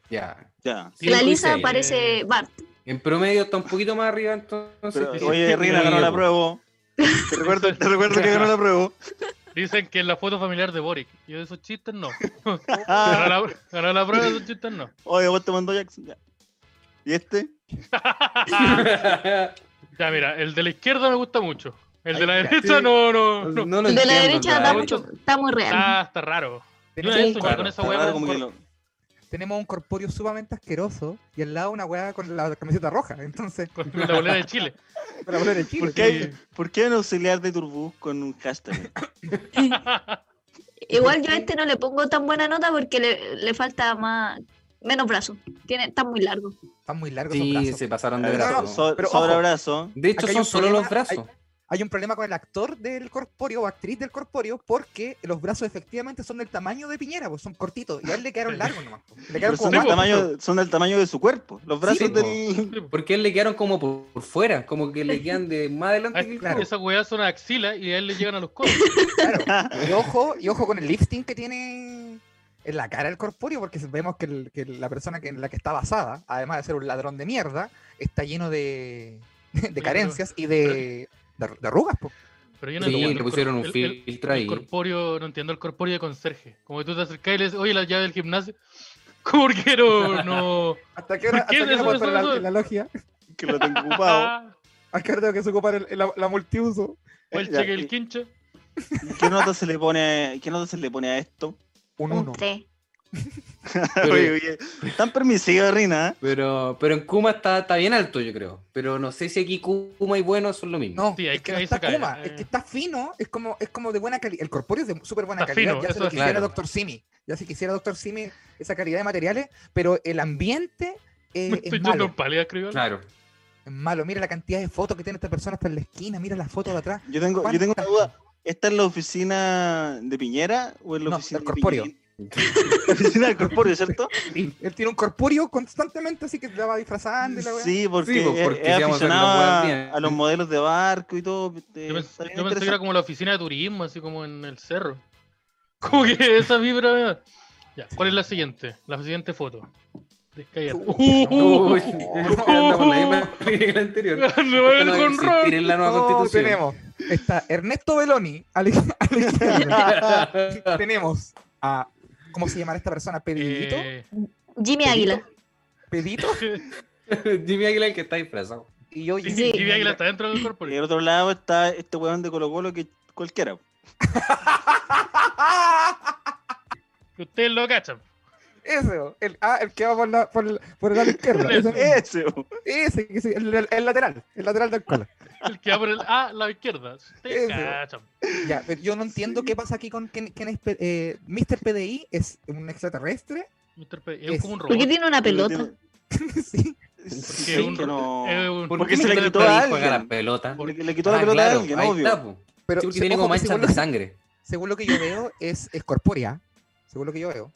[SPEAKER 4] Ya.
[SPEAKER 3] Ya.
[SPEAKER 4] Cinco
[SPEAKER 5] la
[SPEAKER 4] y
[SPEAKER 5] Lisa
[SPEAKER 4] seis.
[SPEAKER 5] parece Bart.
[SPEAKER 4] En promedio está un poquito más arriba, entonces. [laughs]
[SPEAKER 3] Pero, oye, Rina, no la pruebo. Te recuerdo, te recuerdo que yo no la pruebo.
[SPEAKER 2] Dicen que es la foto familiar de Boric. Yo de esos chistes no. Ganó [laughs] la, ganó la prueba de esos chistes no.
[SPEAKER 3] Oye, vos te mandó Jackson. ya. ¿Y este?
[SPEAKER 2] Ya, mira, el de la izquierda me gusta mucho. El de la
[SPEAKER 4] Ay, ya,
[SPEAKER 2] derecha
[SPEAKER 4] sí.
[SPEAKER 2] no, [laughs] no, no.
[SPEAKER 4] No lo
[SPEAKER 5] El de la
[SPEAKER 4] entiendo,
[SPEAKER 5] derecha
[SPEAKER 4] la
[SPEAKER 5] da
[SPEAKER 2] claro.
[SPEAKER 5] mucho, está muy real.
[SPEAKER 2] Ah, está raro. Yo una
[SPEAKER 6] Sí,
[SPEAKER 2] vez soñaba
[SPEAKER 6] claro,
[SPEAKER 2] con esa
[SPEAKER 3] Está
[SPEAKER 2] hueá.
[SPEAKER 3] raro como que lo-
[SPEAKER 6] Tenemos un corpóreo sumamente asqueroso y al lado una weá con la camiseta roja. Entonces,
[SPEAKER 2] Con la bolera de
[SPEAKER 4] [laughs]
[SPEAKER 2] Chile.
[SPEAKER 6] para volver en Chile.
[SPEAKER 3] ¿Por qué, hay, ¿Por qué hay un auxiliar de Turbú con un hashtag?
[SPEAKER 5] Igual yo a este no le pongo tan buena nota porque le, le falta más menos brazo. Tiene, está muy largo.
[SPEAKER 6] Están muy largos esos
[SPEAKER 4] Sí,
[SPEAKER 6] brazos.
[SPEAKER 4] se pasaron de
[SPEAKER 3] Eh,
[SPEAKER 6] no,
[SPEAKER 4] brazos.
[SPEAKER 6] no,
[SPEAKER 4] ¿no?
[SPEAKER 3] So-
[SPEAKER 6] pero
[SPEAKER 3] sobra
[SPEAKER 6] ojo.
[SPEAKER 3] brazo.
[SPEAKER 4] De hecho,
[SPEAKER 6] Acá hay
[SPEAKER 4] son
[SPEAKER 6] un
[SPEAKER 4] solo los
[SPEAKER 6] problema, hay-
[SPEAKER 4] brazos.
[SPEAKER 6] Hay un problema con el actor del corpóreo o actriz del corpóreo porque los brazos efectivamente son del tamaño de Piñera, pues son cortitos. Y a él le quedaron largos nomás. po. Le
[SPEAKER 3] pero
[SPEAKER 6] quedaron
[SPEAKER 3] son,
[SPEAKER 6] como
[SPEAKER 2] de
[SPEAKER 3] del
[SPEAKER 6] guatas.
[SPEAKER 3] tamaño, son del tamaño de su cuerpo. Los brazos
[SPEAKER 4] Sí,
[SPEAKER 3] del.
[SPEAKER 4] Porque a él le quedaron como por, por fuera, como que le quedan de más adelante que el
[SPEAKER 6] Claro.
[SPEAKER 4] codo.
[SPEAKER 2] Esas weas ah, son axilas y a él le llegan a los codos.
[SPEAKER 6] [laughs] Y ojo, y ojo con el lifting que tiene en la cara el corpóreo, porque vemos que, el- que la persona que, en la que está basada, además de ser un ladrón de mierda, está lleno de, [laughs] de carencias y de, de, de arrugas. po.
[SPEAKER 2] Pero yo no
[SPEAKER 4] Sí,
[SPEAKER 2] entiendo
[SPEAKER 4] le
[SPEAKER 2] el
[SPEAKER 4] pusieron un
[SPEAKER 2] cor- el- el-
[SPEAKER 4] filtro
[SPEAKER 2] el
[SPEAKER 4] ahí.
[SPEAKER 2] corpóreo, no entiendo el corpóreo de conserje. Como que tú te acercas y le dices, oye, la llave del gimnasio. [laughs] ¿Por qué no? no?
[SPEAKER 6] ¿Hasta qué
[SPEAKER 2] ¿Por
[SPEAKER 6] hora, hasta
[SPEAKER 2] qué?
[SPEAKER 6] qué hora
[SPEAKER 2] Eso-
[SPEAKER 6] puedo estar en
[SPEAKER 2] eso-
[SPEAKER 6] la, en la logia?
[SPEAKER 3] [laughs] que lo tengo
[SPEAKER 2] [laughs]
[SPEAKER 3] ocupado.
[SPEAKER 2] Ah,
[SPEAKER 6] ¿A qué hora tengo que se ocupar el- la, la multiuso?
[SPEAKER 2] o el
[SPEAKER 3] Ya,
[SPEAKER 2] cheque del
[SPEAKER 3] y-
[SPEAKER 2] quinche.
[SPEAKER 3] ¿Qué nota se le pone, qué nota se le pone a esto? [laughs]
[SPEAKER 6] Un
[SPEAKER 5] Un
[SPEAKER 6] uno.
[SPEAKER 5] tres.
[SPEAKER 3] oye, oye, tan permisiva, Rina. ¿eh?
[SPEAKER 4] Pero, pero en Kuma está, está bien alto, yo creo. Pero no sé si aquí Kuma y bueno son lo mismo.
[SPEAKER 6] No,
[SPEAKER 2] Sí, ahí
[SPEAKER 6] es
[SPEAKER 2] ca-
[SPEAKER 6] que no
[SPEAKER 2] ahí
[SPEAKER 6] está
[SPEAKER 2] se cae,
[SPEAKER 6] Kuma,
[SPEAKER 2] eh.
[SPEAKER 6] es que está fino, es como, es como de buena calidad. El corpóreo es de súper buena
[SPEAKER 2] Está
[SPEAKER 6] calidad.
[SPEAKER 2] fino,
[SPEAKER 6] ya se
[SPEAKER 2] eso
[SPEAKER 6] lo
[SPEAKER 2] es
[SPEAKER 6] quisiera
[SPEAKER 4] claro.
[SPEAKER 6] Doctor Simi. Ya se quisiera Doctor Simi esa calidad de materiales, pero el ambiente eh,
[SPEAKER 2] Me [laughs] estoy
[SPEAKER 6] es
[SPEAKER 2] yendo
[SPEAKER 6] malo.
[SPEAKER 2] en pálida, escribió.
[SPEAKER 4] Claro.
[SPEAKER 6] Es malo, mira la cantidad de fotos que tiene esta persona hasta en la esquina, mira las fotos de atrás.
[SPEAKER 3] Yo tengo, yo tengo una duda. ¿Esta es la oficina de Piñera o es la
[SPEAKER 6] No,
[SPEAKER 3] oficina
[SPEAKER 6] del
[SPEAKER 3] de
[SPEAKER 6] corpóreo.
[SPEAKER 3] Piñera? [laughs] La oficina del corpóreo, ¿cierto?
[SPEAKER 6] Él tiene un corpóreo constantemente, así que la va disfrazando y la weá.
[SPEAKER 3] Sí, porque,
[SPEAKER 4] Sí, pues,
[SPEAKER 3] es-
[SPEAKER 4] porque
[SPEAKER 3] es
[SPEAKER 4] si vamos a hacer
[SPEAKER 3] aficionado
[SPEAKER 4] las weas
[SPEAKER 3] a,
[SPEAKER 4] bien.
[SPEAKER 3] a los modelos de barco y todo. este,
[SPEAKER 2] Yo
[SPEAKER 3] está
[SPEAKER 2] pensé,
[SPEAKER 3] bien
[SPEAKER 2] yo pensé que
[SPEAKER 3] interesante.
[SPEAKER 2] era como la oficina de turismo, así como en el cerro. [laughs] Como que esa vibra. Ya, ¿cuál es la siguiente? La siguiente foto. Descayar. [laughs] Uh,
[SPEAKER 4] Uy, [laughs] anda por la misma [laughs] línea que la anterior.
[SPEAKER 2] Me va a
[SPEAKER 4] No
[SPEAKER 2] ver
[SPEAKER 4] debe
[SPEAKER 2] con
[SPEAKER 4] existir
[SPEAKER 2] ron.
[SPEAKER 4] en la nueva
[SPEAKER 6] Oh,
[SPEAKER 4] constitución.
[SPEAKER 6] tenemos. Está Ernesto Beloni. Alex- Alexandre.
[SPEAKER 2] [laughs]
[SPEAKER 6] tenemos a. ¿Cómo se llamará esta persona? ¿Pedito?
[SPEAKER 2] Eh,
[SPEAKER 5] Jimmy
[SPEAKER 6] ¿Pedito?
[SPEAKER 5] Águila.
[SPEAKER 6] ¿Pedito?
[SPEAKER 4] [laughs] Jimmy Aguilar que está disfrazado.
[SPEAKER 6] Y yo.
[SPEAKER 2] sí,
[SPEAKER 5] Sí.
[SPEAKER 2] sí, Jimmy Águila está dentro del cuerpo.
[SPEAKER 3] Y del otro lado está este huevón de Colo Colo que cualquiera.
[SPEAKER 2] Que Ustedes lo cachan.
[SPEAKER 6] Eso. El, ah, el que va por, la, por, el- por el
[SPEAKER 2] [laughs]
[SPEAKER 6] lado izquierdo. Ese, mismo.
[SPEAKER 3] Ese. po.
[SPEAKER 6] ese, que sí, el, el- el lateral. El lateral del cola.
[SPEAKER 2] El que va por el A, la izquierda. Ustedes
[SPEAKER 6] Eso.
[SPEAKER 2] cachan.
[SPEAKER 6] Ya, pero yo no entiendo qué pasa aquí con quién, quién es. P- Eh, Mr. PDI es un extraterrestre. [laughs]
[SPEAKER 2] Mr. P. Es
[SPEAKER 6] Es-
[SPEAKER 2] como un
[SPEAKER 5] ¿Por qué
[SPEAKER 2] robot.
[SPEAKER 5] tiene una pelota?
[SPEAKER 3] Tiene-
[SPEAKER 6] sí.
[SPEAKER 3] Sí,
[SPEAKER 2] Porque
[SPEAKER 3] sí,
[SPEAKER 2] un-
[SPEAKER 3] que no-
[SPEAKER 2] es un-
[SPEAKER 3] Porque se
[SPEAKER 4] Mr.
[SPEAKER 3] le quitó
[SPEAKER 4] Aguilar
[SPEAKER 3] a
[SPEAKER 4] juega la
[SPEAKER 3] alguien.
[SPEAKER 4] pelota?
[SPEAKER 3] Porque le quitó la
[SPEAKER 4] Ah,
[SPEAKER 3] pelota
[SPEAKER 4] claro,
[SPEAKER 3] a alguien,
[SPEAKER 4] ahí
[SPEAKER 3] obvio.
[SPEAKER 4] está, po.
[SPEAKER 6] Pero
[SPEAKER 4] Sí, porque
[SPEAKER 6] se-
[SPEAKER 4] tiene como
[SPEAKER 6] ojo que
[SPEAKER 4] manchas
[SPEAKER 6] según lo-
[SPEAKER 4] de sangre.
[SPEAKER 6] según lo que yo veo, es, es corpórea. Según lo que yo veo.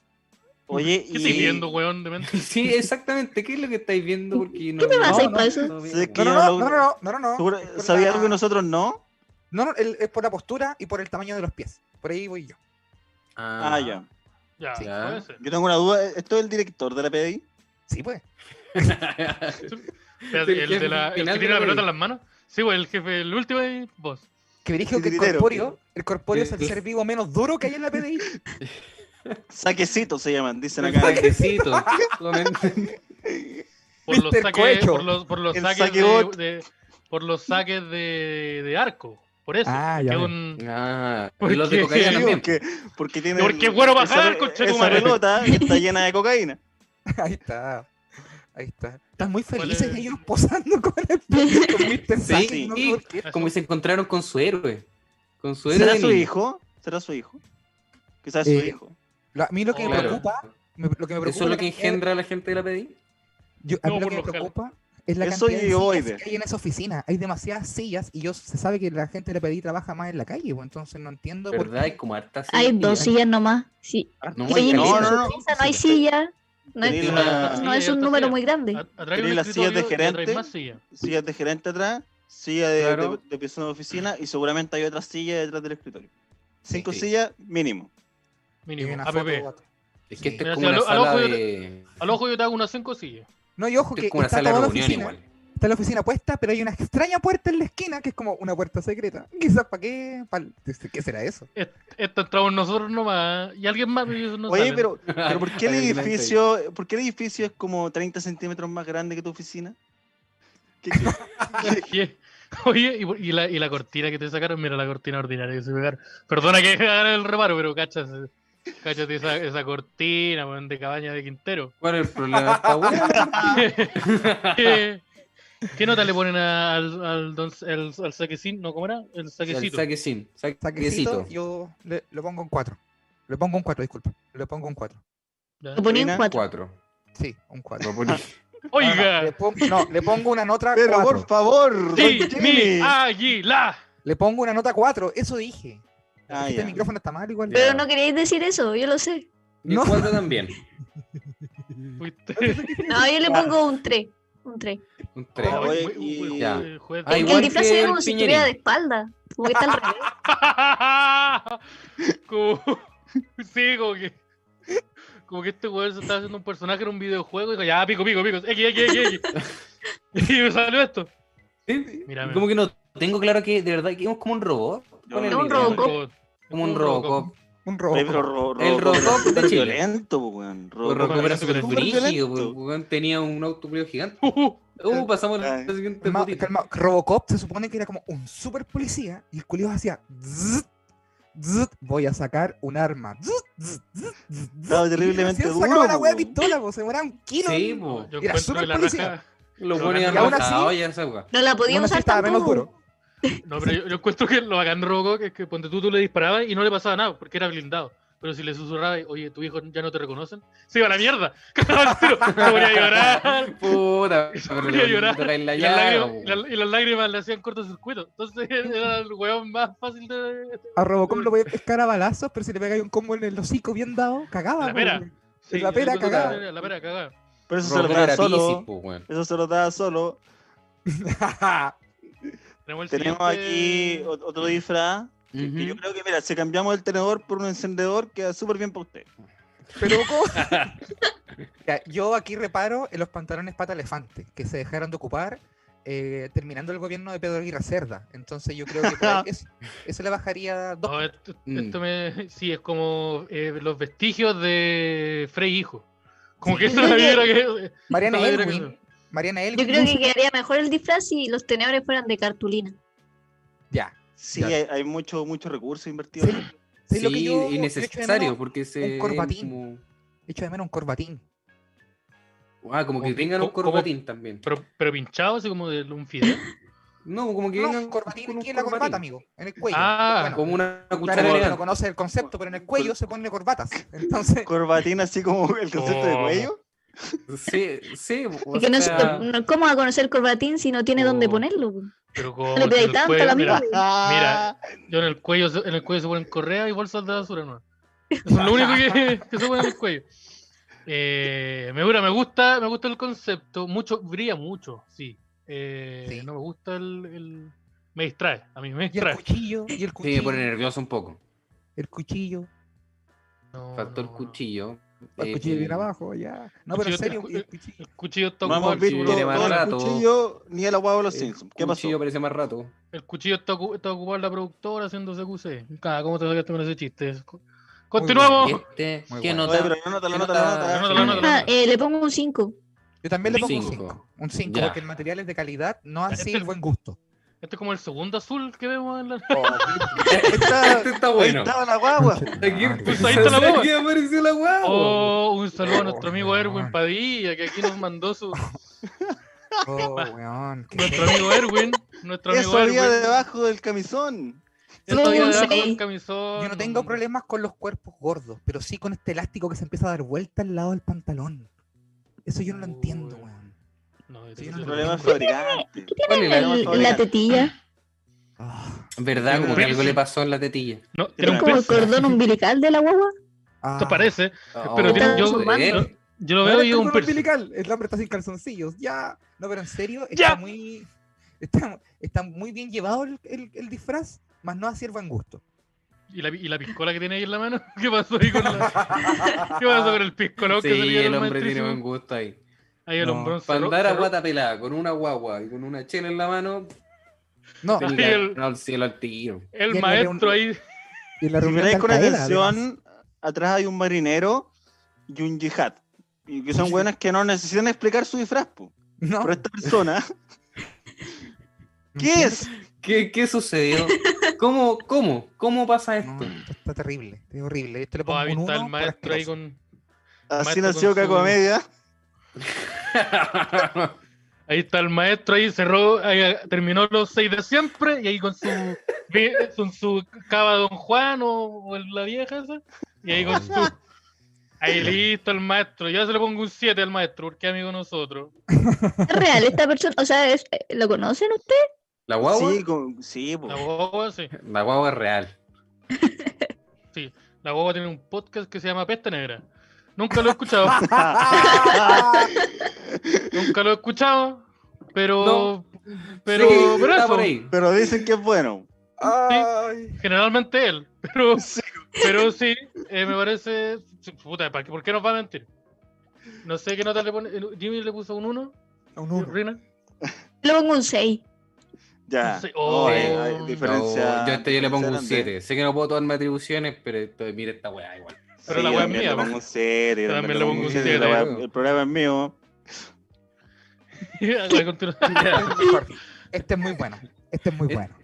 [SPEAKER 3] Oye,
[SPEAKER 2] ¿Qué estoy
[SPEAKER 3] y
[SPEAKER 2] viendo, weón? De mente?
[SPEAKER 3] [laughs]
[SPEAKER 4] Sí, exactamente. ¿Qué es lo que estáis viendo? Porque no,
[SPEAKER 5] ¿Qué me vas a
[SPEAKER 4] no,
[SPEAKER 5] hacer
[SPEAKER 4] no,
[SPEAKER 5] para eso?
[SPEAKER 4] no veo.
[SPEAKER 3] Sí, que-
[SPEAKER 6] No, no,
[SPEAKER 3] ya
[SPEAKER 6] no,
[SPEAKER 3] lo-
[SPEAKER 6] no, no, no, no, no.
[SPEAKER 3] seguro-
[SPEAKER 6] Es por
[SPEAKER 3] ¿sabía
[SPEAKER 6] la-
[SPEAKER 3] algo que nosotros no?
[SPEAKER 6] No, no, el- es por la postura y por el tamaño de los pies. Por ahí voy yo.
[SPEAKER 3] Ah,
[SPEAKER 4] [laughs]
[SPEAKER 3] ya.
[SPEAKER 2] Ya,
[SPEAKER 4] Sí.
[SPEAKER 2] puede ser.
[SPEAKER 3] Yo tengo una duda. ¿Esto es el director de la PDI?
[SPEAKER 6] Sí, pues.
[SPEAKER 2] Espérate,
[SPEAKER 4] El
[SPEAKER 2] El, de
[SPEAKER 4] jefe
[SPEAKER 2] la,
[SPEAKER 4] final
[SPEAKER 2] el
[SPEAKER 4] de
[SPEAKER 2] que tiene la
[SPEAKER 4] la
[SPEAKER 2] pelota
[SPEAKER 4] ley.
[SPEAKER 2] en las manos. Sí, pues el jefe, el último es vos.
[SPEAKER 6] Que dirijo que el
[SPEAKER 3] Titiritero.
[SPEAKER 6] corpóreo, el corpóreo es el
[SPEAKER 4] Sí.
[SPEAKER 6] ser vivo menos duro que hay en
[SPEAKER 4] [laughs]
[SPEAKER 6] la PDI.
[SPEAKER 3] Saquecito se llaman, dicen
[SPEAKER 4] Un
[SPEAKER 3] acá. [laughs]
[SPEAKER 4] saquecito. Solamente-
[SPEAKER 2] Por los
[SPEAKER 6] Mr.
[SPEAKER 2] saques,
[SPEAKER 6] Cuecho.
[SPEAKER 2] por los, por los
[SPEAKER 3] El
[SPEAKER 2] saques de,
[SPEAKER 3] saquebot.
[SPEAKER 2] de- por los saques de, de arco. Por eso.
[SPEAKER 6] Ah,
[SPEAKER 2] porque
[SPEAKER 6] ya veo.
[SPEAKER 2] un-
[SPEAKER 4] Ah,
[SPEAKER 2] ¿Por
[SPEAKER 4] y los de
[SPEAKER 2] qué?
[SPEAKER 4] cocaína
[SPEAKER 3] Sí,
[SPEAKER 4] también.
[SPEAKER 3] porque, porque tiene
[SPEAKER 2] Porque es bueno bajar,
[SPEAKER 3] esa,
[SPEAKER 2] concha tu
[SPEAKER 3] esa
[SPEAKER 2] madre.
[SPEAKER 3] pelota que está llena de cocaína.
[SPEAKER 6] [laughs] Ahí está. Ahí está. Están muy
[SPEAKER 2] ¿Cuál
[SPEAKER 6] felices
[SPEAKER 2] es?
[SPEAKER 6] ellos posando con
[SPEAKER 4] [laughs]
[SPEAKER 6] el con Mr. Sack,
[SPEAKER 4] Sí.
[SPEAKER 6] no sé por qué.
[SPEAKER 4] Como que se encontraron con su héroe. Con su héroe.
[SPEAKER 3] ¿Será
[SPEAKER 4] de
[SPEAKER 3] su
[SPEAKER 4] niño.
[SPEAKER 3] hijo? ¿Será su hijo? Quizás su
[SPEAKER 6] Eh,
[SPEAKER 3] hijo.
[SPEAKER 6] Lo- a mí lo que me
[SPEAKER 2] Claro.
[SPEAKER 6] preocupa, me- lo que me preocupa
[SPEAKER 4] Eso es
[SPEAKER 6] la
[SPEAKER 4] lo que
[SPEAKER 6] cantidad de-
[SPEAKER 4] engendra a la gente de la PDI.
[SPEAKER 6] yo- a mí
[SPEAKER 2] No,
[SPEAKER 6] lo
[SPEAKER 2] por
[SPEAKER 6] que me
[SPEAKER 2] lo general.
[SPEAKER 6] preocupa es la
[SPEAKER 3] Eso
[SPEAKER 6] cantidad
[SPEAKER 3] y
[SPEAKER 6] de
[SPEAKER 3] ovoide.
[SPEAKER 6] sillas que hay en esa oficina. Hay demasiadas sillas y yo se sabe que la gente de la PDI trabaja más en la calle, pues, entonces no entiendo por
[SPEAKER 4] ¿Verdad?
[SPEAKER 6] qué.
[SPEAKER 4] Hay como hartas
[SPEAKER 5] Hay dos sillas nomás. Sí.
[SPEAKER 4] No,
[SPEAKER 5] Oye,
[SPEAKER 4] hay
[SPEAKER 5] en
[SPEAKER 3] no,
[SPEAKER 5] esa
[SPEAKER 4] caleta.
[SPEAKER 3] no, no.
[SPEAKER 5] empresa no hay silla. No, hay-
[SPEAKER 3] Tenía
[SPEAKER 2] Sí,
[SPEAKER 3] la-
[SPEAKER 5] no es
[SPEAKER 2] silla,
[SPEAKER 5] un
[SPEAKER 2] otra
[SPEAKER 5] número
[SPEAKER 2] silla. Ah,
[SPEAKER 5] muy grande.
[SPEAKER 2] a- atrae un
[SPEAKER 3] Tenía las sillas de
[SPEAKER 2] escritorio y atrae
[SPEAKER 3] gerente.
[SPEAKER 2] más sillas.
[SPEAKER 3] Sillas de gerente atrás, silla de,
[SPEAKER 4] Claro.
[SPEAKER 3] de- de persona de oficina y seguramente hay otra silla detrás del escritorio. Cinco
[SPEAKER 4] Sí.
[SPEAKER 3] sillas mínimo.
[SPEAKER 6] Y
[SPEAKER 2] Mínimo,
[SPEAKER 6] una
[SPEAKER 2] APP.
[SPEAKER 6] foto, gato.
[SPEAKER 4] Es que esto
[SPEAKER 2] Mira,
[SPEAKER 4] es
[SPEAKER 2] si
[SPEAKER 4] como una
[SPEAKER 2] al- al
[SPEAKER 4] sala
[SPEAKER 2] ojo yo
[SPEAKER 4] de.
[SPEAKER 2] Al ojo yo te hago unas cinco sillas.
[SPEAKER 6] No, y ojo
[SPEAKER 4] esto
[SPEAKER 6] que
[SPEAKER 4] es como una
[SPEAKER 6] está
[SPEAKER 4] sala de
[SPEAKER 6] toda la
[SPEAKER 4] reunión
[SPEAKER 6] oficina,
[SPEAKER 4] igual.
[SPEAKER 6] Está la oficina puesta, pero hay una extraña puerta en la esquina que es como una puerta secreta. [laughs] Quizás para qué, pa- ¿qué será eso?
[SPEAKER 2] Esto entramos nosotros nomás. Y alguien más. y eso no
[SPEAKER 3] Oye,
[SPEAKER 2] saben.
[SPEAKER 3] pero, pero ¿por [laughs] qué el
[SPEAKER 4] Hay un lente ahí.
[SPEAKER 3] edificio, por qué el edificio es como 30 centímetros más grande que
[SPEAKER 4] [laughs]
[SPEAKER 3] tu oficina? ¿Qué- qué-
[SPEAKER 2] Oye, Oye, y, y la, y la cortina que te sacaron, mira la cortina ordinaria que se pegaron. Perdona que [laughs] haga el reparo, pero cachas, cáchate esa, esa cortina, weón, de cabaña de Quintero.
[SPEAKER 4] ¿Cuál es el problema? Está
[SPEAKER 2] [laughs]
[SPEAKER 4] bueno.
[SPEAKER 2] ¿Qué, qué nota le ponen a- al, al, don- el- al saquecín? ¿No cómo era? El
[SPEAKER 4] El
[SPEAKER 2] saquecito.
[SPEAKER 4] saquecín.
[SPEAKER 6] Saquecito,
[SPEAKER 4] Saquecito.
[SPEAKER 6] yo le, lo pongo en 4. Le pongo un 4, disculpa. Le pongo un 4.
[SPEAKER 2] Ya.
[SPEAKER 5] Lo ponía en
[SPEAKER 3] Elena,
[SPEAKER 5] cuatro.
[SPEAKER 4] Cuatro.
[SPEAKER 6] Sí, un 4.
[SPEAKER 4] Lo
[SPEAKER 2] pues,
[SPEAKER 4] poní.
[SPEAKER 6] Le
[SPEAKER 2] Oiga,
[SPEAKER 6] pongo, no, le pongo una nota
[SPEAKER 3] Pero por
[SPEAKER 6] 4.
[SPEAKER 3] favor,
[SPEAKER 4] Este
[SPEAKER 2] sí,
[SPEAKER 3] don
[SPEAKER 2] mi
[SPEAKER 3] Jimmy.
[SPEAKER 2] águila.
[SPEAKER 6] Le pongo una nota 4, eso dije.
[SPEAKER 3] Ah,
[SPEAKER 6] este
[SPEAKER 3] ya.
[SPEAKER 6] micrófono está mal igual.
[SPEAKER 4] Ya.
[SPEAKER 5] Pero no queréis decir eso, yo lo sé.
[SPEAKER 4] Y
[SPEAKER 6] No.
[SPEAKER 4] cuatro también.
[SPEAKER 2] Fuiste-
[SPEAKER 5] No, yo le pongo un 3. Un 3.
[SPEAKER 4] Un tres.
[SPEAKER 3] Oh, Oye,
[SPEAKER 2] Uy, [laughs] uy,
[SPEAKER 3] y-
[SPEAKER 2] uy,
[SPEAKER 4] Ya.
[SPEAKER 2] uy, juez.
[SPEAKER 4] Ah,
[SPEAKER 5] Es que
[SPEAKER 4] igual
[SPEAKER 5] el disfraz
[SPEAKER 4] que
[SPEAKER 5] era
[SPEAKER 4] el
[SPEAKER 5] como si
[SPEAKER 4] Piñerín.
[SPEAKER 5] estuviera de espalda. Como que está al revés.
[SPEAKER 2] como... Sí, como que. Como que este weón se estaba haciendo un personaje en un videojuego y dijo, ya, pico, pico, pico. X, X, X, X. y me salió esto.
[SPEAKER 4] Sí,
[SPEAKER 2] Mírame.
[SPEAKER 4] Como que no tengo claro que de verdad que es como un robot.
[SPEAKER 3] No,
[SPEAKER 4] ¿Cuál es la
[SPEAKER 3] no,
[SPEAKER 5] un
[SPEAKER 4] idea?
[SPEAKER 5] Robocop.
[SPEAKER 4] Como un Robocop.
[SPEAKER 6] Un
[SPEAKER 3] Oye, pero
[SPEAKER 6] robo.
[SPEAKER 3] Ro-
[SPEAKER 4] El
[SPEAKER 3] Robocop
[SPEAKER 4] Robocop
[SPEAKER 3] era súper
[SPEAKER 4] de Chile.
[SPEAKER 3] violento, po, weón.
[SPEAKER 4] Un
[SPEAKER 3] Robocop
[SPEAKER 4] Robocop era
[SPEAKER 2] Robocop
[SPEAKER 4] súper
[SPEAKER 2] era
[SPEAKER 4] brígido. pues,
[SPEAKER 3] violento.
[SPEAKER 4] weón, Tenía un auto brígido gigante.
[SPEAKER 2] Uh,
[SPEAKER 4] Uh, pasamos a
[SPEAKER 3] Ay.
[SPEAKER 4] la siguiente
[SPEAKER 6] Calma,
[SPEAKER 4] fotito.
[SPEAKER 6] calma, Robocop se supone que era como un super policía y el culiado hacía zzz, zzz, voy a sacar un arma. Zzz, zzz, zzz, zzz,
[SPEAKER 3] Estaba
[SPEAKER 6] zzz, y
[SPEAKER 3] terriblemente
[SPEAKER 6] recién
[SPEAKER 3] duro,
[SPEAKER 6] sacaba la
[SPEAKER 3] po,
[SPEAKER 6] wea de
[SPEAKER 3] weón.
[SPEAKER 6] pistola, po, se demoraba un kilo.
[SPEAKER 4] Sí,
[SPEAKER 6] en-
[SPEAKER 4] po.
[SPEAKER 2] yo
[SPEAKER 6] Era
[SPEAKER 2] encuentro
[SPEAKER 6] súper
[SPEAKER 2] que la
[SPEAKER 6] policía.
[SPEAKER 2] raja.
[SPEAKER 4] Lo
[SPEAKER 2] Pero
[SPEAKER 4] ponían
[SPEAKER 2] y aún
[SPEAKER 6] así-
[SPEAKER 4] arrojado y esa weá.
[SPEAKER 5] No la podía
[SPEAKER 6] Aún así
[SPEAKER 5] usar
[SPEAKER 6] estaba menos
[SPEAKER 5] tampoco.
[SPEAKER 6] duro.
[SPEAKER 2] No, pero yo, yo encuentro que lo bacán de Robocop es que ponte tú, tú le disparabas y no le pasaba nada porque era blindado. Pero si le susurrabas, oye, tu hijo ya no te reconocen, se iba a la mierda. Cagaba el tiro, se ponía a llorar.
[SPEAKER 4] Puta,
[SPEAKER 2] [laughs] Se
[SPEAKER 4] pero
[SPEAKER 2] ponía
[SPEAKER 4] le
[SPEAKER 2] a llorar.
[SPEAKER 4] traen la
[SPEAKER 2] Y las,
[SPEAKER 4] llave,
[SPEAKER 2] lágrimas, y
[SPEAKER 4] weón.
[SPEAKER 2] las- y las lágrimas le hacían cortocircuito. Entonces [laughs] era el weón más fácil de.
[SPEAKER 4] [laughs]
[SPEAKER 6] A Robocop lo voy a pescar a balazos, pero si le pegáis un combo en el hocico bien dado, cagaba.
[SPEAKER 2] La
[SPEAKER 6] po, [laughs]
[SPEAKER 2] pera.
[SPEAKER 6] weón.
[SPEAKER 2] Sí,
[SPEAKER 6] La pera
[SPEAKER 2] yo creo que
[SPEAKER 4] cagada.
[SPEAKER 2] era La pera cagada.
[SPEAKER 3] Pero eso se lo
[SPEAKER 4] Robocop
[SPEAKER 3] daba
[SPEAKER 4] era bici,
[SPEAKER 3] solo.
[SPEAKER 4] po, weón.
[SPEAKER 3] Eso se lo daba solo.
[SPEAKER 2] Tenemos, el
[SPEAKER 3] Tenemos
[SPEAKER 2] este
[SPEAKER 3] aquí
[SPEAKER 2] siguiente-
[SPEAKER 3] o- otro disfraz. que- que yo
[SPEAKER 4] Ujú.
[SPEAKER 3] creo que, mira, si cambiamos el tenedor por un encendedor, queda súper bien para usted.
[SPEAKER 4] [laughs]
[SPEAKER 6] Pero ¿cómo? Ya, yo aquí reparo en los pantalones pata elefante, que se dejaron de ocupar eh, terminando el gobierno de Pedro Aguirre Cerda. Entonces yo creo que por
[SPEAKER 4] [laughs]
[SPEAKER 6] ahí eso, eso le bajaría dos.
[SPEAKER 2] No, esto,
[SPEAKER 4] Mm.
[SPEAKER 2] esto me. Sí, es como eh, los vestigios de Frey Hijo. Como que esa es la vibra que.
[SPEAKER 6] Mariana
[SPEAKER 2] esa es la vibra que-
[SPEAKER 6] Elwin. Mariana
[SPEAKER 5] Yo
[SPEAKER 6] Elwin.
[SPEAKER 5] creo que quedaría mejor el disfraz si los tenedores fueran de cartulina.
[SPEAKER 6] Ya.
[SPEAKER 3] Sí,
[SPEAKER 6] Claro.
[SPEAKER 3] hay, hay mucho, mucho recurso invertido.
[SPEAKER 6] Sí.
[SPEAKER 3] en-
[SPEAKER 6] Sí,
[SPEAKER 4] Sí,
[SPEAKER 6] lo que yo
[SPEAKER 4] y
[SPEAKER 6] echo de
[SPEAKER 4] necesario,
[SPEAKER 6] menos-
[SPEAKER 4] porque se.
[SPEAKER 6] corbatín. Echo de menos un corbatín.
[SPEAKER 4] como- Ah, como que
[SPEAKER 2] Como-
[SPEAKER 4] tengan un
[SPEAKER 2] como-
[SPEAKER 4] corbatín también.
[SPEAKER 2] Pero, pero pinchado, así como de un fideo.
[SPEAKER 4] No, como que
[SPEAKER 6] No,
[SPEAKER 4] vengan.
[SPEAKER 6] un corbatín
[SPEAKER 4] con un
[SPEAKER 6] aquí en la corbata,
[SPEAKER 4] corbatín.
[SPEAKER 6] amigo. En el cuello.
[SPEAKER 2] Ah,
[SPEAKER 6] Bueno,
[SPEAKER 4] Como una
[SPEAKER 6] Claro,
[SPEAKER 4] cuchara
[SPEAKER 6] no,
[SPEAKER 4] elegante.
[SPEAKER 6] no conoce el concepto, pero en el cuello se ponen corbatas. Entonces,
[SPEAKER 3] Corbatín, así como el concepto de
[SPEAKER 2] Oh.
[SPEAKER 3] cuello.
[SPEAKER 4] Sí, sí. o
[SPEAKER 5] Porque no,
[SPEAKER 4] sea,
[SPEAKER 5] se- no- ¿Cómo va a conocer el corbatín si no tiene dónde
[SPEAKER 2] Oh.
[SPEAKER 5] ponerlo? po?
[SPEAKER 2] Pero
[SPEAKER 5] No [laughs]
[SPEAKER 2] como.
[SPEAKER 5] le
[SPEAKER 2] si
[SPEAKER 5] pegáis
[SPEAKER 2] el
[SPEAKER 5] tanto
[SPEAKER 2] cuello-
[SPEAKER 5] a la
[SPEAKER 2] mira,
[SPEAKER 5] amiga.
[SPEAKER 3] Ah,
[SPEAKER 2] Yo en el cuello, se- en el cuello se ponen correas y bolsas de basura, ¿no? Eso es lo único que, [laughs] que se pone en el cuello. Eh, me, dura, me gusta, me gusta el concepto. Mucho, brilla mucho, sí. Eh,
[SPEAKER 6] Sí.
[SPEAKER 2] No me gusta el, el- Me distrae, a mí me
[SPEAKER 6] y el
[SPEAKER 2] distrae.
[SPEAKER 6] cuchillo, y el
[SPEAKER 4] Sí, me
[SPEAKER 6] cuchillo,
[SPEAKER 4] pone nervioso un poco.
[SPEAKER 6] el cuchillo,
[SPEAKER 2] No,
[SPEAKER 4] Faltó el
[SPEAKER 2] no, no.
[SPEAKER 4] cuchillo.
[SPEAKER 6] el
[SPEAKER 4] eh,
[SPEAKER 6] cuchillo bien
[SPEAKER 4] eh,
[SPEAKER 6] abajo, ya. No, pero
[SPEAKER 2] Cuchillo,
[SPEAKER 6] en serio, eh,
[SPEAKER 2] el
[SPEAKER 6] y el cuchillo.
[SPEAKER 2] El cuchillo está
[SPEAKER 3] No hemos
[SPEAKER 2] ocupado.
[SPEAKER 3] visto
[SPEAKER 2] El
[SPEAKER 4] tiene más
[SPEAKER 3] todo el
[SPEAKER 4] rato.
[SPEAKER 3] cuchillo ni el aguado de los
[SPEAKER 4] el
[SPEAKER 3] Simpsons. ¿Qué pasó?
[SPEAKER 4] cuchillo aparece más rato.
[SPEAKER 2] el cuchillo está, ocu- está ocupado en la productora haciéndose QC. Cada, ¿Cómo te sacaste con ese chiste? Continuamos.
[SPEAKER 4] Y este,
[SPEAKER 6] Muy
[SPEAKER 4] ¿Qué
[SPEAKER 6] bueno.
[SPEAKER 4] nota?
[SPEAKER 3] Oye, pero la nota, la
[SPEAKER 4] ¿Qué
[SPEAKER 3] nota,
[SPEAKER 4] nota? [laughs]
[SPEAKER 3] la
[SPEAKER 2] La
[SPEAKER 3] nota.
[SPEAKER 2] nota, la nota.
[SPEAKER 5] Ah, eh, le pongo un 5.
[SPEAKER 6] Yo también le
[SPEAKER 4] Un
[SPEAKER 6] pongo
[SPEAKER 4] cinco.
[SPEAKER 6] un 5. Un 5,
[SPEAKER 4] Ya.
[SPEAKER 6] porque en materiales de calidad, no así
[SPEAKER 2] Este-
[SPEAKER 6] el buen gusto.
[SPEAKER 2] Este es como el segundo azul que vemos en la.
[SPEAKER 3] Ahí está-
[SPEAKER 4] [laughs] Este está
[SPEAKER 3] ahí
[SPEAKER 4] bueno.
[SPEAKER 3] estaba la [laughs] guagua.
[SPEAKER 4] Aquí
[SPEAKER 2] Pues ahí
[SPEAKER 6] [laughs]
[SPEAKER 2] está la guagua.
[SPEAKER 4] Aquí apareció la guagua.
[SPEAKER 2] Oh, un saludo a nuestro amigo
[SPEAKER 6] Oh,
[SPEAKER 2] Erwin
[SPEAKER 6] weón.
[SPEAKER 2] Padilla, que aquí nos mandó su.
[SPEAKER 6] Oh, weón. qué
[SPEAKER 2] Nuestro
[SPEAKER 6] feo.
[SPEAKER 2] amigo Erwin. Nuestro amigo
[SPEAKER 3] Eso había
[SPEAKER 2] Erwin.
[SPEAKER 3] debajo del camisón.
[SPEAKER 2] Eso había
[SPEAKER 5] Son
[SPEAKER 2] debajo del
[SPEAKER 5] seis.
[SPEAKER 2] camisón.
[SPEAKER 6] Yo no tengo problemas con los cuerpos gordos, pero sí con este elástico que se empieza a dar vuelta al lado del pantalón. Eso yo no lo
[SPEAKER 2] Uy.
[SPEAKER 6] entiendo, weón.
[SPEAKER 2] No, yo
[SPEAKER 6] Sí,
[SPEAKER 2] tengo
[SPEAKER 6] no,
[SPEAKER 3] El
[SPEAKER 2] ese
[SPEAKER 3] problema es
[SPEAKER 2] problema.
[SPEAKER 3] [laughs] fabricante.
[SPEAKER 4] ¿Cuál es la-
[SPEAKER 3] Tenemos
[SPEAKER 5] El-
[SPEAKER 3] fabricante.
[SPEAKER 5] la tetilla,
[SPEAKER 6] Ah,
[SPEAKER 4] ¿Verdad?
[SPEAKER 2] Tiene
[SPEAKER 4] Como
[SPEAKER 2] un
[SPEAKER 4] que algo
[SPEAKER 2] piercing.
[SPEAKER 4] le pasó en la tetilla.
[SPEAKER 2] No, tiene
[SPEAKER 3] Tiene
[SPEAKER 2] un
[SPEAKER 5] como el
[SPEAKER 2] piercing.
[SPEAKER 5] cordón umbilical de la guagua.
[SPEAKER 6] ah.
[SPEAKER 2] Esto parece.
[SPEAKER 4] Oh,
[SPEAKER 2] Pero tiene- yo-
[SPEAKER 4] joder.
[SPEAKER 2] Yo lo
[SPEAKER 6] No
[SPEAKER 2] veo
[SPEAKER 6] era
[SPEAKER 2] y es un
[SPEAKER 6] cordón
[SPEAKER 2] piercing.
[SPEAKER 6] umbilical, El hombre está sin calzoncillos. Ya. No, pero en serio, está
[SPEAKER 2] Ya.
[SPEAKER 6] muy. Está, está muy bien llevado el, el- el disfraz, más no así el buen gusto.
[SPEAKER 2] ¿Y la, ¿Y la piscola que tiene ahí en la mano? [laughs] ¿Qué pasó ahí con la.? ¿Qué pasó con el piscolón que
[SPEAKER 4] Sí,
[SPEAKER 2] salía del
[SPEAKER 4] el hombre
[SPEAKER 2] maestrísimo?
[SPEAKER 4] tiene buen gusto ahí.
[SPEAKER 2] Ahí el
[SPEAKER 6] No,
[SPEAKER 2] hombrón se
[SPEAKER 4] Para
[SPEAKER 2] ro-
[SPEAKER 4] andar a
[SPEAKER 2] se ro-
[SPEAKER 4] guata pelada con una guagua y con una chela en la mano,
[SPEAKER 6] No,
[SPEAKER 4] tenía
[SPEAKER 2] Ay,
[SPEAKER 4] que
[SPEAKER 2] el-
[SPEAKER 4] no, al cielo al tiro.
[SPEAKER 2] El
[SPEAKER 6] Tiene
[SPEAKER 2] maestro
[SPEAKER 6] un-
[SPEAKER 2] ahí.
[SPEAKER 6] y la
[SPEAKER 3] Si
[SPEAKER 6] reunión de
[SPEAKER 3] miráis con
[SPEAKER 6] Alcaela, además.
[SPEAKER 3] atención, atrás hay un marinero y un yihad. Y que son buenas que no necesitan explicar su disfraz. po.
[SPEAKER 6] No,
[SPEAKER 3] Pero esta
[SPEAKER 6] [laughs]
[SPEAKER 3] persona, ¿qué es?
[SPEAKER 4] ¿Qué, qué sucedió? ¿Cómo, cómo, cómo pasa esto?
[SPEAKER 6] No, [laughs] esto está terrible, es horrible. Esto le pongo
[SPEAKER 2] Oh,
[SPEAKER 6] un
[SPEAKER 2] ahí está
[SPEAKER 6] uno
[SPEAKER 2] el
[SPEAKER 6] por
[SPEAKER 2] maestro ahí
[SPEAKER 6] asqueroso.
[SPEAKER 2] con.
[SPEAKER 3] Así
[SPEAKER 2] Maestro
[SPEAKER 3] nació
[SPEAKER 2] con su-
[SPEAKER 3] Cacomedia.
[SPEAKER 2] Ahí está el maestro ahí, cerró, ahí, eh, terminó los seis de siempre y ahí con su, vi- con su cava Don Juan o, o el- la vieja esa. Y ahí con su. Ahí listo el maestro. Yo se le pongo un 7 al maestro porque es amigo de nosotros.
[SPEAKER 7] ¿Es real esta persona? O sea, es- eh, ¿lo conocen ustedes?
[SPEAKER 4] ¿La guagua?
[SPEAKER 3] Sí, con- sí, po.
[SPEAKER 2] La guagua, sí.
[SPEAKER 4] La guagua es real.
[SPEAKER 2] La guagua tiene un podcast que se llama Peste Negra. Nunca lo
[SPEAKER 4] [laughs]
[SPEAKER 2] he escuchado. nunca lo he escuchado. Pero. Pero.
[SPEAKER 4] Sí,
[SPEAKER 2] pero
[SPEAKER 4] está
[SPEAKER 2] eso,
[SPEAKER 4] por ahí.
[SPEAKER 3] [laughs] Pero dicen que es bueno.
[SPEAKER 2] Generalmente él. [laughs] Pero.
[SPEAKER 3] Sí.
[SPEAKER 2] Pero sí, eh, me parece. Puta, ¿para qué- ¿por qué nos va a mentir? No sé qué nota le pone. Jimmy le puso un 1. [laughs]
[SPEAKER 6] Un uno.
[SPEAKER 2] Rina.
[SPEAKER 7] Le pongo un 6.
[SPEAKER 3] Ya.
[SPEAKER 2] Sí,
[SPEAKER 3] No,
[SPEAKER 2] oh.
[SPEAKER 3] hay- hay diferencia.
[SPEAKER 4] No, yo a este yo le pongo un
[SPEAKER 3] diferencia
[SPEAKER 4] 7.
[SPEAKER 3] grande.
[SPEAKER 4] Sé que no puedo tomarme atribuciones, pero esto- mira esta weá igual.
[SPEAKER 2] Pero
[SPEAKER 3] Sí,
[SPEAKER 2] la wea es
[SPEAKER 3] también
[SPEAKER 2] mía,
[SPEAKER 3] Le pongo un 7.
[SPEAKER 2] Yo también le pongo un
[SPEAKER 3] la
[SPEAKER 4] siete.
[SPEAKER 3] wea- El programa es mío.
[SPEAKER 2] A continuación.
[SPEAKER 6] Este es mejor. Este es muy bueno. Este es muy
[SPEAKER 3] Eh,
[SPEAKER 4] Este-
[SPEAKER 6] bueno.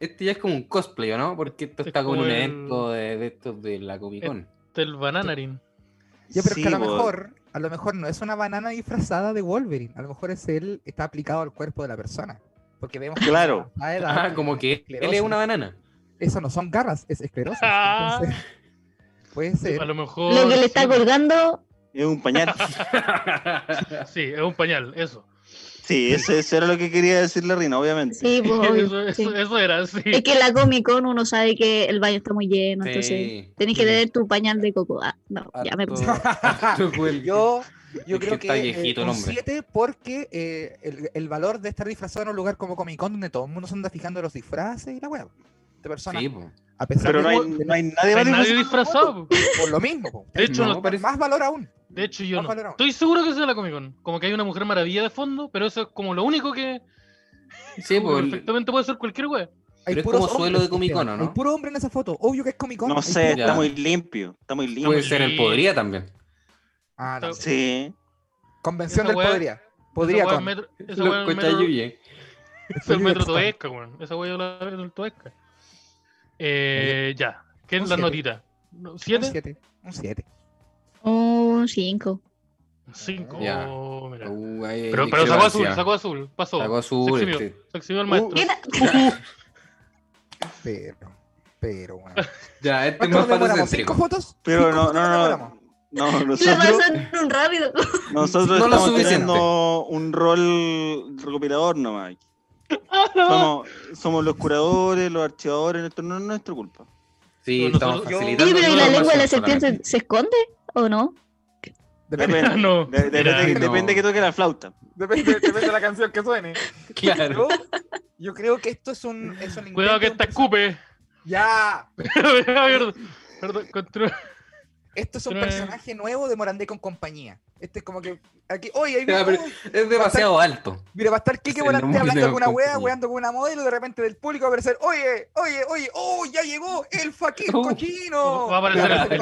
[SPEAKER 4] Este ya es como un cosplay, ¿o no? Porque esto
[SPEAKER 2] Es
[SPEAKER 4] está como en
[SPEAKER 2] como
[SPEAKER 4] un
[SPEAKER 2] el- Eh,
[SPEAKER 4] evento de, de estos de la Comic Con.
[SPEAKER 2] El bananarin.
[SPEAKER 6] Ya, pero es que a lo
[SPEAKER 3] Sí, po.
[SPEAKER 6] mejor, a lo mejor no es una banana disfrazada de Wolverine. A lo mejor es él, está aplicado al cuerpo de la persona. Porque vemos que
[SPEAKER 3] Claro.
[SPEAKER 6] a la edad,
[SPEAKER 2] eh,
[SPEAKER 4] Ah, como que él es
[SPEAKER 6] esclerosis.
[SPEAKER 4] una
[SPEAKER 2] [laughs]
[SPEAKER 4] banana.
[SPEAKER 6] Eso no son garras, es esclerosis.
[SPEAKER 2] Ah.
[SPEAKER 6] Entonces, puede
[SPEAKER 2] A
[SPEAKER 6] ser.
[SPEAKER 2] lo mejor.
[SPEAKER 7] Lo que le está
[SPEAKER 2] Oh, sí,
[SPEAKER 7] colgando,
[SPEAKER 3] Es un
[SPEAKER 6] [laughs]
[SPEAKER 3] pañal.
[SPEAKER 2] Ah, Sí, es un pañal, eso.
[SPEAKER 3] Sí, eso, eso era lo que quería decirle Rina, obviamente.
[SPEAKER 7] sí, pues, [laughs] obvio,
[SPEAKER 2] Eso,
[SPEAKER 7] sí.
[SPEAKER 2] eso, eso era, sí.
[SPEAKER 7] Es que la Comic Con uno sabe que el baño está muy lleno, entonces
[SPEAKER 4] Sí.
[SPEAKER 7] tenés que
[SPEAKER 6] Sí.
[SPEAKER 7] tener tu pañal de coco. Ah, no, ya me
[SPEAKER 4] Harto-
[SPEAKER 7] puse.
[SPEAKER 4] harto cuelgue.
[SPEAKER 6] Yo, yo
[SPEAKER 4] Es que
[SPEAKER 6] creo que,
[SPEAKER 4] está viejito
[SPEAKER 6] eh,
[SPEAKER 4] el
[SPEAKER 6] un
[SPEAKER 4] hombre.
[SPEAKER 6] 7 porque eh, el, el valor de estar disfrazado en un lugar como Comic Con donde todo el mundo se anda fijando los disfraces y la web. Esta persona,
[SPEAKER 4] Sí, po.
[SPEAKER 6] a pesar
[SPEAKER 3] Pero
[SPEAKER 6] de
[SPEAKER 3] no hay,
[SPEAKER 6] de
[SPEAKER 3] no hay nadie
[SPEAKER 2] No
[SPEAKER 3] más
[SPEAKER 2] hay nadie
[SPEAKER 3] disfrazado.
[SPEAKER 2] disfrazado. po.
[SPEAKER 6] por lo mismo. po.
[SPEAKER 2] De hecho,
[SPEAKER 4] No,
[SPEAKER 2] no-
[SPEAKER 4] parece-
[SPEAKER 6] Más valor aún.
[SPEAKER 2] de hecho yo
[SPEAKER 6] más
[SPEAKER 2] no.
[SPEAKER 6] valor aún.
[SPEAKER 2] Estoy seguro que eso es la Comic Con. Como que hay una mujer maravilla de fondo, pero eso es como lo único que.
[SPEAKER 4] Sí,
[SPEAKER 2] como que
[SPEAKER 4] po, el-
[SPEAKER 2] perfectamente puede ser cualquier wea.
[SPEAKER 6] Hay
[SPEAKER 4] Pero es
[SPEAKER 6] puros
[SPEAKER 4] como suelo
[SPEAKER 6] hombres,
[SPEAKER 4] de Comic Con, ¿o
[SPEAKER 6] Cristian.
[SPEAKER 4] no?
[SPEAKER 6] Hay puro hombre en esa foto. Obvio que es Comic Con.
[SPEAKER 3] No
[SPEAKER 6] hay
[SPEAKER 3] sé,
[SPEAKER 6] puro-
[SPEAKER 4] Ya.
[SPEAKER 3] está muy limpio. Está muy limpio.
[SPEAKER 4] puede ser el podría también.
[SPEAKER 6] Ah, no.
[SPEAKER 3] Sí.
[SPEAKER 6] Convención
[SPEAKER 2] Esa
[SPEAKER 6] del
[SPEAKER 2] wea-
[SPEAKER 6] podría. Podría
[SPEAKER 2] esa wea
[SPEAKER 6] con.
[SPEAKER 2] en metro. Esa wea
[SPEAKER 4] Los
[SPEAKER 2] en metro-
[SPEAKER 4] cochayuye.
[SPEAKER 2] Ese es el metro
[SPEAKER 6] Con.
[SPEAKER 2] Toesca, weón. Esa wea yo la veo en el Toesca. Eh, ya. ¿Qué es
[SPEAKER 6] Un
[SPEAKER 2] la
[SPEAKER 6] siete.
[SPEAKER 2] notita? ¿No?
[SPEAKER 6] Un
[SPEAKER 2] ¿Siete?
[SPEAKER 6] 7. Un 7.
[SPEAKER 7] Un 5.
[SPEAKER 2] Cinco.
[SPEAKER 4] Ya.
[SPEAKER 2] Oh, mira.
[SPEAKER 4] Uh, ahí hay
[SPEAKER 2] Pero, pero sacó azul,
[SPEAKER 4] discrepancia.
[SPEAKER 2] sacó azul, pasó.
[SPEAKER 4] Sacó
[SPEAKER 2] se
[SPEAKER 4] azul.
[SPEAKER 2] eximió,
[SPEAKER 4] este.
[SPEAKER 2] se eximió el
[SPEAKER 3] Uh,
[SPEAKER 2] maestro.
[SPEAKER 7] [laughs]
[SPEAKER 6] Pero. Pero, bueno.
[SPEAKER 4] Ya, este es
[SPEAKER 6] ¿Cuánto
[SPEAKER 4] más
[SPEAKER 6] nos demoramos? ¿Cinco
[SPEAKER 4] patocéntrico.
[SPEAKER 6] fotos?
[SPEAKER 3] Pero
[SPEAKER 6] ¿Cinco
[SPEAKER 3] no,
[SPEAKER 6] fotos nos
[SPEAKER 3] no,
[SPEAKER 6] demoramos?
[SPEAKER 3] no.
[SPEAKER 6] [laughs]
[SPEAKER 3] No,
[SPEAKER 7] Le
[SPEAKER 3] nosotros,
[SPEAKER 7] pasaron rápido.
[SPEAKER 3] nosotros
[SPEAKER 4] No lo
[SPEAKER 3] estamos
[SPEAKER 4] suficiente.
[SPEAKER 3] teniendo un rol recopilador nomás. Somos, somos los curadores, los archivadores, esto no es nuestra
[SPEAKER 2] [laughs]
[SPEAKER 3] culpa.
[SPEAKER 4] Sí,
[SPEAKER 2] Nosotros-
[SPEAKER 4] estamos
[SPEAKER 2] yo-
[SPEAKER 4] facilitando.
[SPEAKER 7] Oye, pero ¿y la lengua de la
[SPEAKER 4] información
[SPEAKER 7] serpiente
[SPEAKER 4] solamente.
[SPEAKER 7] se esconde o no?
[SPEAKER 6] Depende,
[SPEAKER 2] [laughs]
[SPEAKER 3] Depende.
[SPEAKER 2] No,
[SPEAKER 3] de- depende,
[SPEAKER 2] mira,
[SPEAKER 3] que-
[SPEAKER 4] no.
[SPEAKER 3] depende que toque la flauta.
[SPEAKER 6] [laughs] depende, depende de la canción que suene. [laughs]
[SPEAKER 4] Claro.
[SPEAKER 6] Yo, yo creo que esto es un. Es un
[SPEAKER 2] Cuidado que
[SPEAKER 6] intento
[SPEAKER 2] esta
[SPEAKER 6] de un perso-
[SPEAKER 2] escupe. [laughs]
[SPEAKER 6] Ya.
[SPEAKER 2] Perdón, perdón, continúa.
[SPEAKER 6] Esto es un
[SPEAKER 2] Pero, eh,
[SPEAKER 6] personaje nuevo de Morandé con compañía. Este es como que. Aquí, oye, ahí
[SPEAKER 4] Ya,
[SPEAKER 6] viene-
[SPEAKER 4] pero- Es demasiado alto.
[SPEAKER 6] Mira, va a estar Kike
[SPEAKER 4] Sí,
[SPEAKER 6] Morante
[SPEAKER 4] no, no,
[SPEAKER 6] hablando con una wea,
[SPEAKER 4] compañía.
[SPEAKER 6] weando con una modelo, y de repente del público va a aparecer, oye, oye, oye, oh, ya llegó el faquir
[SPEAKER 4] Uh,
[SPEAKER 6] cochino.
[SPEAKER 2] va a aparecer
[SPEAKER 4] el-
[SPEAKER 6] el faquir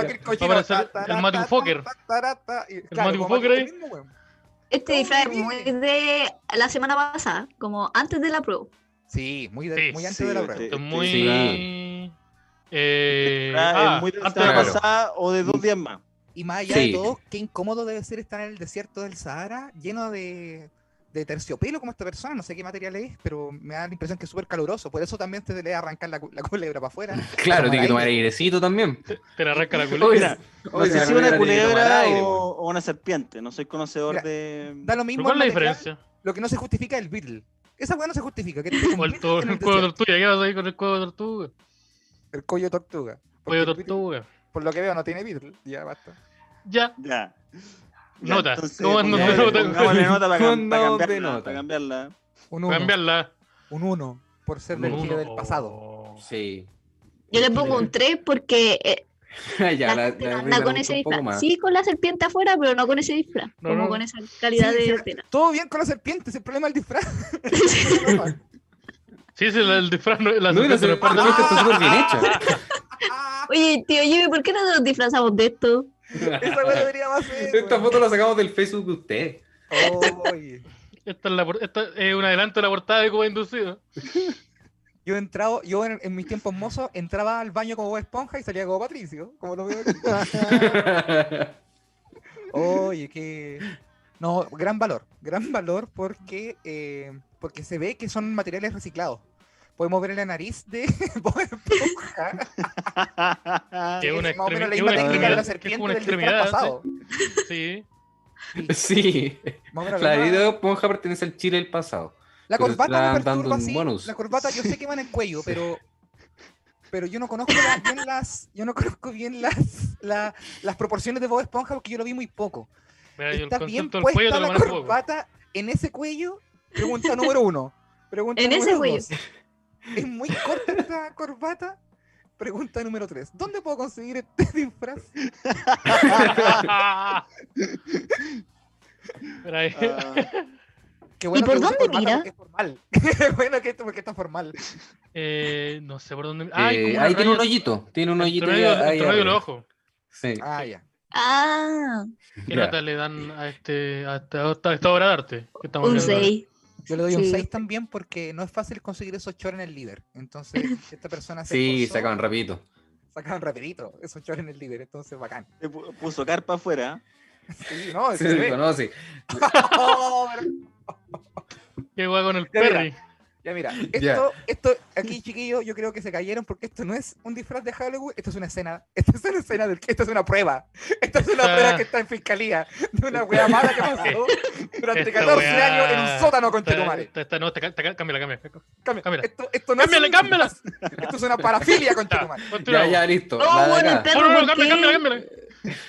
[SPEAKER 2] va a aparecer el Matthew Fokker.
[SPEAKER 6] El
[SPEAKER 2] Matthew Fokker ahí.
[SPEAKER 7] Este
[SPEAKER 6] Uy,
[SPEAKER 7] disfraz es
[SPEAKER 6] bien.
[SPEAKER 7] muy de la semana pasada, como antes de la prueba.
[SPEAKER 6] Sí, muy, de-
[SPEAKER 2] Sí,
[SPEAKER 6] muy antes
[SPEAKER 3] sí,
[SPEAKER 6] de la
[SPEAKER 3] sí.
[SPEAKER 6] prueba.
[SPEAKER 2] Esto es muy.
[SPEAKER 4] Sí.
[SPEAKER 2] Eh,
[SPEAKER 3] Ah,
[SPEAKER 2] ah,
[SPEAKER 3] es muy de la
[SPEAKER 2] antes de la
[SPEAKER 3] semana
[SPEAKER 4] claro.
[SPEAKER 2] pausa.
[SPEAKER 3] pasada o de dos días más.
[SPEAKER 6] Y más allá
[SPEAKER 4] Sí.
[SPEAKER 6] de todo, qué incómodo debe ser estar en el desierto del Sahara, lleno de, de terciopelo como esta persona, no sé qué material es, pero me da la impresión que es súper caluroso, por eso también te debe arrancar la, cu- la culebra para afuera.
[SPEAKER 2] Mm.
[SPEAKER 4] Claro, tiene que tomar
[SPEAKER 6] aire.
[SPEAKER 4] airecito también.
[SPEAKER 2] Te la arranca la
[SPEAKER 4] Oye,
[SPEAKER 2] culera.
[SPEAKER 3] No
[SPEAKER 4] oye,
[SPEAKER 3] sé
[SPEAKER 4] la
[SPEAKER 3] si una
[SPEAKER 4] tiene que tomar
[SPEAKER 3] culebra
[SPEAKER 4] aire,
[SPEAKER 3] o,
[SPEAKER 4] weón.
[SPEAKER 3] o una serpiente. No soy conocedor
[SPEAKER 6] Mira,
[SPEAKER 3] de.
[SPEAKER 6] Da lo
[SPEAKER 2] ¿Pero
[SPEAKER 6] mismo.
[SPEAKER 2] ¿Cuál es
[SPEAKER 6] el
[SPEAKER 2] la
[SPEAKER 6] material,
[SPEAKER 2] diferencia?
[SPEAKER 6] Lo que no se justifica es el Beatle. Esa weá no se justifica. Que
[SPEAKER 2] [laughs]
[SPEAKER 6] te
[SPEAKER 2] O el,
[SPEAKER 6] conviertas
[SPEAKER 2] to-
[SPEAKER 6] en
[SPEAKER 2] el
[SPEAKER 6] el
[SPEAKER 2] cuello de
[SPEAKER 6] desierto.
[SPEAKER 2] tortuga. ¿Qué vas a ir con el cuello de tortuga?
[SPEAKER 6] El cuello de tortuga. Porque
[SPEAKER 2] Cuello de
[SPEAKER 6] el Beatle,
[SPEAKER 2] tortuga.
[SPEAKER 6] por lo que veo, no tiene Beatle. Ya basta.
[SPEAKER 2] Ya.
[SPEAKER 3] Ya.
[SPEAKER 2] Nota.
[SPEAKER 3] entonces,
[SPEAKER 2] ¿Cómo andan
[SPEAKER 3] pongámosle-
[SPEAKER 2] de nota? [laughs]
[SPEAKER 3] pongámosle nota para, cam- para
[SPEAKER 4] Pongamos de
[SPEAKER 3] cambiarla,
[SPEAKER 4] nota.
[SPEAKER 3] para cambiarla.
[SPEAKER 6] Un 1.
[SPEAKER 2] Cambiarla.
[SPEAKER 6] Un 1. Por ser
[SPEAKER 4] Un
[SPEAKER 6] del
[SPEAKER 4] uno.
[SPEAKER 6] giro del pasado.
[SPEAKER 2] Oh.
[SPEAKER 4] Sí.
[SPEAKER 7] Yo le pongo un 3 porque eh,
[SPEAKER 4] [laughs] ya,
[SPEAKER 7] la,
[SPEAKER 4] la,
[SPEAKER 7] gente no
[SPEAKER 4] la
[SPEAKER 7] anda
[SPEAKER 4] reina
[SPEAKER 7] con
[SPEAKER 4] le
[SPEAKER 7] ese
[SPEAKER 4] gustó un poco
[SPEAKER 7] disfraz.
[SPEAKER 4] más.
[SPEAKER 7] Sí, con la serpiente afuera, pero no con ese disfraz.
[SPEAKER 2] No,
[SPEAKER 7] como
[SPEAKER 2] no.
[SPEAKER 7] con esa calidad
[SPEAKER 6] Sí, sí,
[SPEAKER 7] de tela.
[SPEAKER 6] Todo bien con la serpiente, ese problema
[SPEAKER 2] [laughs]
[SPEAKER 6] del disfraz. [laughs]
[SPEAKER 2] Sí, sí, el, el disfraz no, la
[SPEAKER 4] No, y la
[SPEAKER 2] serpiente no es parte
[SPEAKER 4] serpiente está súper bien hecha.
[SPEAKER 7] Oye, tío Jimmy, ¿por qué no nos disfrazamos de esto?
[SPEAKER 6] Esa weá debería más ser.
[SPEAKER 4] Esta
[SPEAKER 6] weón.
[SPEAKER 4] foto la sacamos del Facebook de usted.
[SPEAKER 6] Oye,
[SPEAKER 2] Esta es, la por- esta es un adelanto de la portada de Cuba Inducido.
[SPEAKER 6] Yo he entrado, yo en, en mis tiempos mozos entraba al baño como Bob esponja y salía como Patricio, como lo veo aquí. Oye, que. No, gran valor. Gran valor porque, eh, porque se ve que son materiales reciclados. Podemos ver en la nariz de [laughs] Bob Esponja.
[SPEAKER 2] [laughs] Que es una
[SPEAKER 6] más o menos
[SPEAKER 2] extremi-
[SPEAKER 6] la
[SPEAKER 2] que es
[SPEAKER 6] misma
[SPEAKER 2] una
[SPEAKER 6] técnica de
[SPEAKER 2] extremidad.
[SPEAKER 6] la
[SPEAKER 2] que es
[SPEAKER 6] serpiente
[SPEAKER 2] como una
[SPEAKER 6] del disfraz
[SPEAKER 2] extremidad.
[SPEAKER 6] pasado.
[SPEAKER 2] Sí.
[SPEAKER 4] [laughs] sí.
[SPEAKER 6] Más o menos la
[SPEAKER 4] La
[SPEAKER 6] misma-
[SPEAKER 4] vida de Ponja pertenece al Chile del pasado.
[SPEAKER 6] La
[SPEAKER 4] Pero
[SPEAKER 6] corbata me
[SPEAKER 4] estaban dando
[SPEAKER 6] perturba
[SPEAKER 4] un
[SPEAKER 6] sí,
[SPEAKER 4] bonus.
[SPEAKER 6] La corbata yo sé que va en el cuello,
[SPEAKER 4] Sí.
[SPEAKER 6] pero pero yo no conozco la- bien las yo no conozco bien las la- las proporciones de Bob Esponja porque yo lo vi muy poco.
[SPEAKER 2] Mira, yo el
[SPEAKER 6] Está bien
[SPEAKER 2] Eh, concepto del cuello
[SPEAKER 6] puesta
[SPEAKER 2] te lo
[SPEAKER 6] la
[SPEAKER 2] manejo poco.
[SPEAKER 6] corbata en ese cuello. Pregunta número uno. Pregunta
[SPEAKER 7] En ese
[SPEAKER 6] número
[SPEAKER 7] cuello.
[SPEAKER 6] dos. Es muy corta esta corbata. Pregunta número tres. ¿Dónde puedo conseguir este disfraz?
[SPEAKER 2] Mira ahí. [laughs]
[SPEAKER 3] Ah,
[SPEAKER 6] Qué
[SPEAKER 7] por
[SPEAKER 6] que usa
[SPEAKER 7] dónde
[SPEAKER 6] corbata
[SPEAKER 7] mira?
[SPEAKER 6] porque Es formal. [laughs] Qué bueno que esto porque está formal.
[SPEAKER 2] Eh, no sé por dónde. Ah, hay como
[SPEAKER 4] Eh,
[SPEAKER 2] una
[SPEAKER 4] ahí tiene un
[SPEAKER 2] raya
[SPEAKER 4] hoyito. Tiene un
[SPEAKER 2] entre
[SPEAKER 4] hoyito
[SPEAKER 2] medio-
[SPEAKER 4] ahí- ahí
[SPEAKER 2] entre medio del
[SPEAKER 4] arriba.
[SPEAKER 2] ojo.
[SPEAKER 4] Sí.
[SPEAKER 6] Ah, ya.
[SPEAKER 7] Ah,
[SPEAKER 2] ¿Qué
[SPEAKER 4] Ya.
[SPEAKER 2] nota le dan a, este, a, esta, a esta- a esta obra de arte? que estamos
[SPEAKER 7] un
[SPEAKER 2] viendo ahora?
[SPEAKER 7] 6.
[SPEAKER 6] Yo le doy un
[SPEAKER 7] Sí.
[SPEAKER 6] 6 también porque no es fácil conseguir esos chores en el líder. Entonces, esta persona se
[SPEAKER 4] Sí,
[SPEAKER 6] esforzó,
[SPEAKER 4] sacaban rapidito.
[SPEAKER 6] sacaron rapidito esos chores en el líder. Entonces, bacán. [laughs]
[SPEAKER 3] se pu- puso carpa afuera.
[SPEAKER 6] Sí, no,
[SPEAKER 4] Sí,
[SPEAKER 6] se
[SPEAKER 4] se
[SPEAKER 6] ve.
[SPEAKER 4] conoce.
[SPEAKER 6] [laughs] Oh, pero-
[SPEAKER 2] ¿Qué hueá con el
[SPEAKER 6] Ya, mira.
[SPEAKER 2] Perry?
[SPEAKER 6] ya mira, esto,
[SPEAKER 4] Ya.
[SPEAKER 6] esto, aquí chiquillos, yo creo que se cayeron porque esto no es un disfraz de Halloween, esto es una escena, esto es una escena, del, esto es una prueba, esto
[SPEAKER 2] [laughs]
[SPEAKER 6] es una
[SPEAKER 2] Esta-
[SPEAKER 6] prueba que está en fiscalía de una wea mala
[SPEAKER 2] [laughs]
[SPEAKER 6] que pasó durante
[SPEAKER 2] Esta
[SPEAKER 6] 14
[SPEAKER 2] weá-
[SPEAKER 6] años en un sótano con
[SPEAKER 2] Esta,
[SPEAKER 6] Chetumare.
[SPEAKER 2] esta, esta, no, esta, esta, cámbiala, cámbiala.
[SPEAKER 6] Cambia-
[SPEAKER 2] cámbiala.
[SPEAKER 6] Esto, esto no es
[SPEAKER 2] ¡Cámbiala,
[SPEAKER 6] un-
[SPEAKER 2] cámbiala!
[SPEAKER 6] esto es una parafilia con
[SPEAKER 2] [laughs] Ya,
[SPEAKER 6] Chetumare.
[SPEAKER 4] Ya,
[SPEAKER 2] continuamos.
[SPEAKER 4] ya, listo.
[SPEAKER 7] No,
[SPEAKER 4] la de
[SPEAKER 7] Oh, bueno, el
[SPEAKER 4] acá.
[SPEAKER 7] perro,
[SPEAKER 2] No, no, no,
[SPEAKER 7] ¿por
[SPEAKER 2] cámbiala,
[SPEAKER 7] qué?
[SPEAKER 2] cámbiala, cámbiala.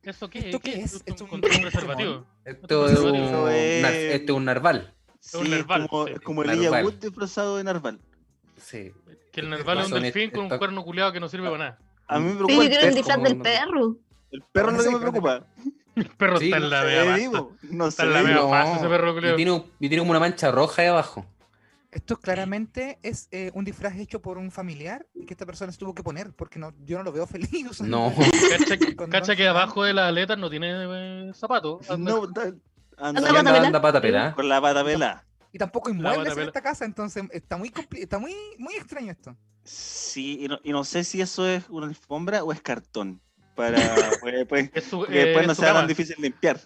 [SPEAKER 2] ¿Eso qué,
[SPEAKER 6] ¿Esto qué es?
[SPEAKER 2] ¿Un,
[SPEAKER 6] ¿Es un-
[SPEAKER 2] con- un preservativo?
[SPEAKER 4] Esto es un,
[SPEAKER 3] Eso es-
[SPEAKER 4] nar- este es un narval.
[SPEAKER 3] Sí,
[SPEAKER 2] un
[SPEAKER 3] es
[SPEAKER 2] narval,
[SPEAKER 3] como,
[SPEAKER 2] sí.
[SPEAKER 3] es como el
[SPEAKER 4] Narval.
[SPEAKER 3] Elijah Wood disfrazado de narval.
[SPEAKER 4] Sí.
[SPEAKER 2] Que el
[SPEAKER 4] Estos
[SPEAKER 2] narval es un
[SPEAKER 4] son est-
[SPEAKER 2] delfín con un
[SPEAKER 4] estos-
[SPEAKER 2] cuerno culeado que no sirve para nada.
[SPEAKER 3] A mí me
[SPEAKER 7] Pero
[SPEAKER 3] preocupa
[SPEAKER 7] yo
[SPEAKER 3] el
[SPEAKER 7] creo el
[SPEAKER 3] perro.
[SPEAKER 7] disfraz
[SPEAKER 4] como
[SPEAKER 7] del
[SPEAKER 4] no-
[SPEAKER 7] perro.
[SPEAKER 3] El perro es lo que
[SPEAKER 6] Sí,
[SPEAKER 3] me preocupa.
[SPEAKER 2] El perro
[SPEAKER 4] Sí,
[SPEAKER 2] está en
[SPEAKER 4] no
[SPEAKER 2] la
[SPEAKER 3] Se
[SPEAKER 2] mea
[SPEAKER 3] ve
[SPEAKER 2] pasta.
[SPEAKER 3] vivo. No
[SPEAKER 2] Está
[SPEAKER 3] se
[SPEAKER 2] en la
[SPEAKER 3] ve
[SPEAKER 2] mea
[SPEAKER 3] vivo.
[SPEAKER 4] No.
[SPEAKER 2] pasta ese perro
[SPEAKER 4] Y
[SPEAKER 2] culeado.
[SPEAKER 4] tiene, un- y tiene como una mancha roja ahí abajo.
[SPEAKER 6] Esto claramente es eh, un disfraz hecho por un familiar y que esta persona se tuvo que poner porque no, yo no lo veo [laughs] feliz. usando
[SPEAKER 4] No.
[SPEAKER 6] el-
[SPEAKER 2] Cacha, que-
[SPEAKER 6] Con
[SPEAKER 2] cacha
[SPEAKER 6] dos
[SPEAKER 2] que
[SPEAKER 6] manos.
[SPEAKER 2] abajo de las aletas no tiene eh, zapato. Anda-
[SPEAKER 3] No, da- anda
[SPEAKER 7] Anda, pata
[SPEAKER 4] anda,
[SPEAKER 7] pelá.
[SPEAKER 4] anda pata pelá.
[SPEAKER 3] con la pata pelada.
[SPEAKER 6] Y tampoco hay
[SPEAKER 2] La
[SPEAKER 6] muebles en
[SPEAKER 2] guatapela.
[SPEAKER 6] esta casa, entonces está muy compli- está muy, muy extraño esto.
[SPEAKER 3] Sí, y no, y no sé si eso es una alfombra o es cartón.
[SPEAKER 2] [laughs]
[SPEAKER 3] Para porque después-
[SPEAKER 2] Es su,
[SPEAKER 3] porque
[SPEAKER 2] eh,
[SPEAKER 3] después no
[SPEAKER 2] es su
[SPEAKER 3] sea tan
[SPEAKER 2] cama.
[SPEAKER 3] difícil limpiar.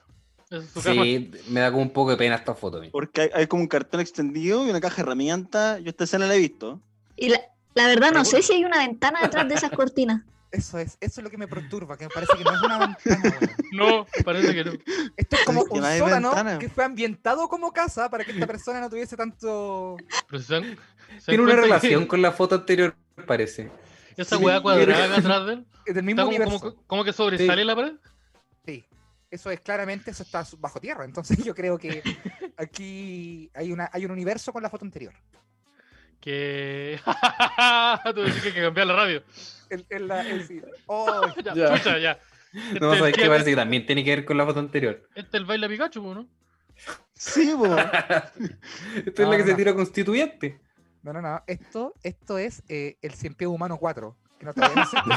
[SPEAKER 2] Es su cama.
[SPEAKER 4] Sí, me da como un poco de pena esta foto. mira.
[SPEAKER 3] Porque hay, hay como un cartón extendido y una caja de herramientas. Yo esta escena la he visto.
[SPEAKER 7] Y la, la verdad no
[SPEAKER 2] Pero-
[SPEAKER 7] sé si hay una ventana detrás de esas cortinas.
[SPEAKER 6] Eso es, eso es lo que me perturba, que me parece que no es una ventana. weón.
[SPEAKER 2] No, parece que no.
[SPEAKER 6] Esto es como
[SPEAKER 3] Es que
[SPEAKER 6] un
[SPEAKER 3] no hay
[SPEAKER 6] sótano
[SPEAKER 3] ventana.
[SPEAKER 6] que fue ambientado como casa para que esta persona no tuviese tanto.
[SPEAKER 2] Pero si se dan- se
[SPEAKER 4] Tiene
[SPEAKER 2] dan
[SPEAKER 4] una
[SPEAKER 2] cuenta que
[SPEAKER 4] relación con la foto anterior,
[SPEAKER 2] [laughs]
[SPEAKER 4] parece.
[SPEAKER 2] Esa
[SPEAKER 6] Sí,
[SPEAKER 2] hueá
[SPEAKER 6] yo
[SPEAKER 2] cuadrada
[SPEAKER 6] creo-
[SPEAKER 2] acá atrás de él.
[SPEAKER 6] eh, del mismo
[SPEAKER 2] Está como,
[SPEAKER 6] universo.
[SPEAKER 2] como que- como que sobresale
[SPEAKER 4] Sí.
[SPEAKER 2] la pared.
[SPEAKER 6] Sí, eso es claramente, eso está su- bajo tierra. Entonces [laughs] yo creo que aquí hay, una, hay un universo con la foto anterior.
[SPEAKER 2] Que. [laughs] Tú decís que hay que cambiar la radio.
[SPEAKER 6] El, el- la- el- sí. Oh,
[SPEAKER 2] [laughs] Ya,
[SPEAKER 4] Ya.
[SPEAKER 2] chucha,
[SPEAKER 6] [laughs]
[SPEAKER 2] ya. Este,
[SPEAKER 4] No, sabes
[SPEAKER 2] este-
[SPEAKER 4] que parece que también tiene que ver con la foto anterior.
[SPEAKER 2] este es el baile a Pikachu,
[SPEAKER 6] [laughs]
[SPEAKER 2] ¿no?
[SPEAKER 3] Sí, po.
[SPEAKER 4] Esta es
[SPEAKER 6] No,
[SPEAKER 4] la que se
[SPEAKER 6] no.
[SPEAKER 4] tira constituyente.
[SPEAKER 6] No, no, no. Esto, esto es eh, el Cien Pies Humano 4. Que no, todavía, no se, todavía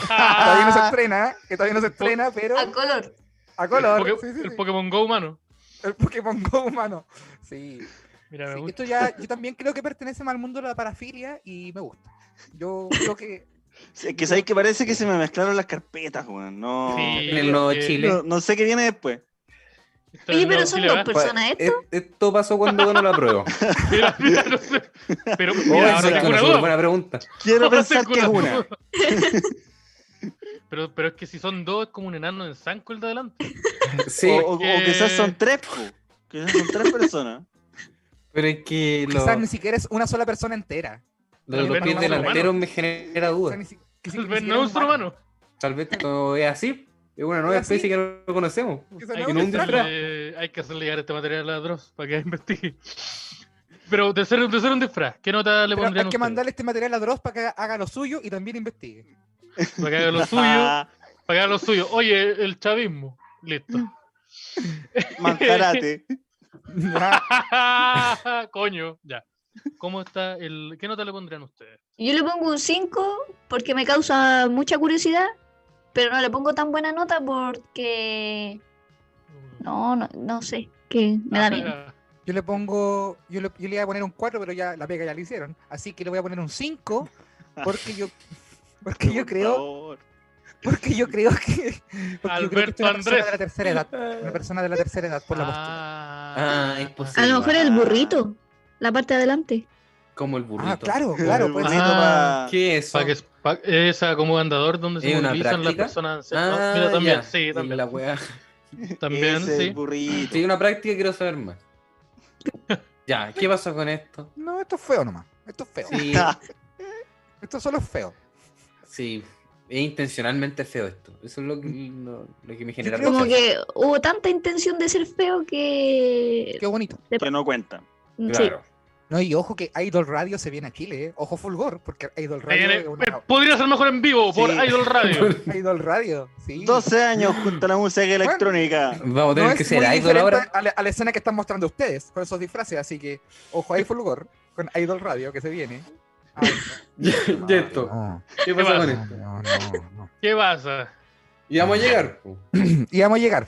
[SPEAKER 6] no
[SPEAKER 2] Ah.
[SPEAKER 6] se estrena, que todavía no se estrena, pero
[SPEAKER 5] A color.
[SPEAKER 6] a color.
[SPEAKER 2] El, [laughs] Poké-
[SPEAKER 6] sí, sí,
[SPEAKER 2] el
[SPEAKER 6] sí.
[SPEAKER 2] Pokémon Go humano.
[SPEAKER 6] El Pokémon Go humano. Sí.
[SPEAKER 2] Mira, me
[SPEAKER 6] sí,
[SPEAKER 2] gusta.
[SPEAKER 6] Esto ya, yo también creo que pertenece más al mundo de la parafilia y me gusta. Yo creo que.
[SPEAKER 3] Sí, es que sabéis que parece que se me mezclaron las carpetas, weón. No,
[SPEAKER 2] Sí,
[SPEAKER 4] En el Nuevo
[SPEAKER 2] porque
[SPEAKER 4] Chile.
[SPEAKER 3] no, no sé qué viene después.
[SPEAKER 2] esto es
[SPEAKER 7] Oye,
[SPEAKER 2] el
[SPEAKER 7] pero
[SPEAKER 2] nuevo
[SPEAKER 7] son
[SPEAKER 2] Chile, ¿eh?
[SPEAKER 7] dos
[SPEAKER 2] ¿verdad?
[SPEAKER 7] personas
[SPEAKER 4] Pa-
[SPEAKER 7] esto.
[SPEAKER 4] es- Pues, e-, Esto pasó cuando no la
[SPEAKER 2] [laughs]
[SPEAKER 4] apruebo.
[SPEAKER 2] Mira, mira, no sé. Pero
[SPEAKER 4] Oh,
[SPEAKER 2] mira,
[SPEAKER 4] eso
[SPEAKER 2] ahora
[SPEAKER 4] es una
[SPEAKER 2] tengo una
[SPEAKER 4] súper
[SPEAKER 2] duda. [laughs]
[SPEAKER 4] buena pregunta.
[SPEAKER 3] Quiero
[SPEAKER 2] Ahora
[SPEAKER 3] pensar
[SPEAKER 2] tengo
[SPEAKER 3] que es una.
[SPEAKER 2] duda. Pero, pero es que si son dos, es como un enano en zanco el de adelante.
[SPEAKER 4] Sí,
[SPEAKER 3] O, o- o
[SPEAKER 2] porque-
[SPEAKER 3] quizás son tres, po. Quizás son tres personas.
[SPEAKER 2] [laughs]
[SPEAKER 4] pero es que lo-
[SPEAKER 6] Quizás ni siquiera es una sola persona entera.
[SPEAKER 4] lo de los
[SPEAKER 2] tal vez
[SPEAKER 4] pies
[SPEAKER 2] no son
[SPEAKER 4] delanteros me genera
[SPEAKER 6] O sea,
[SPEAKER 4] dudas.
[SPEAKER 6] ni si- que sí-
[SPEAKER 2] Tal
[SPEAKER 6] ni
[SPEAKER 2] vez
[SPEAKER 6] siquiera
[SPEAKER 2] no
[SPEAKER 6] es
[SPEAKER 2] es un humano.
[SPEAKER 4] Tal vez esto es así. Es una nueva
[SPEAKER 6] ¿Es así?
[SPEAKER 4] especie que no conocemos.
[SPEAKER 6] Quizás
[SPEAKER 2] Hay
[SPEAKER 6] no
[SPEAKER 2] que,
[SPEAKER 4] en
[SPEAKER 6] es
[SPEAKER 4] un
[SPEAKER 6] extraño.
[SPEAKER 4] disfraz.
[SPEAKER 2] hacerle- hay que hacer llegar este material a Dross para que [laughs] investigue. Pero de ser, de ser un disfraz, ¿qué nota le
[SPEAKER 6] Pero
[SPEAKER 2] pondrían
[SPEAKER 6] hay que
[SPEAKER 2] ustedes? [laughs]
[SPEAKER 6] mandarle este material a Dross para que haga lo suyo y también investigue. [laughs]
[SPEAKER 2] para que haga
[SPEAKER 3] [laughs]
[SPEAKER 2] lo suyo, para que haga lo suyo. Oye, el chavismo. Listo.
[SPEAKER 7] Mm.
[SPEAKER 3] Manjarate.
[SPEAKER 2] [laughs]
[SPEAKER 6] Ah,
[SPEAKER 2] Coño, ya. ¿Cómo está el. ¿Qué nota le pondrían ustedes?
[SPEAKER 7] Yo le pongo un 5 porque me causa mucha curiosidad, pero no le pongo tan buena nota porque. No, no, no sé, que me
[SPEAKER 4] Ah,
[SPEAKER 7] da miedo.
[SPEAKER 6] Yo le pongo, yo le, yo le iba a poner un 4, pero ya la pega ya la hicieron. Así que le voy a poner un 5 porque yo, porque yo creo, porque yo creo que, porque yo creo que
[SPEAKER 2] Alberto
[SPEAKER 6] esto es una persona
[SPEAKER 2] Andrés.
[SPEAKER 6] de la tercera edad,
[SPEAKER 2] Eh,
[SPEAKER 6] una persona de la tercera edad por la postura.
[SPEAKER 2] Ah,
[SPEAKER 4] Ah, es posible.
[SPEAKER 7] A lo mejor el
[SPEAKER 4] Ah.
[SPEAKER 7] burrito, la parte de adelante.
[SPEAKER 4] Como el burrito.
[SPEAKER 6] Ah, claro, claro, puede ser.
[SPEAKER 2] Ah,
[SPEAKER 4] ¿Qué es eso?
[SPEAKER 2] Para que pa- es como andador donde se
[SPEAKER 4] ¿Es una
[SPEAKER 2] movilizan las
[SPEAKER 4] práctica?
[SPEAKER 2] personas.
[SPEAKER 4] Ah,
[SPEAKER 2] ancianas. Mira, también,
[SPEAKER 4] ya.
[SPEAKER 2] sí, también.
[SPEAKER 4] La weá.
[SPEAKER 2] También, sí.
[SPEAKER 3] [laughs]
[SPEAKER 4] Si hay una práctica, quiero saber
[SPEAKER 2] [laughs]
[SPEAKER 4] más. Ya, ¿qué pasó con esto?
[SPEAKER 6] No, esto es feo nomás. Esto es feo. [laughs]
[SPEAKER 4] Sí,
[SPEAKER 6] Esto solo es feo.
[SPEAKER 4] sí. Es intencionalmente feo esto. Eso es lo que, lo, lo que me genera.
[SPEAKER 6] creo
[SPEAKER 7] Como
[SPEAKER 4] rechazo.
[SPEAKER 7] que hubo tanta intención de ser feo que.
[SPEAKER 6] Qué bonito.
[SPEAKER 3] Que no cuenta.
[SPEAKER 7] Sí.
[SPEAKER 4] Claro.
[SPEAKER 6] No, y ojo que Idol Radio se viene a Chile, eh. Ojo Fulgor, porque Idol
[SPEAKER 2] Ahí
[SPEAKER 6] Radio
[SPEAKER 2] viene-
[SPEAKER 6] es una...
[SPEAKER 2] Podría ser mejor en vivo por
[SPEAKER 3] Sí.
[SPEAKER 2] Idol Radio.
[SPEAKER 4] [laughs]
[SPEAKER 6] Idol Radio, sí.
[SPEAKER 3] 12 años junto a la música electrónica.
[SPEAKER 4] Vamos a
[SPEAKER 6] No
[SPEAKER 4] tener
[SPEAKER 6] es
[SPEAKER 4] que
[SPEAKER 6] muy
[SPEAKER 4] ser idol
[SPEAKER 6] diferente
[SPEAKER 4] ahora.
[SPEAKER 6] A la, a la escena que están mostrando ustedes con esos disfraces, así que ojo ahí Fulgor con Idol Radio que se viene. Ay,
[SPEAKER 4] Ya, [laughs]
[SPEAKER 6] no,
[SPEAKER 4] ya esto.
[SPEAKER 6] no,
[SPEAKER 4] ¿Qué pasó con
[SPEAKER 2] pasa?
[SPEAKER 4] esto?
[SPEAKER 6] Ah, no, no, no.
[SPEAKER 2] ¿Qué pasa?
[SPEAKER 4] Y vamos a llegar. po.
[SPEAKER 6] [laughs] Y vamos a llegar.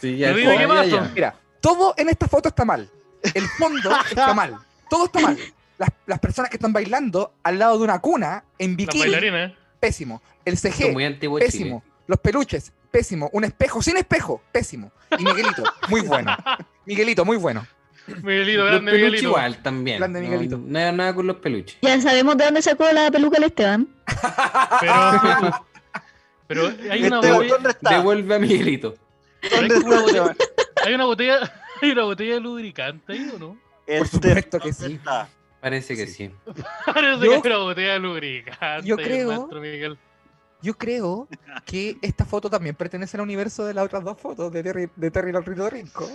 [SPEAKER 4] Sí, ya.
[SPEAKER 2] Pero dime,
[SPEAKER 4] ya,
[SPEAKER 2] ¿qué
[SPEAKER 4] ya,
[SPEAKER 2] pasó?
[SPEAKER 4] ya.
[SPEAKER 6] Mira, todo en esta foto está mal. El
[SPEAKER 4] [laughs]
[SPEAKER 6] fondo está mal. Todo está mal. Las, las personas que están bailando al lado de una cuna en
[SPEAKER 2] Las
[SPEAKER 6] bikini,
[SPEAKER 2] bailarinas.
[SPEAKER 6] pésimo. El
[SPEAKER 4] Esto es
[SPEAKER 6] CG,
[SPEAKER 4] muy antiguo
[SPEAKER 6] pésimo. Los peluches, pésimo. Un espejo sin espejo, pésimo. Y Miguelito, muy bueno.
[SPEAKER 4] [laughs]
[SPEAKER 6] Miguelito, muy bueno.
[SPEAKER 2] Miguelito,
[SPEAKER 4] Chile. Los
[SPEAKER 2] grande
[SPEAKER 4] peluches
[SPEAKER 2] Miguelito.
[SPEAKER 4] igual también.
[SPEAKER 6] Grande
[SPEAKER 4] No-
[SPEAKER 6] Miguelito.
[SPEAKER 4] No, hay nada con los peluches.
[SPEAKER 7] Ya sabemos de dónde sacó la peluca el Esteban.
[SPEAKER 4] Ah,
[SPEAKER 2] Pero, [laughs] pero hay, una
[SPEAKER 3] Este,
[SPEAKER 2] botella,
[SPEAKER 3] ¿Dónde está?
[SPEAKER 4] Devuelve a Miguelito.
[SPEAKER 3] ¿Dónde está? Esteban?
[SPEAKER 2] hay una botella, [laughs] hay una botella de lubricante ahí o no?
[SPEAKER 6] Por
[SPEAKER 3] Este,
[SPEAKER 6] supuesto que
[SPEAKER 3] ¿dónde
[SPEAKER 6] sí.
[SPEAKER 3] está?
[SPEAKER 4] Parece que sí.
[SPEAKER 2] Parece
[SPEAKER 6] Yo-
[SPEAKER 2] que es una botella de lubricante.
[SPEAKER 6] yo creo-
[SPEAKER 2] maestro Miguel. [laughs]
[SPEAKER 6] Yo creo que esta foto también pertenece al universo de las otras dos fotos de Terry, de Terry el Rito Rinco.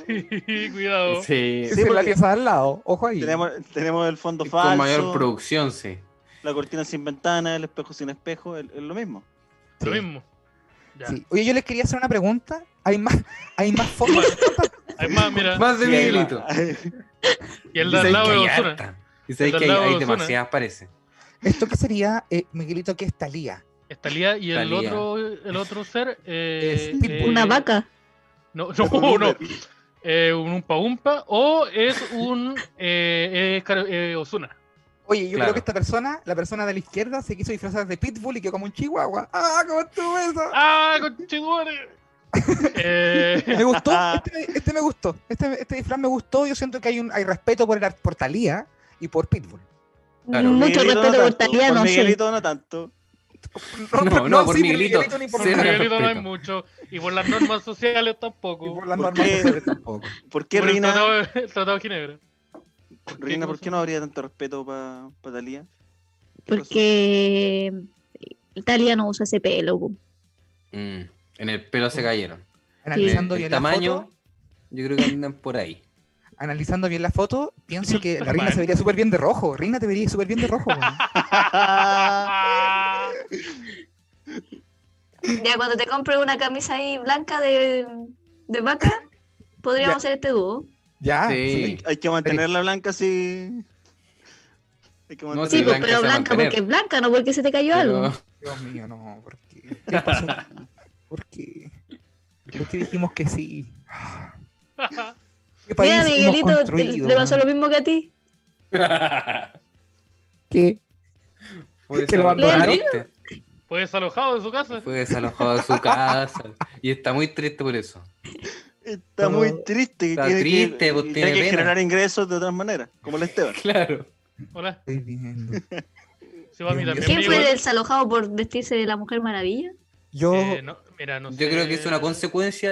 [SPEAKER 2] Cuidado.
[SPEAKER 4] Sí.
[SPEAKER 6] Esa es la pieza de al lado, ojo ahí.
[SPEAKER 3] Tenemos, tenemos el fondo
[SPEAKER 4] Con
[SPEAKER 3] falso,
[SPEAKER 4] mayor producción, sí.
[SPEAKER 3] la cortina sin ventana, el espejo sin espejo, es es lo mismo.
[SPEAKER 6] Sí,
[SPEAKER 2] Lo mismo. Ya.
[SPEAKER 6] sí. Oye, yo les quería hacer una pregunta. ¿Hay más, hay más fotos?
[SPEAKER 2] Hay más, mira.
[SPEAKER 4] Más de
[SPEAKER 3] Sí, ahí
[SPEAKER 4] Miguelito.
[SPEAKER 3] [laughs] va.
[SPEAKER 2] Y el
[SPEAKER 4] Y
[SPEAKER 2] de al
[SPEAKER 4] sabes
[SPEAKER 2] lado
[SPEAKER 4] que
[SPEAKER 2] de
[SPEAKER 4] hay
[SPEAKER 2] Ozuna.
[SPEAKER 4] harta. Y sabes
[SPEAKER 2] El
[SPEAKER 4] que
[SPEAKER 2] del
[SPEAKER 4] hay,
[SPEAKER 2] lado
[SPEAKER 4] hay
[SPEAKER 2] de Ozuna.
[SPEAKER 4] demasiadas, parece.
[SPEAKER 6] ¿Esto qué sería, eh, Miguelito, que es Talía?
[SPEAKER 2] Está Lía y el
[SPEAKER 4] Está Lía.
[SPEAKER 2] otro, el otro ser. Eh,
[SPEAKER 6] Es Pitbull.
[SPEAKER 2] eh,
[SPEAKER 7] Una vaca.
[SPEAKER 2] No, no, no. [laughs] Eh, un umpa umpa o es un eh, es Car- eh, Ozuna.
[SPEAKER 6] Oye, yo
[SPEAKER 4] Claro.
[SPEAKER 6] creo que esta persona, la persona de la izquierda, se quiso disfrazar de Pitbull y quedó como un chihuahua. ¡Ah, cómo estuvo eso!
[SPEAKER 2] ¡Ah,
[SPEAKER 6] [laughs]
[SPEAKER 2] conchetumare! Eh,
[SPEAKER 6] Me gustó, este, me- este me gustó. Este, este disfraz me gustó. Yo siento que hay un hay respeto por, el, ar- por Talía y por Pitbull.
[SPEAKER 4] Claro.
[SPEAKER 7] Mucho
[SPEAKER 3] Miguelito
[SPEAKER 7] respeto
[SPEAKER 3] no
[SPEAKER 7] por
[SPEAKER 3] tanto,
[SPEAKER 7] Talía, no sé.
[SPEAKER 3] Miguelito no tanto.
[SPEAKER 4] No,
[SPEAKER 6] [laughs]
[SPEAKER 4] no, por
[SPEAKER 6] sí,
[SPEAKER 4] Miguelito.
[SPEAKER 6] ni por
[SPEAKER 4] Sí,
[SPEAKER 6] nada.
[SPEAKER 2] Miguelito no hay
[SPEAKER 4] respeto.
[SPEAKER 2] mucho. Y por las normas sociales tampoco.
[SPEAKER 6] Y por las
[SPEAKER 3] ¿Por
[SPEAKER 6] normas
[SPEAKER 3] qué?
[SPEAKER 6] sociales tampoco.
[SPEAKER 3] ¿Por qué
[SPEAKER 2] Por el
[SPEAKER 3] Rina?
[SPEAKER 2] tratado, el tratado de Ginebra. qué
[SPEAKER 3] Reina, ¿por
[SPEAKER 2] cosa?
[SPEAKER 3] qué no habría tanto respeto para pa Talía? ¿Qué pasó?
[SPEAKER 7] Porque. Italia no usa ese pelo. po.
[SPEAKER 4] Mm, En el pelo se cayeron.
[SPEAKER 6] Analizando
[SPEAKER 4] el
[SPEAKER 6] bien
[SPEAKER 4] tamaño,
[SPEAKER 6] la foto,
[SPEAKER 4] yo creo que andan por ahí.
[SPEAKER 6] analizando bien la foto, pienso que la [laughs]
[SPEAKER 2] Mal.
[SPEAKER 6] Reina se vería súper bien de rojo. Reina te vería súper bien de rojo. weón.
[SPEAKER 2] Ah,
[SPEAKER 5] Ya cuando te compres una camisa ahí blanca de, de vaca, podríamos
[SPEAKER 6] Ya.
[SPEAKER 5] hacer este dúo.
[SPEAKER 6] [laughs]
[SPEAKER 2] Ah,
[SPEAKER 6] Ya.
[SPEAKER 4] sí.
[SPEAKER 6] sí.
[SPEAKER 3] Hay que mantenerla blanca así. Hay que
[SPEAKER 4] No,
[SPEAKER 3] mantenerla
[SPEAKER 7] Sí,
[SPEAKER 4] Sí,
[SPEAKER 7] po,
[SPEAKER 4] blanca
[SPEAKER 7] pero
[SPEAKER 4] se va a
[SPEAKER 7] blanca
[SPEAKER 4] mantener.
[SPEAKER 7] porque es blanca, no porque se te cayó
[SPEAKER 4] Pero
[SPEAKER 7] algo.
[SPEAKER 6] Dios mío, no. ¿Por qué? ¿Qué pasó? ¿Por qué? ¿Por qué dijimos que sí? Ah.
[SPEAKER 2] [laughs]
[SPEAKER 6] [laughs] ¿Qué país
[SPEAKER 7] Mira,
[SPEAKER 6] hemos
[SPEAKER 7] Miguelito, te-
[SPEAKER 6] construido,
[SPEAKER 7] le pasó
[SPEAKER 6] weón?
[SPEAKER 7] lo mismo que a ti.
[SPEAKER 4] [laughs]
[SPEAKER 6] ¿Qué? [laughs]
[SPEAKER 4] fue,
[SPEAKER 6] Que
[SPEAKER 4] desalojado,
[SPEAKER 6] lo
[SPEAKER 7] abandonaron.
[SPEAKER 4] ¿viste?
[SPEAKER 2] Fue desalojado de su casa.
[SPEAKER 4] fue desalojado de su [laughs] casa. Y está muy triste por eso.
[SPEAKER 3] Está muy triste. que
[SPEAKER 4] pues, Está
[SPEAKER 3] tiene que-
[SPEAKER 4] triste, pues,
[SPEAKER 3] tiene
[SPEAKER 4] tiene
[SPEAKER 3] que
[SPEAKER 4] pena.
[SPEAKER 3] generar ingresos de otras maneras, como el Esteban.
[SPEAKER 4] Claro.
[SPEAKER 2] Hola.
[SPEAKER 6] Estoy viendo.
[SPEAKER 2] Se va a mí
[SPEAKER 6] Dios mío.
[SPEAKER 2] también.
[SPEAKER 7] ¿Quién
[SPEAKER 2] me
[SPEAKER 7] fue
[SPEAKER 2] llegó-
[SPEAKER 7] desalojado por vestirse de la Mujer Maravilla?
[SPEAKER 6] Yo,
[SPEAKER 2] Eh, no, mira, no
[SPEAKER 4] Yo creo que es una
[SPEAKER 2] consecuencia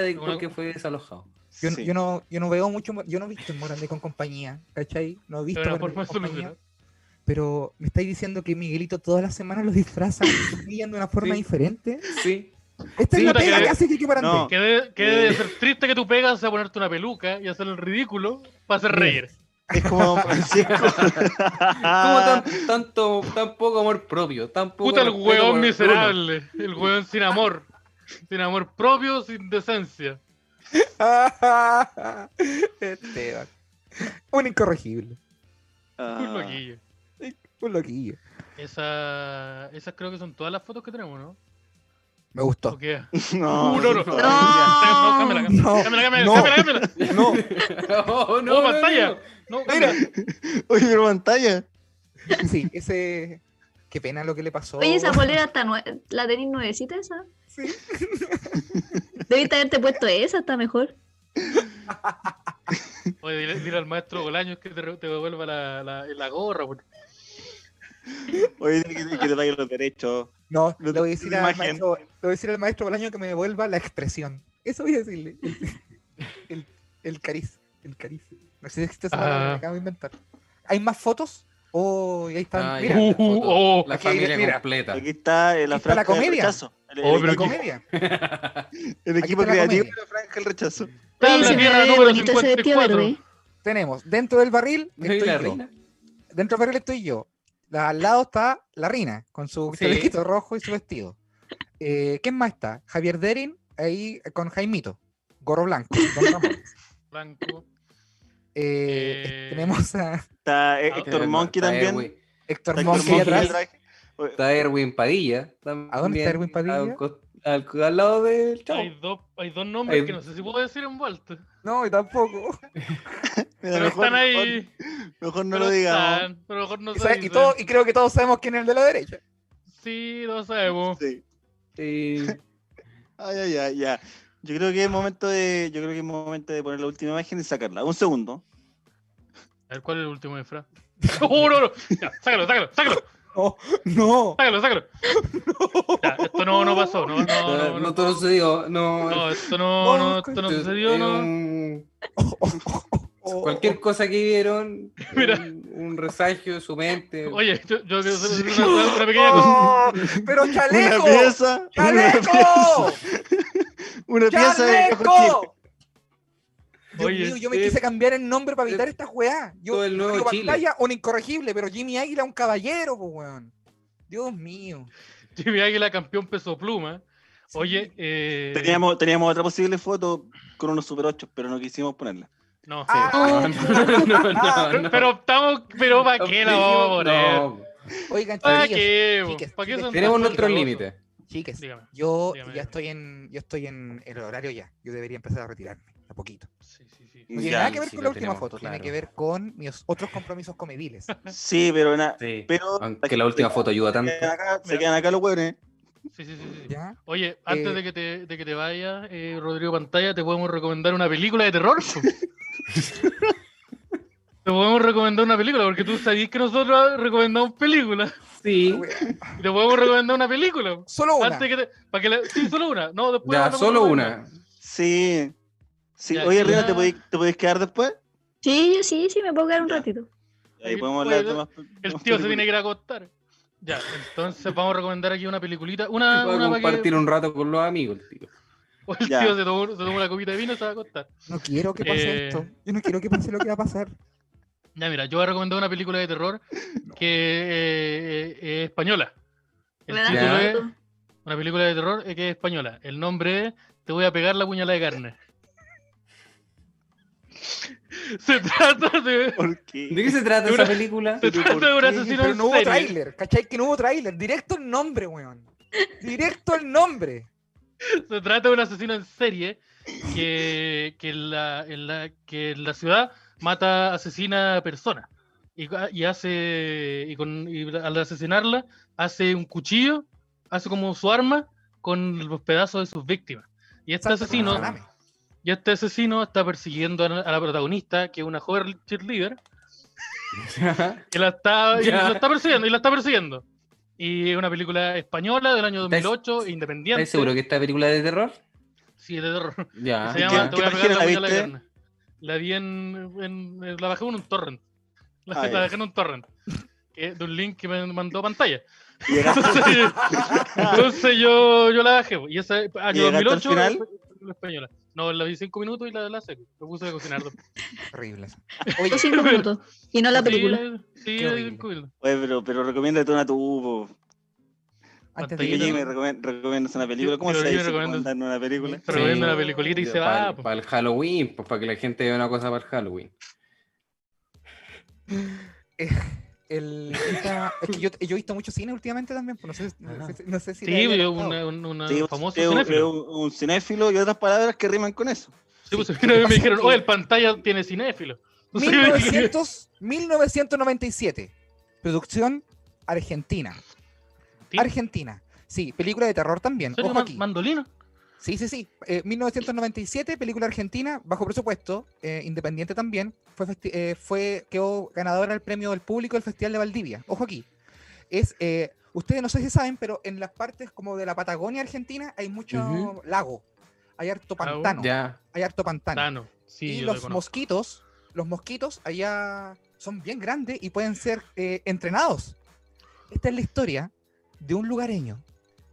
[SPEAKER 4] consecuencia de
[SPEAKER 2] Una-
[SPEAKER 4] por qué fue desalojado.
[SPEAKER 6] yo, no-
[SPEAKER 3] Sí.
[SPEAKER 6] yo no, yo no veo mucho, mo- yo no he visto Morandé con compañía, ¿cachai? No he visto
[SPEAKER 2] una
[SPEAKER 6] Morandé
[SPEAKER 2] forma
[SPEAKER 6] con
[SPEAKER 2] de
[SPEAKER 6] compañía,
[SPEAKER 2] solucionar.
[SPEAKER 6] pero me estáis diciendo que Miguelito todas las semanas los disfraza y brillan de una forma
[SPEAKER 4] Sí.
[SPEAKER 6] diferente.
[SPEAKER 4] Sí.
[SPEAKER 6] Esta
[SPEAKER 2] Sí,
[SPEAKER 6] es la
[SPEAKER 2] puta
[SPEAKER 6] pega
[SPEAKER 2] que-
[SPEAKER 6] que hace Kiki Morandé.
[SPEAKER 3] No.
[SPEAKER 2] Que de- que debe ser triste que tú pegas a ponerte una peluca y hacer el ridículo para hacer
[SPEAKER 6] Mira.
[SPEAKER 2] reír.
[SPEAKER 3] Es como Francisco.
[SPEAKER 4] ¿Cómo
[SPEAKER 3] Ah.
[SPEAKER 4] tan, tanto, tan poco amor propio? Tan poco
[SPEAKER 2] Puta el
[SPEAKER 4] respeto
[SPEAKER 2] hueón
[SPEAKER 4] por [laughs] Bruno?
[SPEAKER 2] miserable. El hueón sin amor. Sin amor propio, sin decencia.
[SPEAKER 6] [laughs] Esteban. Un incorregible.
[SPEAKER 2] Un
[SPEAKER 3] [laughs] Ah,
[SPEAKER 2] loquillo.
[SPEAKER 6] Un loquillo.
[SPEAKER 2] Esa, esas creo que son todas las fotos que tenemos, ¿no?
[SPEAKER 6] Me gustó.
[SPEAKER 2] ¿O qué?
[SPEAKER 3] no,
[SPEAKER 2] Uh, no, no.
[SPEAKER 3] ya.
[SPEAKER 2] No, cámara, cámara,
[SPEAKER 6] No,
[SPEAKER 2] cámara, cámara,
[SPEAKER 6] no.
[SPEAKER 2] cámara, cámara.
[SPEAKER 6] No,
[SPEAKER 4] No, no,
[SPEAKER 2] Oh,
[SPEAKER 4] no,
[SPEAKER 2] pantalla.
[SPEAKER 4] no.
[SPEAKER 2] No,
[SPEAKER 6] mira.
[SPEAKER 3] Oye, pero pantalla.
[SPEAKER 6] Sí, ese. Qué pena lo que le pasó.
[SPEAKER 7] Oye,
[SPEAKER 4] Oh.
[SPEAKER 7] esa polera está nue- ¿La tenéis nuevecita esa?
[SPEAKER 6] Sí.
[SPEAKER 7] [laughs] Debiste haberte puesto esa, está mejor.
[SPEAKER 2] Oye, dile, dile al maestro Bolaños que te, re- te devuelva la, la, la gorra. por-
[SPEAKER 3] Oye, que, que te paguen los derechos.
[SPEAKER 6] No,
[SPEAKER 3] Lo-
[SPEAKER 6] le voy a decir
[SPEAKER 3] la
[SPEAKER 6] al
[SPEAKER 3] imagen.
[SPEAKER 6] maestro, le voy a decir al maestro Bolaño que me devuelva la expresión. Eso voy a decirle. El, el cariz, el cariz. No sé si existe esa palabra,
[SPEAKER 2] Ah.
[SPEAKER 6] me acabo de inventar. ¿Hay más fotos? Oh, y ahí están.
[SPEAKER 4] Ah,
[SPEAKER 6] Mira,
[SPEAKER 4] ya,
[SPEAKER 2] Uh,
[SPEAKER 4] la foto.
[SPEAKER 2] oh.
[SPEAKER 4] la
[SPEAKER 6] Aquí hay-
[SPEAKER 4] familia
[SPEAKER 6] mira.
[SPEAKER 4] completa. [laughs]
[SPEAKER 3] Aquí está eh, la
[SPEAKER 6] Aquí está la
[SPEAKER 3] franja del
[SPEAKER 6] comedia.
[SPEAKER 3] rechazo. El, el
[SPEAKER 2] Oh,
[SPEAKER 6] la
[SPEAKER 2] pero
[SPEAKER 3] equipo,
[SPEAKER 2] aquí-
[SPEAKER 6] comedia.
[SPEAKER 3] el
[SPEAKER 6] aquí
[SPEAKER 3] equipo
[SPEAKER 6] está la
[SPEAKER 3] creativo
[SPEAKER 6] comedia.
[SPEAKER 3] de la franja del rechazo.
[SPEAKER 7] Oye,
[SPEAKER 4] Ah,
[SPEAKER 2] Tabla
[SPEAKER 7] se me
[SPEAKER 2] tierra
[SPEAKER 7] ve
[SPEAKER 2] número
[SPEAKER 7] bonito ese vestido
[SPEAKER 2] 54.
[SPEAKER 7] verde.
[SPEAKER 6] Tenemos dentro del barril
[SPEAKER 4] ¿No
[SPEAKER 6] estoy
[SPEAKER 4] es la
[SPEAKER 6] yo.
[SPEAKER 4] reina?
[SPEAKER 6] Dentro del barril estoy yo. La- al lado está la Rina con su
[SPEAKER 4] Sí.
[SPEAKER 6] chalequito rojo y su vestido. Eh, ¿Quién más está? Javier Derin ahí con Jaimito, gorro blanco. don Ramón.
[SPEAKER 2] Blanco.
[SPEAKER 6] Eh,
[SPEAKER 2] Eh,
[SPEAKER 6] tenemos a
[SPEAKER 3] Está eh,
[SPEAKER 2] Ah,
[SPEAKER 3] Héctor
[SPEAKER 4] Está
[SPEAKER 3] Monkey
[SPEAKER 4] Erwin-
[SPEAKER 3] también.
[SPEAKER 6] Héctor
[SPEAKER 3] Está
[SPEAKER 6] Monkey
[SPEAKER 3] Héctor
[SPEAKER 6] atrás.
[SPEAKER 3] Monkey atrás. Oye,
[SPEAKER 4] Está Erwin Padilla. También,
[SPEAKER 6] ¿A dónde está Erwin Padilla?
[SPEAKER 4] al cos- Al, al lado del chavo.
[SPEAKER 2] Hay dos, hay dos nombres
[SPEAKER 4] Hay-
[SPEAKER 2] que no sé si puedo decir en vuelta.
[SPEAKER 6] No, y tampoco.
[SPEAKER 3] mira,
[SPEAKER 2] Pero
[SPEAKER 3] mejor,
[SPEAKER 2] están ahí.
[SPEAKER 3] mejor- mejor no
[SPEAKER 2] pero
[SPEAKER 3] lo digamos.
[SPEAKER 2] están, pero mejor no
[SPEAKER 6] Y,
[SPEAKER 2] se
[SPEAKER 6] sabe- y
[SPEAKER 2] dicen.
[SPEAKER 6] todo- y creo que todos sabemos quién es el de la derecha.
[SPEAKER 2] Sí, lo sabemos.
[SPEAKER 3] Sí.
[SPEAKER 4] Sí.
[SPEAKER 3] Ay, ay, ay, ya. Yo creo que es momento de, yo creo que es momento de poner la última imagen y sacarla. Un segundo.
[SPEAKER 2] A ver, ¿cuál es el último de Fra? [laughs] ¡Oh, no, no! Ya, sácalo, sácalo, sácalo,
[SPEAKER 6] No.
[SPEAKER 2] sácalo, sácalo. Ya, esto no, no pasó, no, no,
[SPEAKER 4] No,
[SPEAKER 2] no, no,
[SPEAKER 4] todo sucedió. No,
[SPEAKER 2] no, esto no,
[SPEAKER 6] No,
[SPEAKER 2] no, esto no
[SPEAKER 4] es-
[SPEAKER 2] sucedió,
[SPEAKER 4] es
[SPEAKER 2] no.
[SPEAKER 4] un-
[SPEAKER 6] Oh,
[SPEAKER 4] Cualquier cosa que vieron,
[SPEAKER 2] [laughs] Mira.
[SPEAKER 4] Un, un presagio de su mente.
[SPEAKER 2] Oye, yo, yo quiero hacer una, una pequeña cosa.
[SPEAKER 6] Oh, pero chaleco.
[SPEAKER 3] Una pieza. Una
[SPEAKER 6] Chaleco.
[SPEAKER 3] Una pieza de Cajo
[SPEAKER 6] Chaleco. Dios
[SPEAKER 2] Oye,
[SPEAKER 6] mío, yo me
[SPEAKER 4] eh,
[SPEAKER 6] quise cambiar el nombre para evitar
[SPEAKER 4] eh,
[SPEAKER 6] esta weá. Yo
[SPEAKER 4] todo el nuevo
[SPEAKER 6] Julio
[SPEAKER 4] Chile.
[SPEAKER 6] Pantalla, un incorregible, pero Jimmy Águila, un caballero, po, weón. Dios mío.
[SPEAKER 2] Jimmy Águila, campeón peso pluma. Oye, eh.
[SPEAKER 3] Teníamos, teníamos otra posible foto con unos Super 8, pero no quisimos ponerla.
[SPEAKER 2] No.
[SPEAKER 6] Ah,
[SPEAKER 4] [laughs] No, no, no,
[SPEAKER 2] [laughs]
[SPEAKER 4] no,
[SPEAKER 2] Pero-
[SPEAKER 4] no.
[SPEAKER 2] Pero optamos, pero ¿para qué la vamos a poner?
[SPEAKER 4] No.
[SPEAKER 6] Oigan,
[SPEAKER 2] ¿Para
[SPEAKER 6] chiquillos,
[SPEAKER 2] Ah, qué? po?
[SPEAKER 6] chiques,
[SPEAKER 2] ¿Para qué
[SPEAKER 6] chiques.
[SPEAKER 2] son
[SPEAKER 4] Tenemos
[SPEAKER 2] tan
[SPEAKER 4] nuestros
[SPEAKER 2] peligrosos?
[SPEAKER 4] límites.
[SPEAKER 6] chiques,
[SPEAKER 2] Dígame.
[SPEAKER 6] yo
[SPEAKER 2] dígame,
[SPEAKER 6] ya
[SPEAKER 2] dígame.
[SPEAKER 6] estoy en, yo estoy en el horario ya. Yo debería empezar a retirarme, a poquito.
[SPEAKER 2] Sí, sí, sí.
[SPEAKER 6] No tiene
[SPEAKER 3] Ya,
[SPEAKER 6] nada que ver
[SPEAKER 4] sí,
[SPEAKER 6] con
[SPEAKER 4] lo
[SPEAKER 6] la última
[SPEAKER 4] tenemos
[SPEAKER 6] foto, tiene
[SPEAKER 4] claro.
[SPEAKER 6] que ver con mis otros compromisos comediles.
[SPEAKER 3] Sí, pero, na-
[SPEAKER 4] Sí.
[SPEAKER 3] pero
[SPEAKER 4] Aunque la última foto ayuda
[SPEAKER 3] se
[SPEAKER 6] [laughs]
[SPEAKER 4] tanto.
[SPEAKER 3] quedan acá, se quedan acá los hueones.
[SPEAKER 2] Sí, sí, sí, sí.
[SPEAKER 6] ¿ya?
[SPEAKER 2] [laughs] Oye, antes
[SPEAKER 6] Eh,
[SPEAKER 2] de que te, de que te vayas, eh, Rodrigo Pantalla, te podemos recomendar una película de terror.
[SPEAKER 4] [laughs]
[SPEAKER 2] po? te podemos recomendar una película, porque tú sabías que nosotros recomendamos películas.
[SPEAKER 4] Sí.
[SPEAKER 2] Y Te podemos recomendar una película.
[SPEAKER 6] Solo una.
[SPEAKER 2] Antes que te, para que la- sí, solo una. No, después
[SPEAKER 4] Ya,
[SPEAKER 2] mandamos
[SPEAKER 4] solo
[SPEAKER 2] otra.
[SPEAKER 4] una.
[SPEAKER 3] Sí. sí.
[SPEAKER 2] Ya,
[SPEAKER 3] Oye,
[SPEAKER 2] ya.
[SPEAKER 3] Rina, ¿te podéis, ¿te podéis quedar después?
[SPEAKER 7] Sí, yo sí, sí, me puedo quedar
[SPEAKER 4] [laughs]
[SPEAKER 7] un ratito.
[SPEAKER 3] Ahí
[SPEAKER 2] Sí,
[SPEAKER 3] podemos hablar de
[SPEAKER 2] puede.
[SPEAKER 3] más.
[SPEAKER 2] El
[SPEAKER 3] más
[SPEAKER 2] tío se
[SPEAKER 3] películas.
[SPEAKER 2] tiene que ir a acostar. Ya, entonces vamos a recomendar aquí una peliculita. Una,
[SPEAKER 4] Voy a
[SPEAKER 2] Ah, una para que-
[SPEAKER 4] compartir un rato con los amigos, tío.
[SPEAKER 2] o [laughs] el
[SPEAKER 3] Ya.
[SPEAKER 2] tío se tomó, se tomó una copita de vino y se va a acostar.
[SPEAKER 6] No quiero que pase
[SPEAKER 2] Eh,
[SPEAKER 6] esto. Yo no quiero que pase lo que va a pasar.
[SPEAKER 2] Ya, mira, yo voy a recomendar una película de
[SPEAKER 6] [laughs]
[SPEAKER 2] terror que eh, eh, es española. El
[SPEAKER 7] Me da
[SPEAKER 2] título
[SPEAKER 4] Ya. eh.
[SPEAKER 2] es una película de terror eh, que es española. El nombre es Te voy a pegar la puñalada de
[SPEAKER 6] [laughs]
[SPEAKER 2] carne. Se trata de,
[SPEAKER 3] [laughs] ¿Por
[SPEAKER 4] ¿De
[SPEAKER 3] qué?
[SPEAKER 4] qué se trata
[SPEAKER 2] Dura-
[SPEAKER 4] esa
[SPEAKER 2] [laughs]
[SPEAKER 4] película? [laughs]
[SPEAKER 2] se
[SPEAKER 3] ¿Pero
[SPEAKER 2] trata
[SPEAKER 3] por
[SPEAKER 2] de un
[SPEAKER 3] qué?
[SPEAKER 2] asesino
[SPEAKER 6] Pero
[SPEAKER 2] en
[SPEAKER 6] no hubo
[SPEAKER 2] serie.
[SPEAKER 6] tráiler, ¿cachai? Que no hubo tráiler. Directo el nombre, weón. Directo el nombre.
[SPEAKER 2] Se trata de un asesino en serie que, que, en, la, en la, que en la ciudad mata, asesina a personas. Y, ca- y hace. Y, con, y la- al asesinarla, hace un cuchillo, hace como su arma con los pedazos de sus víctimas. Y este
[SPEAKER 6] Salta
[SPEAKER 2] asesino.
[SPEAKER 6] con salame.
[SPEAKER 2] Y este asesino está persiguiendo a la, a la protagonista, que es una joven cheerleader, que la está, y
[SPEAKER 4] Ya.
[SPEAKER 2] la está persiguiendo, y la está persiguiendo. Y es una película española del año
[SPEAKER 4] ¿Estáis-
[SPEAKER 2] 2008, independiente.
[SPEAKER 4] ¿Estás seguro que esta película es de terror?
[SPEAKER 2] Sí, de terror.
[SPEAKER 4] Ya.
[SPEAKER 2] Se
[SPEAKER 3] ¿Y
[SPEAKER 2] llama
[SPEAKER 3] Ah, qué-
[SPEAKER 2] Te voy
[SPEAKER 3] qué
[SPEAKER 2] a pegar
[SPEAKER 3] página
[SPEAKER 2] la
[SPEAKER 3] la
[SPEAKER 2] puñalada de
[SPEAKER 3] viste?
[SPEAKER 2] carne. La vi en, en- en- La bajé en un torrent. La,
[SPEAKER 3] Ah,
[SPEAKER 2] la
[SPEAKER 3] ya.
[SPEAKER 2] dejé en un torrent. que- de un link que me
[SPEAKER 3] [laughs]
[SPEAKER 2] mandó pantalla.
[SPEAKER 4] [laughs]
[SPEAKER 3] Llegaste,
[SPEAKER 2] Entonces, entonces yo, yo la bajé. po, Y esa ah, año
[SPEAKER 3] llegaste al
[SPEAKER 2] 2008.
[SPEAKER 3] final?
[SPEAKER 2] la española. No, la vi cinco minutos y la, la seco. Me puse a cocinar.
[SPEAKER 7] [laughs]
[SPEAKER 2] después.
[SPEAKER 6] Terrible.
[SPEAKER 7] Fue cinco minutos. Y no la
[SPEAKER 2] Sí,
[SPEAKER 7] película.
[SPEAKER 2] Sí,
[SPEAKER 6] Qué
[SPEAKER 2] la vi
[SPEAKER 6] horrible.
[SPEAKER 2] cinco minutos.
[SPEAKER 3] Oye, pero, pero recomienda tú una tubo.
[SPEAKER 6] Antes de
[SPEAKER 3] Que
[SPEAKER 2] Sí,
[SPEAKER 6] ir,
[SPEAKER 3] Jimmy
[SPEAKER 2] no.
[SPEAKER 3] recomen- recomiendas una película. ¿Cómo
[SPEAKER 2] pero
[SPEAKER 3] se
[SPEAKER 2] yo
[SPEAKER 3] dice
[SPEAKER 2] recomiendo-
[SPEAKER 3] recomendando una película?
[SPEAKER 2] Pero
[SPEAKER 4] Sí.
[SPEAKER 2] viendo la peliculita y se va.
[SPEAKER 4] Para
[SPEAKER 2] po.
[SPEAKER 4] el Halloween, pues para que la gente vea una cosa para el Halloween.
[SPEAKER 6] eh, el- esta- es que yo, yo he visto mucho cine últimamente también, pues no sé, no sé, no sé si... le
[SPEAKER 2] Ah. Sí,
[SPEAKER 6] haya
[SPEAKER 2] vio
[SPEAKER 6] gustado.
[SPEAKER 2] una, un- una
[SPEAKER 3] Sí,
[SPEAKER 2] famosa
[SPEAKER 3] es un- es
[SPEAKER 2] cinéfilo.
[SPEAKER 3] un, un cinéfilo y otras palabras que riman con eso.
[SPEAKER 2] Sí, pues, [laughs]
[SPEAKER 6] sí.
[SPEAKER 2] una vez me dijeron,
[SPEAKER 6] Sí.
[SPEAKER 2] oye, el pantalla tiene cinéfilo. No sé, [laughs]
[SPEAKER 6] 1900, 1997. Producción argentina.
[SPEAKER 2] Sí.
[SPEAKER 6] Argentina. Sí, película de terror también.
[SPEAKER 2] ¿Soy
[SPEAKER 6] Ojo
[SPEAKER 2] man-
[SPEAKER 6] aquí.
[SPEAKER 2] mandolina?
[SPEAKER 6] Sí, sí, sí. Eh, 1997, película argentina, bajo presupuesto, eh, independiente también. Fue, festi- eh, fue, quedó ganadora del premio del público del Festival de Valdivia. Ojo aquí. Es, eh, ustedes no sé si saben, pero en las partes como de la Patagonia Argentina hay mucho
[SPEAKER 4] Ujú.
[SPEAKER 6] lago. Hay harto
[SPEAKER 2] Lago.
[SPEAKER 6] pantano.
[SPEAKER 4] Ya.
[SPEAKER 6] Hay harto pantano
[SPEAKER 2] Ah, no. Sí,
[SPEAKER 6] y
[SPEAKER 2] yo la
[SPEAKER 6] los
[SPEAKER 2] conozco.
[SPEAKER 6] mosquitos, los mosquitos allá son bien grandes y pueden ser eh, entrenados. Esta es la historia de un lugareño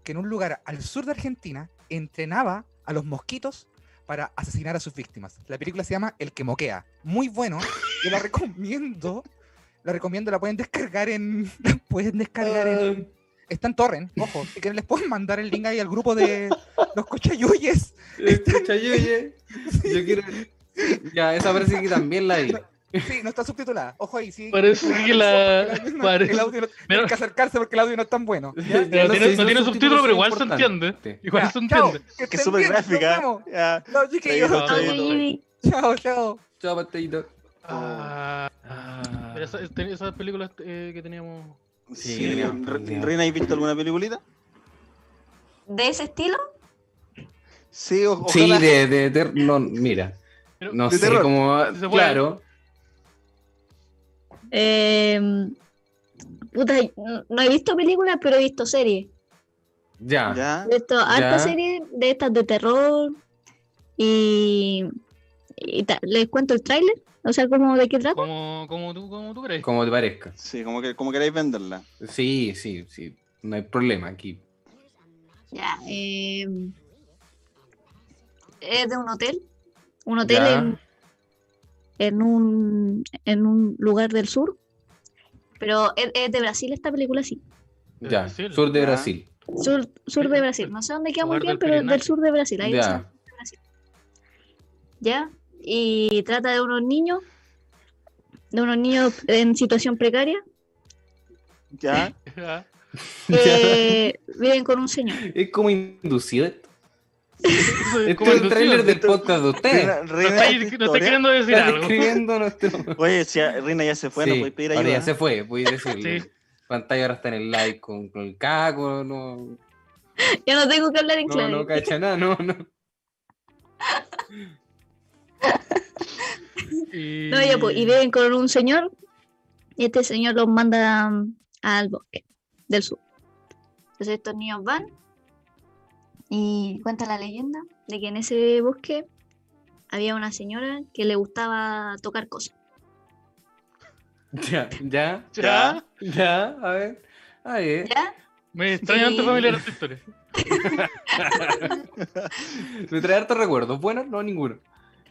[SPEAKER 6] que en un lugar al sur de Argentina entrenaba a los mosquitos para asesinar a sus víctimas. La película se llama El que moquea. Muy bueno. Yo la recomiendo. La recomiendo, la pueden descargar en. [laughs] La pueden descargar en. Está en Torrent, ojo. Si quieren les pueden mandar el link ahí al grupo de los cochayuyes.
[SPEAKER 4] Escucha, yo, yo quiero. [laughs] Ya, esa parece que también la vi.
[SPEAKER 6] Sí, no está subtitulada. Ojo ahí, sí.
[SPEAKER 2] Parece que
[SPEAKER 6] [laughs]
[SPEAKER 2] la. [laughs]
[SPEAKER 6] El audio no-
[SPEAKER 2] parece-
[SPEAKER 6] el audio no-
[SPEAKER 2] Mira.
[SPEAKER 6] Tienen que acercarse porque el audio no es tan bueno.
[SPEAKER 4] Ya,
[SPEAKER 2] Ya,
[SPEAKER 4] no
[SPEAKER 2] no tiene,
[SPEAKER 4] sé,
[SPEAKER 2] no tiene
[SPEAKER 4] subtítulos
[SPEAKER 2] subtítulo, pero
[SPEAKER 4] son
[SPEAKER 2] igual se
[SPEAKER 4] importantes.
[SPEAKER 2] entiende. [laughs] Igual
[SPEAKER 6] Ya,
[SPEAKER 2] se
[SPEAKER 6] chao,
[SPEAKER 2] entiende.
[SPEAKER 6] que
[SPEAKER 3] Que
[SPEAKER 6] estén
[SPEAKER 3] es súper
[SPEAKER 6] bien, nos
[SPEAKER 3] gráfica.
[SPEAKER 6] vemos.
[SPEAKER 3] Ya.
[SPEAKER 6] Chao, chiquillos.
[SPEAKER 3] Adiós.
[SPEAKER 7] Chao,
[SPEAKER 3] Sí, no.
[SPEAKER 4] eh.
[SPEAKER 7] Jimmy.
[SPEAKER 6] [laughs] Chao, chao.
[SPEAKER 4] Chao, patito.
[SPEAKER 2] Ah, ah. Pero esa- esa- esas películas eh, que teníamos.
[SPEAKER 4] Sí,
[SPEAKER 3] Sí,
[SPEAKER 4] ya,
[SPEAKER 3] Re-
[SPEAKER 4] ya.
[SPEAKER 3] Reina, ¿has visto alguna peliculita?
[SPEAKER 5] ¿De ese estilo?
[SPEAKER 3] Sí, o,
[SPEAKER 4] Sí,
[SPEAKER 3] ojalá.
[SPEAKER 4] de, de, ter- no, mira,
[SPEAKER 2] Pero-
[SPEAKER 4] no
[SPEAKER 3] De
[SPEAKER 4] sé
[SPEAKER 3] terror.
[SPEAKER 4] cómo,
[SPEAKER 2] Si se puede.
[SPEAKER 4] claro,
[SPEAKER 7] Em, puta, no- no he visto películas, pero he visto series.
[SPEAKER 4] ya,
[SPEAKER 3] Ya.
[SPEAKER 7] He visto hartas
[SPEAKER 4] Ya.
[SPEAKER 7] series de estas de terror. Y, y ta- les cuento el tráiler. O sea, ¿cómo de qué trata?
[SPEAKER 2] Como, como, tú, como tú [laughs] crees.
[SPEAKER 4] como te parezca.
[SPEAKER 3] Sí, como, que, como queráis venderla.
[SPEAKER 4] Sí, sí, sí, no hay problema aquí.
[SPEAKER 7] Ya, em, es de un hotel. Un hotel
[SPEAKER 4] Ya.
[SPEAKER 7] en, en un, en un lugar del sur. Pero es, es de Brasil esta película, sí.
[SPEAKER 2] De
[SPEAKER 4] Ya,
[SPEAKER 2] Brasil.
[SPEAKER 4] sur de
[SPEAKER 3] Ya.
[SPEAKER 4] Brasil.
[SPEAKER 7] Sur, sur de Brasil. No sé dónde queda muy
[SPEAKER 2] Lugar
[SPEAKER 7] bien,
[SPEAKER 2] del
[SPEAKER 7] pero del
[SPEAKER 2] Pirineo.
[SPEAKER 7] sur de Brasil. Ahí no sé.
[SPEAKER 4] Ya,
[SPEAKER 7] ¿ya? Y trata de unos niños, de unos niños en
[SPEAKER 4] [laughs]
[SPEAKER 7] situación precaria,
[SPEAKER 3] Ya.
[SPEAKER 2] Ya.
[SPEAKER 7] que eh, viven con un señor.
[SPEAKER 4] es como inducido esto.
[SPEAKER 2] Eso es
[SPEAKER 4] Esto Este es
[SPEAKER 2] como
[SPEAKER 4] el
[SPEAKER 2] inducido.
[SPEAKER 4] tráiler del
[SPEAKER 3] esto-
[SPEAKER 4] podcast de ustedes.
[SPEAKER 3] Reina,
[SPEAKER 2] Nos Eh,
[SPEAKER 3] Reina,
[SPEAKER 2] estáis-
[SPEAKER 3] ¿has
[SPEAKER 2] nos
[SPEAKER 3] visto
[SPEAKER 2] estáis
[SPEAKER 3] historia?
[SPEAKER 2] queriendo decir
[SPEAKER 4] Están
[SPEAKER 2] algo.
[SPEAKER 4] escribiendo nuestro...
[SPEAKER 3] Oye, si a- Reina ya se fue, no podéis pues, pedir
[SPEAKER 4] ahora
[SPEAKER 3] ayuda.
[SPEAKER 4] ya se fue, voy a decirle.
[SPEAKER 2] Sí.
[SPEAKER 4] Pantalla ahora está en el live con, con el caco, no,
[SPEAKER 7] Yo no tengo que hablar en
[SPEAKER 4] no,
[SPEAKER 7] clave.
[SPEAKER 4] no cacha nada, no, no.
[SPEAKER 2] Y...
[SPEAKER 7] No, ya, pues, y viven con un señor, y este señor los manda mm, al bosque del sur. Entonces estos niños van y cuenta la leyenda de que en ese bosque había una señora que le gustaba tocar cosas.
[SPEAKER 4] Ya, ya,
[SPEAKER 2] Ya.
[SPEAKER 4] ya, a ver, eh, a ver.
[SPEAKER 7] ¿Ya?
[SPEAKER 2] Me extraña antes familiar esta historia.
[SPEAKER 4] Me trae hartos recuerdos, buenos, no ninguno.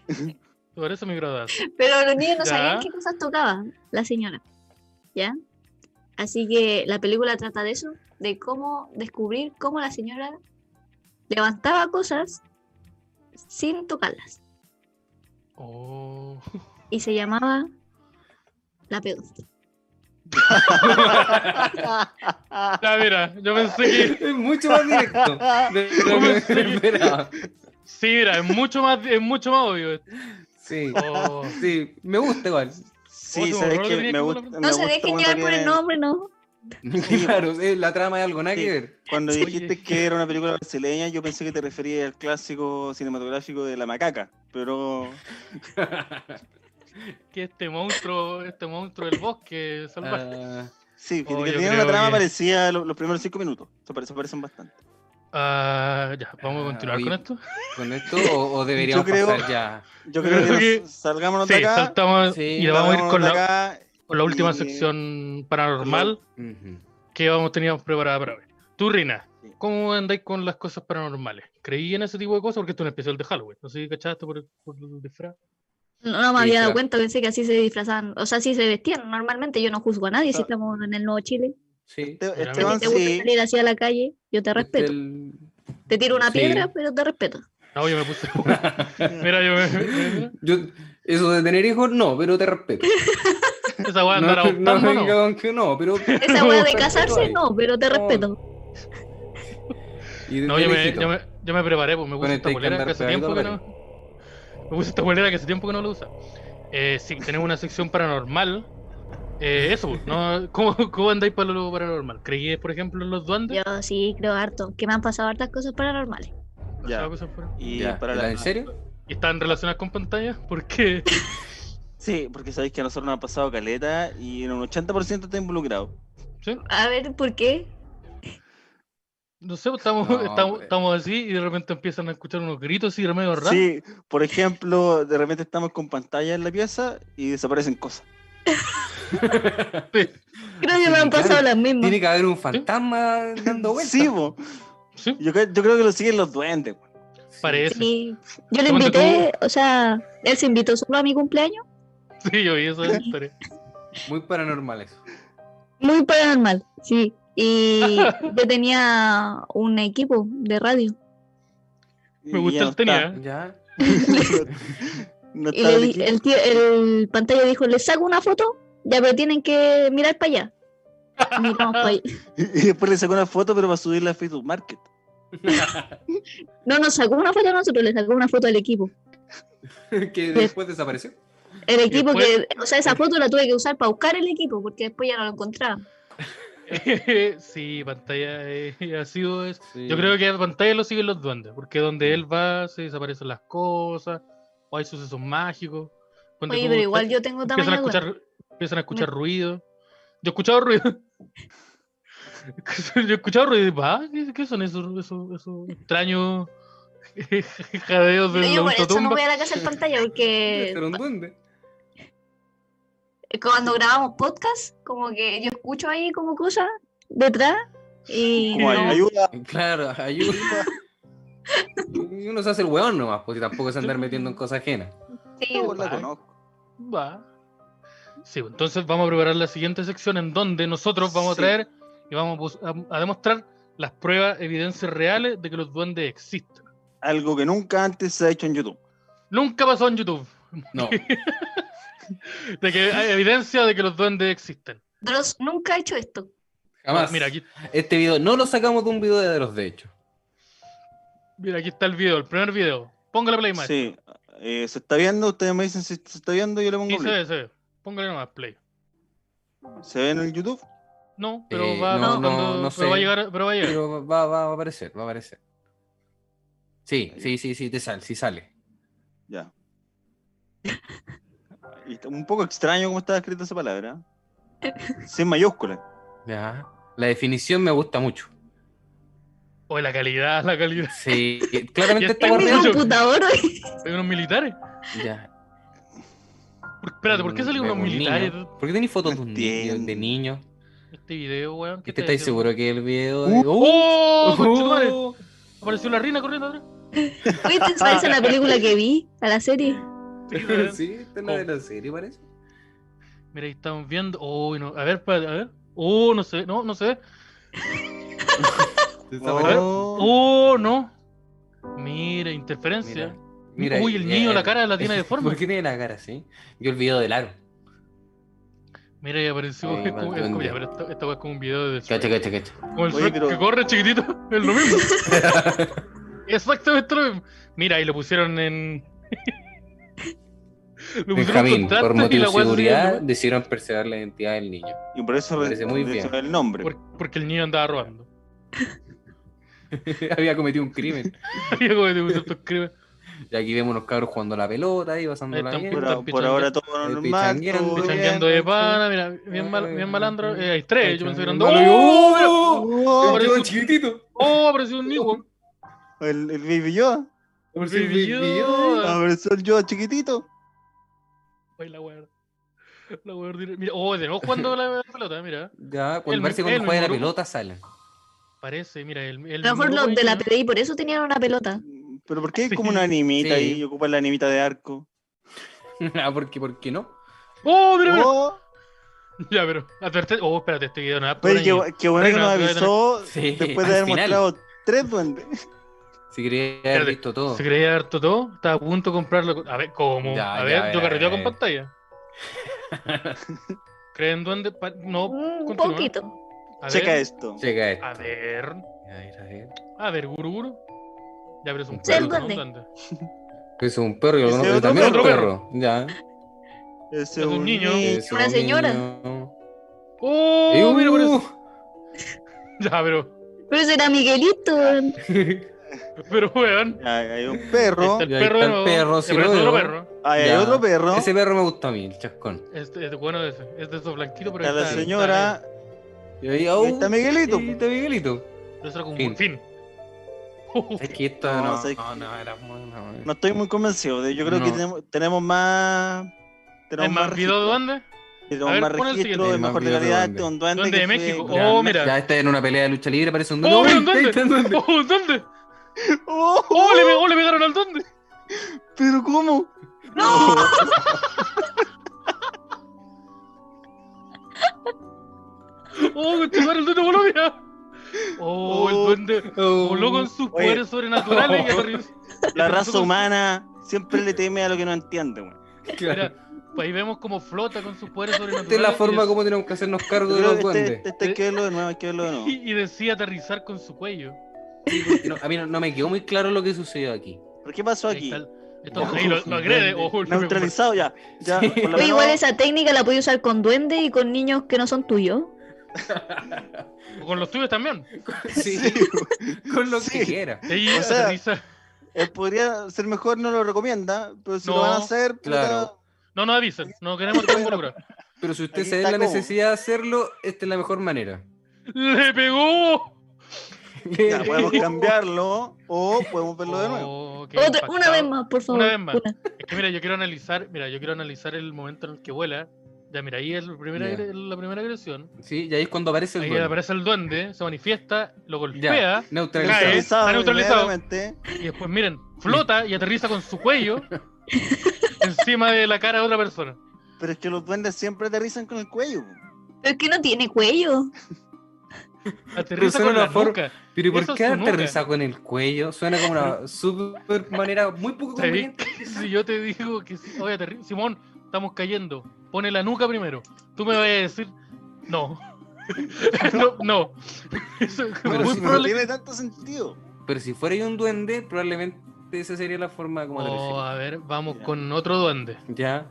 [SPEAKER 2] Te parece mi graduada.
[SPEAKER 7] Pero los niños no
[SPEAKER 2] Ya.
[SPEAKER 7] sabían qué cosas tocaba la señora. ¿Ya? Así que la película trata de eso, de cómo descubrir cómo la señora levantaba cosas sin tocarlas.
[SPEAKER 2] Oh.
[SPEAKER 7] Y se llamaba la pedófila.
[SPEAKER 2] Ya, mira, yo pensé que.
[SPEAKER 4] Es mucho más directo de [laughs] lo que me esperaba.
[SPEAKER 2] Sí, mira, es mucho más, es mucho más obvio.
[SPEAKER 4] Sí,
[SPEAKER 2] Oh.
[SPEAKER 4] sí, me gusta igual.
[SPEAKER 3] Sí,
[SPEAKER 2] Otro
[SPEAKER 3] sabes
[SPEAKER 2] horror
[SPEAKER 3] que
[SPEAKER 2] tenía
[SPEAKER 3] me
[SPEAKER 2] que
[SPEAKER 3] gusta.
[SPEAKER 2] volver.
[SPEAKER 7] No
[SPEAKER 3] me
[SPEAKER 7] se
[SPEAKER 3] gusta
[SPEAKER 7] dejen
[SPEAKER 3] cuando
[SPEAKER 7] llevar por el
[SPEAKER 3] vienen-
[SPEAKER 7] nombre, no.
[SPEAKER 4] [laughs] Claro, sí, la trama de algo nada que
[SPEAKER 3] Sí.
[SPEAKER 4] ver.
[SPEAKER 3] Cuando
[SPEAKER 2] Sí.
[SPEAKER 3] dijiste que era una película brasileña, yo pensé que te referías al clásico cinematográfico de La Macaca, pero
[SPEAKER 2] Que este monstruo, este monstruo del bosque salvaje.
[SPEAKER 4] Ah,
[SPEAKER 3] sí, que,
[SPEAKER 2] Oh,
[SPEAKER 3] que
[SPEAKER 2] yo
[SPEAKER 3] tenía una
[SPEAKER 2] creo
[SPEAKER 3] trama
[SPEAKER 2] que-
[SPEAKER 3] parecida a lo- los primeros cinco minutos. Se parece- se parecen bastante.
[SPEAKER 2] Ah, ya, vamos a
[SPEAKER 4] Ah,
[SPEAKER 2] continuar
[SPEAKER 4] oye,
[SPEAKER 2] con esto.
[SPEAKER 4] ¿Con esto o, o deberíamos
[SPEAKER 3] Yo creo-
[SPEAKER 4] pasar ya?
[SPEAKER 3] Yo creo
[SPEAKER 2] Creo
[SPEAKER 3] que,
[SPEAKER 2] que-
[SPEAKER 3] nos- salgámonos
[SPEAKER 2] Sí,
[SPEAKER 3] de acá.
[SPEAKER 2] saltamos
[SPEAKER 4] Sí,
[SPEAKER 2] y vamos a ir con la,
[SPEAKER 3] salgámonos de acá.
[SPEAKER 2] con la última
[SPEAKER 3] y-
[SPEAKER 2] sección paranormal
[SPEAKER 4] Ujú.
[SPEAKER 2] que vamos, teníamos preparada para hoy. Tú, Rina,
[SPEAKER 3] Sí.
[SPEAKER 2] ¿cómo andáis con las cosas paranormales? ¿Creí en ese tipo de cosas? Porque esto es un especial de Halloween. No sé si cachaste por el, por el disfraz.
[SPEAKER 7] No, no me había
[SPEAKER 4] claro.
[SPEAKER 7] dado cuenta, pensé que así se disfrazaban, o sea, así se vestían. Normalmente yo no juzgo a nadie si
[SPEAKER 3] Ah.
[SPEAKER 7] estamos en el Nuevo Chile.
[SPEAKER 4] Sí. Este,
[SPEAKER 3] Este-
[SPEAKER 2] Pero a mí-
[SPEAKER 7] Si
[SPEAKER 3] Esteban
[SPEAKER 7] te gusta
[SPEAKER 3] sí.
[SPEAKER 7] salir así a la calle, yo te respeto.
[SPEAKER 4] El-
[SPEAKER 7] Te tiro una
[SPEAKER 4] Sí.
[SPEAKER 7] piedra, pero te respeto.
[SPEAKER 2] No, yo me puse.
[SPEAKER 4] [laughs]
[SPEAKER 2] Mira, yo me.
[SPEAKER 4] Yo, eso de tener hijos, no, pero te respeto.
[SPEAKER 2] Esa weá
[SPEAKER 4] no,
[SPEAKER 2] andar
[SPEAKER 4] no,
[SPEAKER 2] adoptando, no.
[SPEAKER 4] venga con que no, pero.
[SPEAKER 7] Esa
[SPEAKER 4] [laughs]
[SPEAKER 7] weá de
[SPEAKER 4] Pero
[SPEAKER 7] casarse,
[SPEAKER 4] hay.
[SPEAKER 7] no, pero te
[SPEAKER 4] No.
[SPEAKER 7] respeto.
[SPEAKER 4] Y de
[SPEAKER 2] No, yo me,
[SPEAKER 4] hijito.
[SPEAKER 2] yo, me, yo me preparé, pues me puse
[SPEAKER 4] Bueno, tenés
[SPEAKER 2] esta
[SPEAKER 4] que
[SPEAKER 2] polera que
[SPEAKER 4] andar
[SPEAKER 2] hace
[SPEAKER 4] pegando
[SPEAKER 2] tiempo que
[SPEAKER 4] la
[SPEAKER 2] no. Me puse esta polera que hace tiempo que no la usa. Eh, sí, tenemos una sección paranormal. Eh, eso, pues,
[SPEAKER 4] [laughs]
[SPEAKER 2] ¿no? ¿Cómo, ¿cómo andáis para lo paranormal? ¿Creí, por ejemplo, en los duendes?
[SPEAKER 7] Yo sí creo harto, que me han pasado hartas cosas paranormales.
[SPEAKER 3] Ya.
[SPEAKER 2] Esas cosas fueron-
[SPEAKER 3] Y
[SPEAKER 4] Ya,
[SPEAKER 3] para
[SPEAKER 4] ¿la
[SPEAKER 3] la-
[SPEAKER 4] ¿En serio?
[SPEAKER 2] ¿Y están relacionadas con pantallas? Porque
[SPEAKER 3] Sí, porque sabéis que a nosotros nos ha pasado caleta y en un 80% está involucrado.
[SPEAKER 7] A ver, ¿por qué?
[SPEAKER 2] No sé, pues, estamos,
[SPEAKER 4] No,
[SPEAKER 2] estamos,
[SPEAKER 4] hombre.
[SPEAKER 2] estamos así y de repente empiezan a escuchar unos gritos y remedio raro.
[SPEAKER 3] Sí, por ejemplo, de repente estamos con pantalla en la pieza y desaparecen cosas.
[SPEAKER 7] Creo que me
[SPEAKER 4] Sí,
[SPEAKER 7] han pasado
[SPEAKER 4] claro.
[SPEAKER 7] las mismas.
[SPEAKER 4] Tiene que haber un fantasma dando vueltas.
[SPEAKER 3] Sí, bo.
[SPEAKER 2] Sí,
[SPEAKER 3] yo, cre- yo creo que lo siguen los duendes. bo.
[SPEAKER 2] parece. Sí.
[SPEAKER 7] Sí. Yo le
[SPEAKER 2] Te mando
[SPEAKER 7] invité, o sea, él se invitó solo a mi cumpleaños.
[SPEAKER 2] yo vi esa
[SPEAKER 3] [laughs]
[SPEAKER 2] historia.
[SPEAKER 4] Muy paranormales.
[SPEAKER 7] Muy paranormal, sí. Y yo tenía un equipo de radio.
[SPEAKER 3] Y
[SPEAKER 2] Me gusta
[SPEAKER 3] ya no
[SPEAKER 2] el tenis,
[SPEAKER 3] está.
[SPEAKER 2] ¿eh?
[SPEAKER 4] Ya.
[SPEAKER 3] [laughs] No
[SPEAKER 7] Y
[SPEAKER 3] está
[SPEAKER 7] le
[SPEAKER 3] el
[SPEAKER 7] di-
[SPEAKER 3] equipo.
[SPEAKER 7] el, tío- el pantalla dijo, les saco una foto, ya pero tienen que mirar para allá. Miramos pa' allá.
[SPEAKER 3] [laughs] Y después le sacó una foto, pero para subirla a Facebook Market.
[SPEAKER 7] No, nos sacó una foto a nosotros, le sacó una foto al equipo.
[SPEAKER 4] [laughs] que después desapareció.
[SPEAKER 7] El equipo
[SPEAKER 2] después-
[SPEAKER 7] que, o sea, esa foto la tuve que usar para buscar el equipo, porque después ya no lo encontraba.
[SPEAKER 2] [laughs] sí, pantalla eh, ha sido es. Yo creo que a pantalla lo siguen los duendes, porque donde él va se desaparecen las cosas, o hay sucesos mágicos. Ponte
[SPEAKER 7] Oye,
[SPEAKER 2] tú,
[SPEAKER 7] pero
[SPEAKER 2] está-
[SPEAKER 7] igual yo tengo
[SPEAKER 2] empiezan a
[SPEAKER 7] tamaño
[SPEAKER 2] escuchar,
[SPEAKER 7] duende.
[SPEAKER 2] empiezan a escuchar ruido. Yo he escuchado ruido. [laughs] Yo he escuchado ruido y digo, "Ah, ¿Qué, qué son esos, esos, esos extraños [laughs] jadeos de
[SPEAKER 7] Pero
[SPEAKER 2] la
[SPEAKER 7] yo por eso no
[SPEAKER 2] ultratumba?
[SPEAKER 7] voy a la casa del pantalla, porque
[SPEAKER 4] Pero Este un duende.
[SPEAKER 7] cuando grabamos podcast, como que yo escucho ahí como cosas detrás y
[SPEAKER 3] Como
[SPEAKER 7] no-
[SPEAKER 2] hay-
[SPEAKER 3] ayuda.
[SPEAKER 4] Claro, ayuda. Y [laughs] uno se hace el weón nomás, porque tampoco se andar metiendo en cosas ajenas.
[SPEAKER 7] sí,
[SPEAKER 3] no, la
[SPEAKER 2] vale.
[SPEAKER 3] conozco.
[SPEAKER 2] Va. Sí, pues, entonces vamos a preparar la siguiente sección en donde nosotros vamos a
[SPEAKER 3] Sí.
[SPEAKER 2] traer y vamos a, bus- a- a demostrar las pruebas, evidencias reales de que los duendes existen.
[SPEAKER 3] Algo que nunca antes se ha hecho en YouTube.
[SPEAKER 2] Nunca pasó en YouTube [laughs]
[SPEAKER 4] No.
[SPEAKER 2] de que hay evidencia de que los duendes existen.
[SPEAKER 7] Dross nunca ha hecho esto.
[SPEAKER 4] Jamás.
[SPEAKER 2] Mira aquí,
[SPEAKER 4] Este video no lo sacamos de un video de los de hecho.
[SPEAKER 2] mira, aquí está el video, el primer video. Póngale play, maestro.
[SPEAKER 3] Sí. Eh, se está viendo, ustedes me dicen si se está viendo, yo le pongo
[SPEAKER 2] Sí, se
[SPEAKER 3] play.
[SPEAKER 2] ve, se ve. Póngale nomás play.
[SPEAKER 3] ¿Se ve en el YouTube?
[SPEAKER 2] No, pero
[SPEAKER 4] Eh,
[SPEAKER 2] va
[SPEAKER 4] no,
[SPEAKER 2] cuando-
[SPEAKER 4] no, no
[SPEAKER 2] pero va a
[SPEAKER 4] sé.
[SPEAKER 2] llegar, pero va a llegar. [laughs]
[SPEAKER 4] Pero va, va, va a aparecer, va a aparecer. Sí, sí, sí, sí, te sale, sí sale.
[SPEAKER 3] Ya. Y está un poco extraño cómo está escrita esa palabra. Sin mayúsculas.
[SPEAKER 4] Ya. La definición me gusta mucho.
[SPEAKER 2] O la calidad, la calidad. [laughs]
[SPEAKER 4] Sí,
[SPEAKER 2] Ya
[SPEAKER 4] claramente está
[SPEAKER 7] Es mi
[SPEAKER 2] Correcto.
[SPEAKER 4] guardado.
[SPEAKER 2] [laughs]
[SPEAKER 7] computadora.
[SPEAKER 2] Hay unos militares.
[SPEAKER 4] Ya.
[SPEAKER 2] Por- espérate, ¿por qué
[SPEAKER 4] Mm,
[SPEAKER 2] salieron unos
[SPEAKER 4] un niño.
[SPEAKER 2] militares
[SPEAKER 4] ¿Por qué tenés fotos
[SPEAKER 3] No
[SPEAKER 4] de, un niño,
[SPEAKER 3] entiendo.
[SPEAKER 4] de niño?
[SPEAKER 2] de este video, weón?
[SPEAKER 4] ¿Y
[SPEAKER 2] ¿Qué
[SPEAKER 4] te
[SPEAKER 2] está
[SPEAKER 4] estáis
[SPEAKER 2] diciendo? Uh,
[SPEAKER 4] seguro que el video de...
[SPEAKER 2] ¡Oh!
[SPEAKER 4] ¡Oh!
[SPEAKER 2] conchetumare! Apareció la rina
[SPEAKER 4] [laughs]
[SPEAKER 2] corriendo atrás.
[SPEAKER 7] Oye, ¿te parece a la película que vi? A la serie.
[SPEAKER 2] Sí,
[SPEAKER 4] [laughs] Sí, esta es
[SPEAKER 2] Oh.
[SPEAKER 4] la de la serie, parece.
[SPEAKER 2] Mira, ahí estamos viendo. Uy, no. A ver, espérate, a ver. Oh, no sé, no, no sé.
[SPEAKER 3] Oh,
[SPEAKER 2] Oh, no. Mira, interferencia.
[SPEAKER 4] Mira, eh,
[SPEAKER 2] Uy, el niño, la cara la tiene deforme.
[SPEAKER 4] ¿Por qué tiene la cara así? Yo el video del aro.
[SPEAKER 2] Mira, ahí apareció.
[SPEAKER 4] Ahí
[SPEAKER 2] es
[SPEAKER 4] va
[SPEAKER 2] como-
[SPEAKER 4] el
[SPEAKER 2] es como- ya,
[SPEAKER 4] duende.
[SPEAKER 2] pero esta- esta weá es como un video del
[SPEAKER 4] Cacha, cacha, cacha.
[SPEAKER 2] Como el
[SPEAKER 3] Oye,
[SPEAKER 2] Shrek
[SPEAKER 3] pero-
[SPEAKER 2] que corre chiquitito, [laughs] es lo
[SPEAKER 4] [laughs]
[SPEAKER 2] mismo. Exactamente lo mismo. Mira, y lo
[SPEAKER 4] [laughs]
[SPEAKER 2] pusieron en. lo
[SPEAKER 4] Benjamín,
[SPEAKER 2] contraste
[SPEAKER 4] por
[SPEAKER 2] y la
[SPEAKER 4] motivos de
[SPEAKER 2] weá se veía
[SPEAKER 4] seguridad,
[SPEAKER 2] normal,
[SPEAKER 4] decidieron preservar la identidad del niño. [laughs]
[SPEAKER 3] y por eso
[SPEAKER 4] Parece muy
[SPEAKER 3] por eso
[SPEAKER 4] bien.
[SPEAKER 3] el nombre.
[SPEAKER 2] por- porque el niño andaba robando. [laughs]
[SPEAKER 4] Había cometido un crimen.
[SPEAKER 2] Había cometido ciertos
[SPEAKER 3] [laughs]
[SPEAKER 2] crímenes.
[SPEAKER 4] Y aquí vemos unos cabros jugando a la pelota y pasando
[SPEAKER 2] Ahí
[SPEAKER 4] la
[SPEAKER 2] están
[SPEAKER 4] mierda.
[SPEAKER 3] por,
[SPEAKER 2] puras
[SPEAKER 3] a- por
[SPEAKER 2] pichangue-
[SPEAKER 3] ahora todo
[SPEAKER 4] eh,
[SPEAKER 3] normal. todo
[SPEAKER 4] pichangueando,
[SPEAKER 3] bien.
[SPEAKER 2] Chanqueando de pana, mira, bien, mal, bien malandro. Eh, hay tres, yo pensé que eran dos. ¡Oh!
[SPEAKER 4] ¡Oh!
[SPEAKER 3] Oh,
[SPEAKER 2] Por eso-
[SPEAKER 4] chiquitito!
[SPEAKER 2] ¡Oh! Apareció un niño.
[SPEAKER 3] [laughs]
[SPEAKER 2] weón.
[SPEAKER 3] el, el Baby Yoda.
[SPEAKER 2] Baby Yoda.
[SPEAKER 3] Apareció el Yoda chiquitito.
[SPEAKER 2] Ay, la weá. La weá ordinaria. Mira, oh, de nuevo jugando a la pelota, mira.
[SPEAKER 4] Ya,
[SPEAKER 2] El-
[SPEAKER 4] cuando parece cuando
[SPEAKER 2] el
[SPEAKER 4] juega a la
[SPEAKER 2] moruco.
[SPEAKER 4] pelota salen.
[SPEAKER 2] parece, mira, el, el
[SPEAKER 7] A lo mejor los de la
[SPEAKER 2] dueño-
[SPEAKER 7] PDI por eso tenían una pelota.
[SPEAKER 3] Pero ¿por qué es
[SPEAKER 2] Sí,
[SPEAKER 3] como una animita
[SPEAKER 4] sí.
[SPEAKER 3] ahí y ocupan la animita de arco?
[SPEAKER 4] [laughs] ah, porque, ¿por qué no?
[SPEAKER 2] ¡Oh, mira! mira!
[SPEAKER 3] Oh,
[SPEAKER 2] [laughs] Ya, pero, adverte... Oh, espérate, este video nada.
[SPEAKER 3] oye, qué, bu- qué bueno que
[SPEAKER 2] Reina,
[SPEAKER 3] nos
[SPEAKER 2] Reina.
[SPEAKER 3] avisó
[SPEAKER 4] Sí, [laughs]
[SPEAKER 3] después de
[SPEAKER 4] al
[SPEAKER 3] haber
[SPEAKER 4] final.
[SPEAKER 3] mostrado tres duendes.
[SPEAKER 4] Si quería haber
[SPEAKER 2] Espérate,
[SPEAKER 4] visto todo.
[SPEAKER 2] Se creía harto todo, estaba a punto de comprarlo. A ver, ¿cómo?
[SPEAKER 4] Ya,
[SPEAKER 2] a
[SPEAKER 4] ya,
[SPEAKER 2] ver,
[SPEAKER 4] a ver,
[SPEAKER 2] yo
[SPEAKER 4] a ver,
[SPEAKER 2] carreteo
[SPEAKER 4] a
[SPEAKER 2] con
[SPEAKER 4] ver.
[SPEAKER 2] pantalla.
[SPEAKER 4] [laughs]
[SPEAKER 2] ¿Creen duende? Pa- No,
[SPEAKER 7] Un
[SPEAKER 2] continúa.
[SPEAKER 7] poquito.
[SPEAKER 2] a
[SPEAKER 3] Checa
[SPEAKER 2] ver.
[SPEAKER 3] esto.
[SPEAKER 4] Llega esto.
[SPEAKER 2] A ver,
[SPEAKER 4] A ver, a ver.
[SPEAKER 2] a ver, guru, guru. Ya, pero es un
[SPEAKER 4] Sí, el
[SPEAKER 2] perro, no un
[SPEAKER 7] duende.
[SPEAKER 2] duende.
[SPEAKER 4] Que es un perro, yo lo
[SPEAKER 3] Ese
[SPEAKER 4] conozco
[SPEAKER 3] otro
[SPEAKER 4] también es un
[SPEAKER 2] perro.
[SPEAKER 4] perro. Ya.
[SPEAKER 3] Ese
[SPEAKER 2] Es un niño.
[SPEAKER 4] Es
[SPEAKER 7] Una
[SPEAKER 4] un
[SPEAKER 7] señora.
[SPEAKER 4] niño.
[SPEAKER 2] ¡Oh,
[SPEAKER 4] Eh,
[SPEAKER 2] mira por eso!
[SPEAKER 4] uh.
[SPEAKER 2] [laughs] Ya, pero,
[SPEAKER 7] Pero ese era Miguelito.
[SPEAKER 2] Ah,
[SPEAKER 7] weón.
[SPEAKER 2] pero, weón.
[SPEAKER 3] Ahí Ah, hay un perro.
[SPEAKER 2] Está el
[SPEAKER 4] Y ahí
[SPEAKER 2] perro
[SPEAKER 4] está
[SPEAKER 2] de
[SPEAKER 4] el
[SPEAKER 2] nuevo.
[SPEAKER 4] perro,
[SPEAKER 2] Ya,
[SPEAKER 4] sí
[SPEAKER 2] pero este
[SPEAKER 4] lo
[SPEAKER 2] es otro
[SPEAKER 4] veo.
[SPEAKER 2] perro. ¿eh?
[SPEAKER 3] Ahí hay
[SPEAKER 4] Ya.
[SPEAKER 3] otro perro.
[SPEAKER 4] Ese perro me gusta a mí, el chascón.
[SPEAKER 2] Este, este, bueno ese, es de esos blanquitos, pero
[SPEAKER 3] Está la
[SPEAKER 2] está-
[SPEAKER 3] señora.
[SPEAKER 4] Y ahí,
[SPEAKER 3] Ahí está Miguelito.
[SPEAKER 4] Ahí está Miguelito.
[SPEAKER 2] está- Lo trajo un
[SPEAKER 4] Fin.
[SPEAKER 2] buen fin.
[SPEAKER 4] Es que esto
[SPEAKER 3] No,
[SPEAKER 4] no,
[SPEAKER 3] sé
[SPEAKER 4] no,
[SPEAKER 3] que-
[SPEAKER 4] no, era muy- no,
[SPEAKER 3] No estoy muy convencido. de- Yo creo que
[SPEAKER 4] No.
[SPEAKER 3] tenemos, tenemos más.
[SPEAKER 2] ¿Hay [laughs]
[SPEAKER 3] Tenemos
[SPEAKER 2] más video de
[SPEAKER 3] registro,
[SPEAKER 2] duende?
[SPEAKER 3] Tenemos
[SPEAKER 2] A ver,
[SPEAKER 3] más
[SPEAKER 2] pon el
[SPEAKER 3] registro,
[SPEAKER 2] siguiente.
[SPEAKER 3] es
[SPEAKER 4] Más
[SPEAKER 3] mejor de
[SPEAKER 4] video de
[SPEAKER 3] calidad.
[SPEAKER 4] duende.
[SPEAKER 3] Este es un duende.
[SPEAKER 2] Duende
[SPEAKER 3] que
[SPEAKER 2] de
[SPEAKER 3] fue- [laughs]
[SPEAKER 2] México.
[SPEAKER 4] Ya,
[SPEAKER 2] Oh,
[SPEAKER 4] no,
[SPEAKER 2] mira.
[SPEAKER 4] Ya está en una pelea de lucha libre, parece un
[SPEAKER 2] ¡Oh, mira, un
[SPEAKER 4] ¡Uy, [laughs] ahí está el duende!
[SPEAKER 2] ¡Oh, [laughs] un duende!
[SPEAKER 3] ¡Oh!
[SPEAKER 2] ¡Oh, le, pe- oh, le pegaron al duende!
[SPEAKER 3] ¿Pero cómo?
[SPEAKER 7] ¡No!
[SPEAKER 2] ¡Oh, conchetumare, el duende voló, mira! ¡Oh, el
[SPEAKER 3] Oh.
[SPEAKER 2] duende
[SPEAKER 4] Oh.
[SPEAKER 2] voló con sus
[SPEAKER 3] Oye.
[SPEAKER 2] poderes sobrenaturales! y aterrizó.
[SPEAKER 3] La
[SPEAKER 2] Pero
[SPEAKER 3] raza
[SPEAKER 2] nosotros-
[SPEAKER 3] humana siempre le teme a lo que no entiende, güey.
[SPEAKER 4] Claro.
[SPEAKER 2] pues Ahí vemos cómo flota con sus poderes sobrenaturales.
[SPEAKER 4] Esta es la
[SPEAKER 2] y
[SPEAKER 4] forma
[SPEAKER 2] de-
[SPEAKER 4] como tenemos que hacernos
[SPEAKER 3] Yo
[SPEAKER 4] cargo de
[SPEAKER 3] creo
[SPEAKER 4] los
[SPEAKER 3] que Este,
[SPEAKER 4] duendes.
[SPEAKER 3] este, hay que verlo de nuevo, hay que verlo de nuevo.
[SPEAKER 2] Y, y decide aterrizar con su cuello.
[SPEAKER 3] este,
[SPEAKER 4] Porque no- a mí no, no me quedó muy claro lo que sucedió
[SPEAKER 2] [laughs]
[SPEAKER 4] aquí.
[SPEAKER 3] ¿Pero qué pasó
[SPEAKER 2] Ahí
[SPEAKER 3] aquí?
[SPEAKER 2] está el- Entonces,
[SPEAKER 4] Oh,
[SPEAKER 2] ahí lo, lo agrede.
[SPEAKER 4] duende.
[SPEAKER 2] Oh, el-
[SPEAKER 3] Neutralizado ya. ya
[SPEAKER 4] Sí.
[SPEAKER 3] por lo
[SPEAKER 7] Oye,
[SPEAKER 3] menos-
[SPEAKER 7] igual esa técnica la puedes usar con duendes y con niños que no son tuyos.
[SPEAKER 2] Con los tuyos también.
[SPEAKER 4] Sí,
[SPEAKER 3] Sí, güey.
[SPEAKER 4] [laughs] con lo
[SPEAKER 3] Sí.
[SPEAKER 4] que quiera.
[SPEAKER 2] Ahí
[SPEAKER 3] O sea,
[SPEAKER 2] aterriza.
[SPEAKER 3] Él podría ser mejor, no lo recomienda, pero si
[SPEAKER 2] No,
[SPEAKER 3] lo van a hacer, puta,
[SPEAKER 4] claro.
[SPEAKER 2] No nos avisan. No queremos estar involucrados.
[SPEAKER 4] Pero si usted
[SPEAKER 3] Aquí
[SPEAKER 4] se ve
[SPEAKER 3] está
[SPEAKER 4] la
[SPEAKER 3] cómo.
[SPEAKER 4] necesidad de hacerlo, esta es la mejor manera.
[SPEAKER 2] ¡Le pegó!
[SPEAKER 4] [laughs]
[SPEAKER 3] ya, podemos cambiarlo o podemos verlo de nuevo.
[SPEAKER 2] Oh, qué
[SPEAKER 7] Otra- una
[SPEAKER 2] impactado.
[SPEAKER 7] vez más, por favor.
[SPEAKER 2] Una vez más. Es que mira, yo quiero analizar, mira, yo quiero analizar el momento en el que vuela. Ya, mira, ahí es la primera,
[SPEAKER 4] Ya.
[SPEAKER 2] agre- la primera agresión.
[SPEAKER 4] Sí, y ahí es cuando aparece el
[SPEAKER 2] Ahí
[SPEAKER 4] duende.
[SPEAKER 2] aparece el duende, se manifiesta, lo golpea
[SPEAKER 4] Ya, neutralizado.
[SPEAKER 2] Cae. está neutralizado.
[SPEAKER 3] inmediatamente.
[SPEAKER 2] y después, miren, flota y aterriza con
[SPEAKER 4] [laughs]
[SPEAKER 2] su cuello encima de la cara de otra persona.
[SPEAKER 3] Pero es que los duendes siempre aterrizan con el cuello. güey.
[SPEAKER 7] Pero es que no tiene cuello.
[SPEAKER 4] Pero
[SPEAKER 2] Aterriza
[SPEAKER 4] suena
[SPEAKER 2] con la
[SPEAKER 4] una forma-
[SPEAKER 2] nuca.
[SPEAKER 4] Pero ¿y
[SPEAKER 2] Eso
[SPEAKER 4] ¿por
[SPEAKER 2] es
[SPEAKER 4] qué
[SPEAKER 2] su nuca.
[SPEAKER 4] aterriza con el cuello? Suena como
[SPEAKER 2] [laughs]
[SPEAKER 4] una super manera muy poco
[SPEAKER 2] ¿Sabéis
[SPEAKER 4] conveniente.
[SPEAKER 2] que Si yo te digo que sí, oye, aterri- Simón, estamos cayendo, pone la nuca primero. Tú me vas a decir, no. [laughs] no, no. Eso es
[SPEAKER 4] Pero
[SPEAKER 2] muy
[SPEAKER 4] si no
[SPEAKER 3] No
[SPEAKER 2] probable.
[SPEAKER 3] tiene tanto sentido.
[SPEAKER 4] Pero si fuera yo un duende, probablemente esa sería la forma como
[SPEAKER 2] Oh,
[SPEAKER 4] aterrizar.
[SPEAKER 2] a ver, vamos
[SPEAKER 3] Ya.
[SPEAKER 2] con otro duende.
[SPEAKER 4] Ya.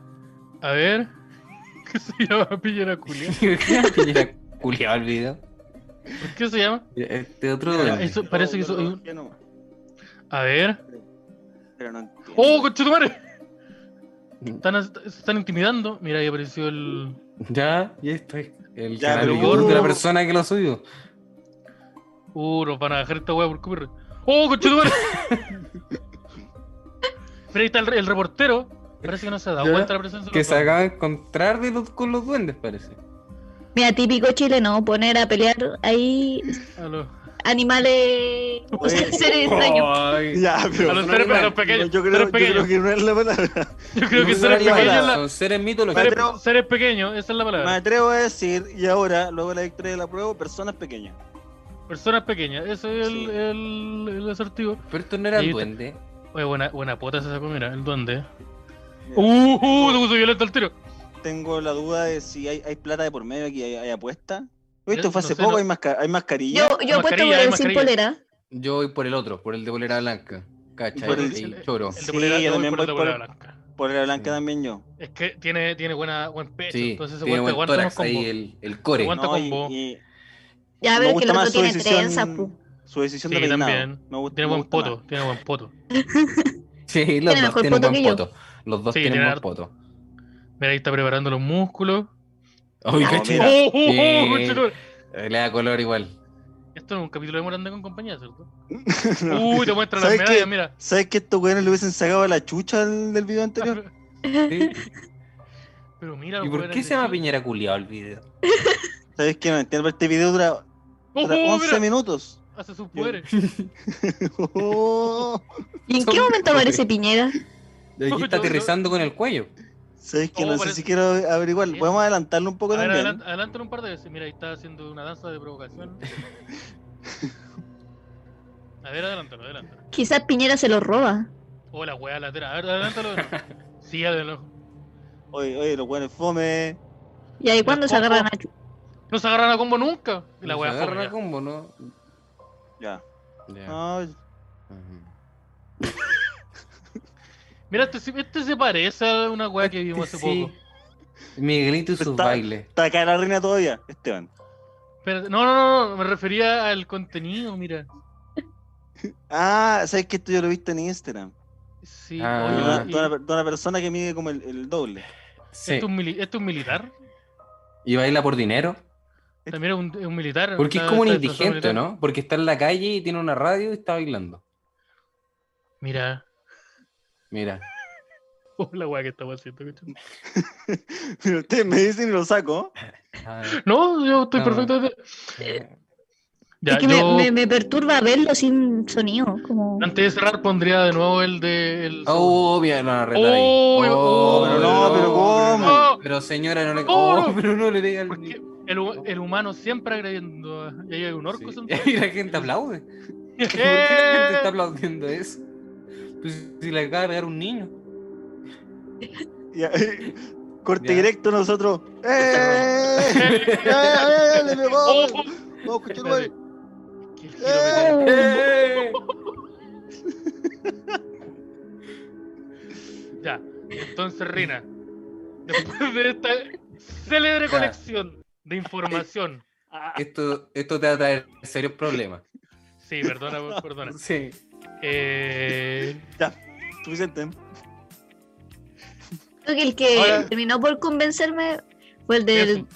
[SPEAKER 2] A ver. [laughs] ¿Qué se llama Pillera Culia?
[SPEAKER 4] [laughs] Era culiado el video.
[SPEAKER 2] ¿Por qué se llama?
[SPEAKER 4] Este otro
[SPEAKER 2] Mira,
[SPEAKER 4] duende.
[SPEAKER 2] eso- Parece que
[SPEAKER 3] No,
[SPEAKER 2] eso-
[SPEAKER 3] no, no, yo no,
[SPEAKER 2] A ver.
[SPEAKER 3] pero no entiendo.
[SPEAKER 2] ¡Oh, conchetumare! Están, se están intimidando. Mira, ahí apareció el.
[SPEAKER 4] Ya, ya estoy. El
[SPEAKER 3] Ya,
[SPEAKER 4] canal de
[SPEAKER 2] pero
[SPEAKER 4] YouTube de la
[SPEAKER 3] vos-
[SPEAKER 4] persona que lo subió.
[SPEAKER 2] Uh, nos van a dejar esta weá por copyright. ¡Oh, conchetumare! Mira, ahí está el, el reportero. Parece que no se ha dado
[SPEAKER 4] Ya,
[SPEAKER 2] cuenta de la presencia de
[SPEAKER 4] Que
[SPEAKER 2] los
[SPEAKER 4] se acaba de encontrar de los- con los duendes, parece.
[SPEAKER 7] Mira, típico chileno, poner a pelear ahí
[SPEAKER 2] duendes. A los,
[SPEAKER 7] animales, o sea,
[SPEAKER 2] [laughs]
[SPEAKER 3] Oye.
[SPEAKER 7] [laughs] seres extraños.
[SPEAKER 2] Oh,
[SPEAKER 4] Ay,
[SPEAKER 3] Ya,
[SPEAKER 2] a
[SPEAKER 3] pero.
[SPEAKER 2] los
[SPEAKER 4] son
[SPEAKER 2] seres, a
[SPEAKER 4] animales.
[SPEAKER 2] los pequeños.
[SPEAKER 3] no, yo, creo,
[SPEAKER 2] seres
[SPEAKER 3] yo
[SPEAKER 2] pequeños.
[SPEAKER 3] creo que no es
[SPEAKER 2] [laughs]
[SPEAKER 3] la palabra.
[SPEAKER 2] Yo creo
[SPEAKER 4] no
[SPEAKER 2] que
[SPEAKER 4] son
[SPEAKER 2] seres
[SPEAKER 4] animales,
[SPEAKER 2] pequeños. la-
[SPEAKER 4] son seres
[SPEAKER 3] Pero-
[SPEAKER 4] mitológicos.
[SPEAKER 2] Seres, seres pequeños, esa es la
[SPEAKER 3] Me
[SPEAKER 2] palabra.
[SPEAKER 3] atrevo a decir, y ahora, luego de la victoria de la prueba, personas pequeñas.
[SPEAKER 2] Personas pequeñas. Ese es el,
[SPEAKER 3] Sí.
[SPEAKER 2] el, el asertivo.
[SPEAKER 4] Pero esto no era
[SPEAKER 2] Ahí
[SPEAKER 4] el
[SPEAKER 2] está.
[SPEAKER 4] duende.
[SPEAKER 2] Oye, buena, buena pota se sacó, mira, el duende.
[SPEAKER 3] Mira,
[SPEAKER 2] ¡Uh! uh te puso violento el tiro.
[SPEAKER 3] Tengo la duda de si hay, hay plata de por medio aquí, hay, hay apuesta. Oye, Esto
[SPEAKER 2] Yo
[SPEAKER 3] fue
[SPEAKER 2] no
[SPEAKER 3] hace
[SPEAKER 2] sé,
[SPEAKER 3] poco,
[SPEAKER 2] no-
[SPEAKER 3] hay, masca- hay mascarilla.
[SPEAKER 7] Yo, yo apuesto por
[SPEAKER 2] mascarilla, hay
[SPEAKER 7] el sin
[SPEAKER 2] mascarilla.
[SPEAKER 7] polera.
[SPEAKER 4] Yo voy por el otro, por el de bolera blanca. ¿Cachai?
[SPEAKER 3] Por el-
[SPEAKER 4] el choro.
[SPEAKER 2] El de
[SPEAKER 3] Sí,
[SPEAKER 2] polera,
[SPEAKER 3] yo
[SPEAKER 2] yo voy
[SPEAKER 3] también
[SPEAKER 2] por el de
[SPEAKER 3] voy por-
[SPEAKER 2] polera blanca.
[SPEAKER 3] Por la blanca
[SPEAKER 4] Sí.
[SPEAKER 3] también yo.
[SPEAKER 2] Es que tiene, tiene buena, buen pecho,
[SPEAKER 4] Sí,
[SPEAKER 2] entonces se
[SPEAKER 4] tiene
[SPEAKER 2] aguanta,
[SPEAKER 4] buen
[SPEAKER 2] aguanta unos
[SPEAKER 4] tórax ahí,
[SPEAKER 2] combos.
[SPEAKER 4] el, el core.
[SPEAKER 2] Aguanta
[SPEAKER 3] No, y-
[SPEAKER 2] combo.
[SPEAKER 3] y
[SPEAKER 7] Ya,
[SPEAKER 3] me
[SPEAKER 7] pero es que el
[SPEAKER 3] gusta
[SPEAKER 7] otro
[SPEAKER 3] más su
[SPEAKER 7] tiene
[SPEAKER 3] decisión,
[SPEAKER 7] trenza, pu.
[SPEAKER 3] su decisión
[SPEAKER 2] Sí,
[SPEAKER 3] de peinado.
[SPEAKER 2] también.
[SPEAKER 3] Me gusta,
[SPEAKER 2] Tiene
[SPEAKER 3] me
[SPEAKER 2] buen
[SPEAKER 3] gusta
[SPEAKER 2] poto, tiene buen poto.
[SPEAKER 4] Sí, los
[SPEAKER 7] Tiene
[SPEAKER 4] dos
[SPEAKER 7] mejor
[SPEAKER 4] tienen
[SPEAKER 7] poto
[SPEAKER 4] buen
[SPEAKER 7] que yo.
[SPEAKER 4] poto. Los dos
[SPEAKER 2] Sí,
[SPEAKER 4] tienen
[SPEAKER 2] tiene
[SPEAKER 4] buen
[SPEAKER 2] harto.
[SPEAKER 4] poto.
[SPEAKER 2] [laughs] Mira, ahí está preparando los músculos.
[SPEAKER 4] Ay,
[SPEAKER 3] No,
[SPEAKER 4] cachai.
[SPEAKER 3] mira.
[SPEAKER 2] ¡Oh, oh, oh!
[SPEAKER 4] Sí.
[SPEAKER 2] conchetumare!
[SPEAKER 4] Eh, Le da color igual.
[SPEAKER 2] Esto es un capítulo de Moranda con compañía,
[SPEAKER 3] [laughs]
[SPEAKER 2] ¿cierto?
[SPEAKER 3] más.
[SPEAKER 2] Uy, te muestra las
[SPEAKER 3] ¿Sabes qué?
[SPEAKER 2] medallas, mira.
[SPEAKER 3] ¿Sabes que estos güeyes le hubiesen sacado la chucha al- del video anterior?
[SPEAKER 4] Sí.
[SPEAKER 2] Pero mira,
[SPEAKER 4] ¿Y
[SPEAKER 2] los
[SPEAKER 4] por
[SPEAKER 2] weones
[SPEAKER 4] qué
[SPEAKER 2] de
[SPEAKER 4] se llama
[SPEAKER 2] Chile.
[SPEAKER 4] Piñera Culiado el video?
[SPEAKER 3] ¿Sabes que no entiendo? Este video dura,
[SPEAKER 2] Ah, ¡Oh,
[SPEAKER 3] dura
[SPEAKER 2] oh,
[SPEAKER 3] 11
[SPEAKER 2] mira!
[SPEAKER 3] minutos. [laughs]
[SPEAKER 2] hace sus poderes.
[SPEAKER 3] Oh,
[SPEAKER 7] ¿Y en qué momento aparece Piñera?
[SPEAKER 2] [laughs]
[SPEAKER 4] De aquí está aterrizando con el cuello.
[SPEAKER 3] ¿Sabes que
[SPEAKER 2] Oh,
[SPEAKER 3] no sé
[SPEAKER 2] parece-
[SPEAKER 3] si quiero averiguarlo? Podemos adelantarlo un poco
[SPEAKER 2] A ver,
[SPEAKER 3] también.
[SPEAKER 2] adelant- adelántalo un par de veces. Mira, ahí está haciendo una danza de
[SPEAKER 3] [laughs]
[SPEAKER 2] provocación. A ver, adelántalo, adelántalo.
[SPEAKER 7] Quizás Piñera se lo roba.
[SPEAKER 2] Oh, la weá latera. A ver, adelántalo. de nuevo. Sí, adelántalo.
[SPEAKER 3] Oye, oye, los buenos fome.
[SPEAKER 7] ¿Y ahí cuándo se
[SPEAKER 2] Ojo.
[SPEAKER 7] agarran a Chu?
[SPEAKER 2] No se agarran a combo nunca. La
[SPEAKER 4] Se
[SPEAKER 2] weá fome.
[SPEAKER 4] agarra
[SPEAKER 2] ya.
[SPEAKER 4] combo, ¿no?
[SPEAKER 3] Ya.
[SPEAKER 4] Ya.
[SPEAKER 3] No,
[SPEAKER 2] Mira, este, se- este se parece a una weá que vimos hace
[SPEAKER 4] Este Sí.
[SPEAKER 2] poco.
[SPEAKER 4] Miguelito y sus
[SPEAKER 3] Está-
[SPEAKER 4] bailes.
[SPEAKER 3] está acá la reina todavía, Esteban.
[SPEAKER 2] Espérate, no, no, no, no, me refería al contenido, mira.
[SPEAKER 3] Ah, ¿sabes que esto yo lo he visto en Instagram?
[SPEAKER 2] Sí,
[SPEAKER 4] Ah.
[SPEAKER 3] De una,
[SPEAKER 2] oye, y-
[SPEAKER 3] de una- de una persona que mide como el, el doble. [laughs]
[SPEAKER 4] Sí.
[SPEAKER 2] ¿este, es un mili- este es un militar?
[SPEAKER 4] Y baila por dinero.
[SPEAKER 2] También es un, es un militar.
[SPEAKER 4] Este- Porque es
[SPEAKER 2] está-
[SPEAKER 4] como un
[SPEAKER 2] está disfrazado de
[SPEAKER 4] indigente,
[SPEAKER 2] militar.
[SPEAKER 4] ¿no? Porque está en la calle y tiene una radio y está bailando.
[SPEAKER 2] Mira, [laughs]
[SPEAKER 4] Mira.
[SPEAKER 2] oh, la weá que estamos haciendo. cacho.
[SPEAKER 3] Pero ustedes me dicen y lo saco.
[SPEAKER 4] Ah,
[SPEAKER 2] No, yo estoy
[SPEAKER 4] No.
[SPEAKER 2] perfectamente.
[SPEAKER 4] eh,
[SPEAKER 2] Ya,
[SPEAKER 7] es que me-
[SPEAKER 2] yo,
[SPEAKER 7] me, me perturba verlo sin sonido. Como...
[SPEAKER 2] Antes de cerrar, pondría de nuevo el de. El...
[SPEAKER 4] Oh, mira, lo van a retar ahí.
[SPEAKER 2] Oh, oh,
[SPEAKER 3] pero no, pero ¿cómo?
[SPEAKER 4] no, Pero señora, no le.
[SPEAKER 2] Oh,
[SPEAKER 4] Oh, pero no le diga al-
[SPEAKER 2] Porque el, hu- el humano siempre agrediendo. a- Y ahí hay un
[SPEAKER 4] Sí.
[SPEAKER 2] orco. son-
[SPEAKER 4] [laughs] Y la gente aplaude. ¿Por qué la gente [laughs] está
[SPEAKER 2] [laughs] ¡Eh!
[SPEAKER 4] aplaudiendo eso? Pues si le acaba de pegar un niño.
[SPEAKER 3] Y ahí, [laughs] corte
[SPEAKER 4] Ya.
[SPEAKER 3] directo nosotros. ¡Eh! ¡Eh! ¡Eh! ¡Le
[SPEAKER 2] [laughs]
[SPEAKER 3] pegó!
[SPEAKER 2] ¡Oh!
[SPEAKER 3] ¡Oh, escuché el gol!
[SPEAKER 2] Qué giro,
[SPEAKER 3] ¡Eh!
[SPEAKER 2] Ya, entonces Rina, después de esta célebre
[SPEAKER 4] Ya.
[SPEAKER 2] conexión de información.
[SPEAKER 4] Ah. Esto, esto te va a traer serios problemas.
[SPEAKER 2] Sí, perdona,
[SPEAKER 4] [laughs]
[SPEAKER 2] por- perdona.
[SPEAKER 4] Sí.
[SPEAKER 2] Eh,
[SPEAKER 3] Suficiente.
[SPEAKER 7] Creo que el que
[SPEAKER 2] Ahora-
[SPEAKER 7] terminó por convencerme fue el del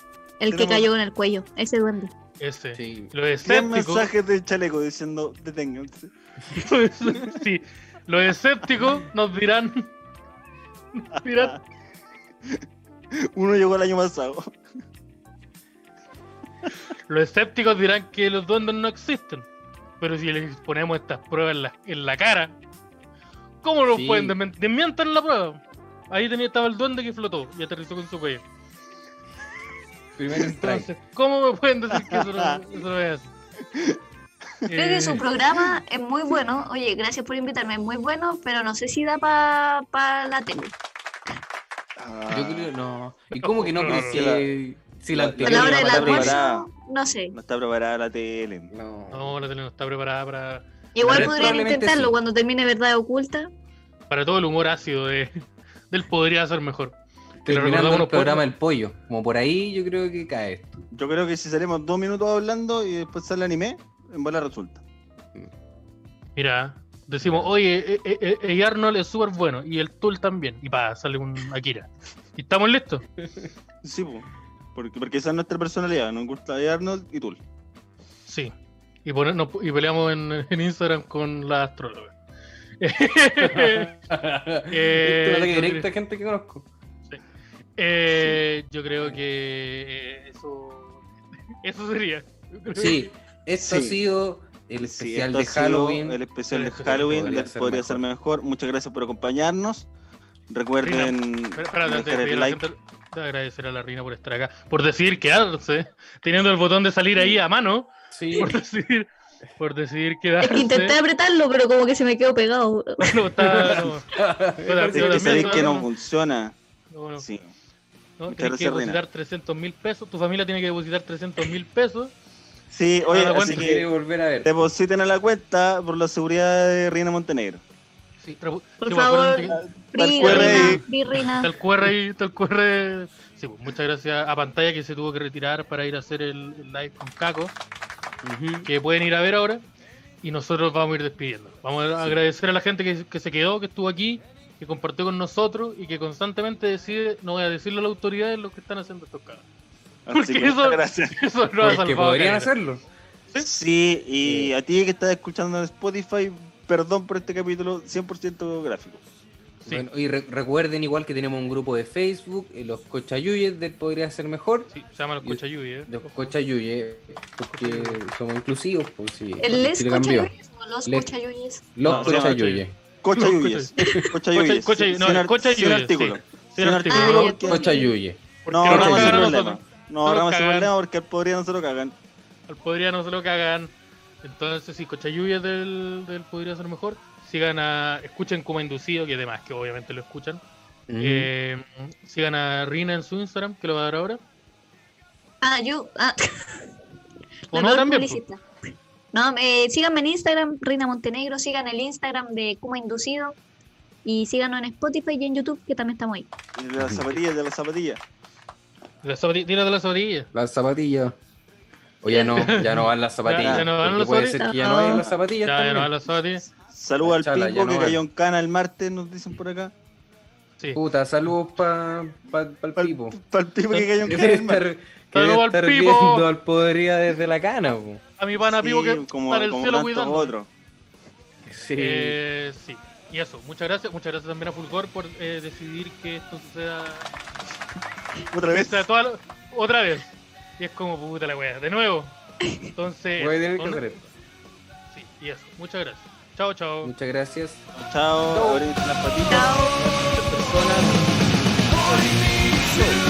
[SPEAKER 7] el que
[SPEAKER 3] Tenemos-
[SPEAKER 7] cayó con el cuello, ese duende.
[SPEAKER 2] Eh. ese.
[SPEAKER 4] Sí.
[SPEAKER 2] este, Lo
[SPEAKER 3] Tres
[SPEAKER 2] escéptico.
[SPEAKER 3] mensajes del chaleco diciendo deténganse.
[SPEAKER 2] [laughs] sí, los escépticos nos dirán. Nos dirán.
[SPEAKER 3] Uno llegó el año pasado.
[SPEAKER 2] Los escépticos dirán que los duendes no existen. Pero si les ponemos estas pruebas en la, en la cara, ¿cómo lo
[SPEAKER 4] Sí.
[SPEAKER 2] pueden desmentir? Desmientan la prueba. Ahí tenía, estaba el duende que flotó y aterrizó con su cuello.
[SPEAKER 4] Primer strike.
[SPEAKER 2] Entonces, ¿cómo me pueden decir que eso no, eso no es así?
[SPEAKER 7] Creo
[SPEAKER 2] Eh,
[SPEAKER 7] que su programa es muy bueno. Oye, gracias por invitarme, es muy bueno, pero no sé si da para la tele.
[SPEAKER 4] Yo creo, no. ¿Y cómo que no
[SPEAKER 2] No,
[SPEAKER 4] crees
[SPEAKER 2] no,
[SPEAKER 4] Ah. que si la
[SPEAKER 3] La
[SPEAKER 7] A la
[SPEAKER 4] anterior
[SPEAKER 7] hora
[SPEAKER 3] tele
[SPEAKER 7] del
[SPEAKER 3] no está preparada.
[SPEAKER 7] almuerzo, no sé.
[SPEAKER 3] No está preparada la tele.
[SPEAKER 4] No.
[SPEAKER 2] No, la tele no está preparada para,
[SPEAKER 7] Igual
[SPEAKER 4] Pero
[SPEAKER 7] podrían
[SPEAKER 4] probablemente
[SPEAKER 7] intentarlo
[SPEAKER 4] sí.
[SPEAKER 7] cuando termine Verdad Oculta.
[SPEAKER 2] para todo el humor ácido de, del podría ser mejor. Que le
[SPEAKER 4] Terminando
[SPEAKER 2] recordamos
[SPEAKER 4] el
[SPEAKER 2] los
[SPEAKER 4] programa El Pollo. Como por ahí yo creo que cae
[SPEAKER 2] [laughs]
[SPEAKER 4] esto.
[SPEAKER 3] Yo creo que si salimos dos minutos hablando y después sale anime, en bola resulta.
[SPEAKER 2] Mira, decimos, oye, eh, eh, eh, eh, Arnold es súper bueno y el Tool también. Y pa, sale un Akira. ¿Y estamos listos?
[SPEAKER 3] Sí, po. porque, porque esa es nuestra personalidad. Nos gusta de Arnold y Tool.
[SPEAKER 2] Sí. Y, ponernos- y peleamos en, en Instagram con la astróloga. [laughs]
[SPEAKER 4] Esto es un ataque
[SPEAKER 2] Eh, yo
[SPEAKER 4] directo
[SPEAKER 2] creo-
[SPEAKER 4] a gente que
[SPEAKER 2] [laughs]
[SPEAKER 4] conozco.
[SPEAKER 2] Eh, yo creo que eh, eso, [laughs] eso sería. Yo creo
[SPEAKER 4] Sí, esto ha
[SPEAKER 3] Sí.
[SPEAKER 4] sido el
[SPEAKER 3] Sí,
[SPEAKER 4] especial
[SPEAKER 3] esto
[SPEAKER 4] de
[SPEAKER 3] ha sido
[SPEAKER 4] Halloween.
[SPEAKER 3] El especial de
[SPEAKER 2] Esto
[SPEAKER 3] Halloween
[SPEAKER 4] podría
[SPEAKER 3] del
[SPEAKER 4] ser
[SPEAKER 3] podría
[SPEAKER 4] mejor.
[SPEAKER 3] ser mejor. Muchas gracias por acompañarnos. Recuerden
[SPEAKER 2] Pero, espérate, antes de
[SPEAKER 3] dejar
[SPEAKER 2] despedir
[SPEAKER 3] el
[SPEAKER 2] a la
[SPEAKER 3] like.
[SPEAKER 2] gente, te agradecer a la reina por estar acá, por decidir quedarse, teniendo el botón de salir ahí a mano,
[SPEAKER 3] [laughs]
[SPEAKER 4] Sí, [laughs]
[SPEAKER 2] por decidir, por decidir
[SPEAKER 7] Es
[SPEAKER 2] quedarse.
[SPEAKER 7] que intenté apretarlo, pero como que se me quedó pegado.
[SPEAKER 2] [laughs] No, está-
[SPEAKER 3] [laughs]
[SPEAKER 2] no,
[SPEAKER 3] Sí,
[SPEAKER 2] yo
[SPEAKER 3] que
[SPEAKER 2] también,
[SPEAKER 3] sabéis
[SPEAKER 2] yo
[SPEAKER 3] que no
[SPEAKER 2] también.
[SPEAKER 3] funciona.
[SPEAKER 2] no, no,
[SPEAKER 3] Sí.
[SPEAKER 2] no, tenés
[SPEAKER 3] muchas
[SPEAKER 2] que
[SPEAKER 3] gracias, reina.
[SPEAKER 2] depositar 300 mil pesos, tu familia tiene que depositar 300 mil pesos.
[SPEAKER 3] Sí,
[SPEAKER 2] Ahora,
[SPEAKER 3] oye, así
[SPEAKER 2] ¿cuánto
[SPEAKER 4] quiere
[SPEAKER 3] que
[SPEAKER 4] volver a ver.
[SPEAKER 3] depositen a la cuenta por la seguridad de Reina Montenegro.
[SPEAKER 2] Sí, tra-
[SPEAKER 7] Por
[SPEAKER 2] sí,
[SPEAKER 7] favor.
[SPEAKER 2] acuérdate que-
[SPEAKER 7] Free,
[SPEAKER 3] QR
[SPEAKER 7] Rina,
[SPEAKER 3] ahí.
[SPEAKER 7] free, Rina.
[SPEAKER 2] Está
[SPEAKER 4] Ah.
[SPEAKER 2] el QR ahí, está el QR. Sí, pues, muchas gracias a pantalla que se tuvo que retirar para ir a hacer el, el live con Caco, que pueden ir a ver ahora. Y nosotros vamos a ir despidiendo. Vamos a agradecer a la gente que, que se quedó, que estuvo aquí, que compartió con nosotros y que constantemente decide, no voy a decirle a las autoridades lo que están haciendo estos caras.
[SPEAKER 3] Así
[SPEAKER 2] Porque
[SPEAKER 3] que
[SPEAKER 2] eso-
[SPEAKER 3] muchas gracias.
[SPEAKER 2] [laughs] Eso no ha
[SPEAKER 4] Porque
[SPEAKER 2] salvado.
[SPEAKER 4] Pues podrían
[SPEAKER 2] carrera.
[SPEAKER 4] hacerlo.
[SPEAKER 3] Sí, y
[SPEAKER 4] Sí.
[SPEAKER 3] a ti que estás escuchando en Spotify, perdón por este capítulo 100% gráfico.
[SPEAKER 2] Sí.
[SPEAKER 4] Bueno, y re- recuerden igual que tenemos un grupo de Facebook, eh, los Cochayuyes del Podría Ser Mejor.
[SPEAKER 2] Sí, se llama los
[SPEAKER 4] Y-
[SPEAKER 2] Cochayubi, ¿eh?
[SPEAKER 4] Los Cochayuyes, porque somos inclusivos. Pues, sí,
[SPEAKER 7] El
[SPEAKER 4] Chile
[SPEAKER 7] les
[SPEAKER 4] cambió.
[SPEAKER 7] cochayuyes o los
[SPEAKER 4] Les-
[SPEAKER 7] cochayuyes.
[SPEAKER 4] Los
[SPEAKER 2] No, no,
[SPEAKER 4] Cochayuyes.
[SPEAKER 3] Cocha
[SPEAKER 2] No,
[SPEAKER 3] Lluvias. [laughs] Cocha
[SPEAKER 2] Cocha-
[SPEAKER 3] Lluvias.
[SPEAKER 2] Cocha-
[SPEAKER 3] sin-
[SPEAKER 2] no,
[SPEAKER 3] sin ar-
[SPEAKER 2] Cocha
[SPEAKER 3] sin
[SPEAKER 2] Lluvias,
[SPEAKER 3] artículo.
[SPEAKER 2] Sin
[SPEAKER 3] sin
[SPEAKER 2] artículo. Ah,
[SPEAKER 3] artículo.
[SPEAKER 2] ¿no?
[SPEAKER 7] ya.
[SPEAKER 4] Cochayuyes.
[SPEAKER 2] Porque
[SPEAKER 3] No,
[SPEAKER 2] no,
[SPEAKER 3] no,
[SPEAKER 2] nos
[SPEAKER 4] Cocha
[SPEAKER 3] ese
[SPEAKER 2] cagan a
[SPEAKER 3] problema.
[SPEAKER 2] nosotros.
[SPEAKER 3] No,
[SPEAKER 2] No
[SPEAKER 3] ahorramos ese
[SPEAKER 2] cagan.
[SPEAKER 3] problema porque al podría nosotros cagan.
[SPEAKER 2] Al podría no se lo cagan. Entonces, si Cochayubi del, del podría ser mejor, sigan a. Escuchen como inducido, que además que obviamente lo escuchan. Eh, sigan a Rina en su Instagram, que lo va a dar ahora.
[SPEAKER 7] Ah, yo. Ah,
[SPEAKER 2] O
[SPEAKER 7] la
[SPEAKER 2] no
[SPEAKER 7] peor
[SPEAKER 2] también. pues.
[SPEAKER 7] publicista. No, eh, síganme en Instagram, Reina Montenegro, sigan el Instagram de Kuma Inducido y síganos en Spotify y en YouTube, que también estamos ahí.
[SPEAKER 3] Y de las zapatillas, de las zapatillas.
[SPEAKER 2] La zapati- Tira de la sobrilla.
[SPEAKER 4] Las zapatillas. O ya no, ya no van las zapatillas.
[SPEAKER 2] [laughs] ya no van
[SPEAKER 4] porque
[SPEAKER 2] las
[SPEAKER 4] puede
[SPEAKER 2] zapatillas.
[SPEAKER 4] ser que ya no vayan las zapatillas.
[SPEAKER 2] Ya, ya
[SPEAKER 4] también.
[SPEAKER 2] no van las zapatillas.
[SPEAKER 3] Saludos al
[SPEAKER 4] Chala,
[SPEAKER 3] Pingo
[SPEAKER 4] ya no
[SPEAKER 3] que
[SPEAKER 4] va.
[SPEAKER 3] cayó en cana el martes, nos dicen por acá.
[SPEAKER 2] Sí.
[SPEAKER 4] Puta, saludos para el [laughs] pipo.
[SPEAKER 3] Para el Pipo que
[SPEAKER 4] [laughs]
[SPEAKER 3] cayó en
[SPEAKER 4] Que
[SPEAKER 2] Este
[SPEAKER 3] cana
[SPEAKER 4] debe
[SPEAKER 3] el martes.
[SPEAKER 4] estar, que debe
[SPEAKER 2] Saludos al
[SPEAKER 4] estar
[SPEAKER 2] Pipo.
[SPEAKER 4] viendo al podría desde la cana. po.
[SPEAKER 2] A mi pana Pivo que
[SPEAKER 3] Sí, como,
[SPEAKER 2] para el
[SPEAKER 3] como
[SPEAKER 2] cielo
[SPEAKER 3] tantos
[SPEAKER 2] cuidando.
[SPEAKER 3] otros.
[SPEAKER 4] Sí.
[SPEAKER 2] Eh, sí. Y eso, muchas gracias. Muchas gracias también a Fulgor por eh, decidir que esto suceda
[SPEAKER 3] Otra vez.
[SPEAKER 2] o sea, toda la- otra vez. Y es como puta la wea,
[SPEAKER 4] [coughs]
[SPEAKER 2] de nuevo. Entonces,
[SPEAKER 4] Voy a tener que
[SPEAKER 2] con-
[SPEAKER 4] hacer esto.
[SPEAKER 2] sí, y eso. Muchas gracias. Chao, chao.
[SPEAKER 4] Muchas gracias.
[SPEAKER 3] तो Chao, abren las patitas.
[SPEAKER 7] Chao.
[SPEAKER 3] Personas.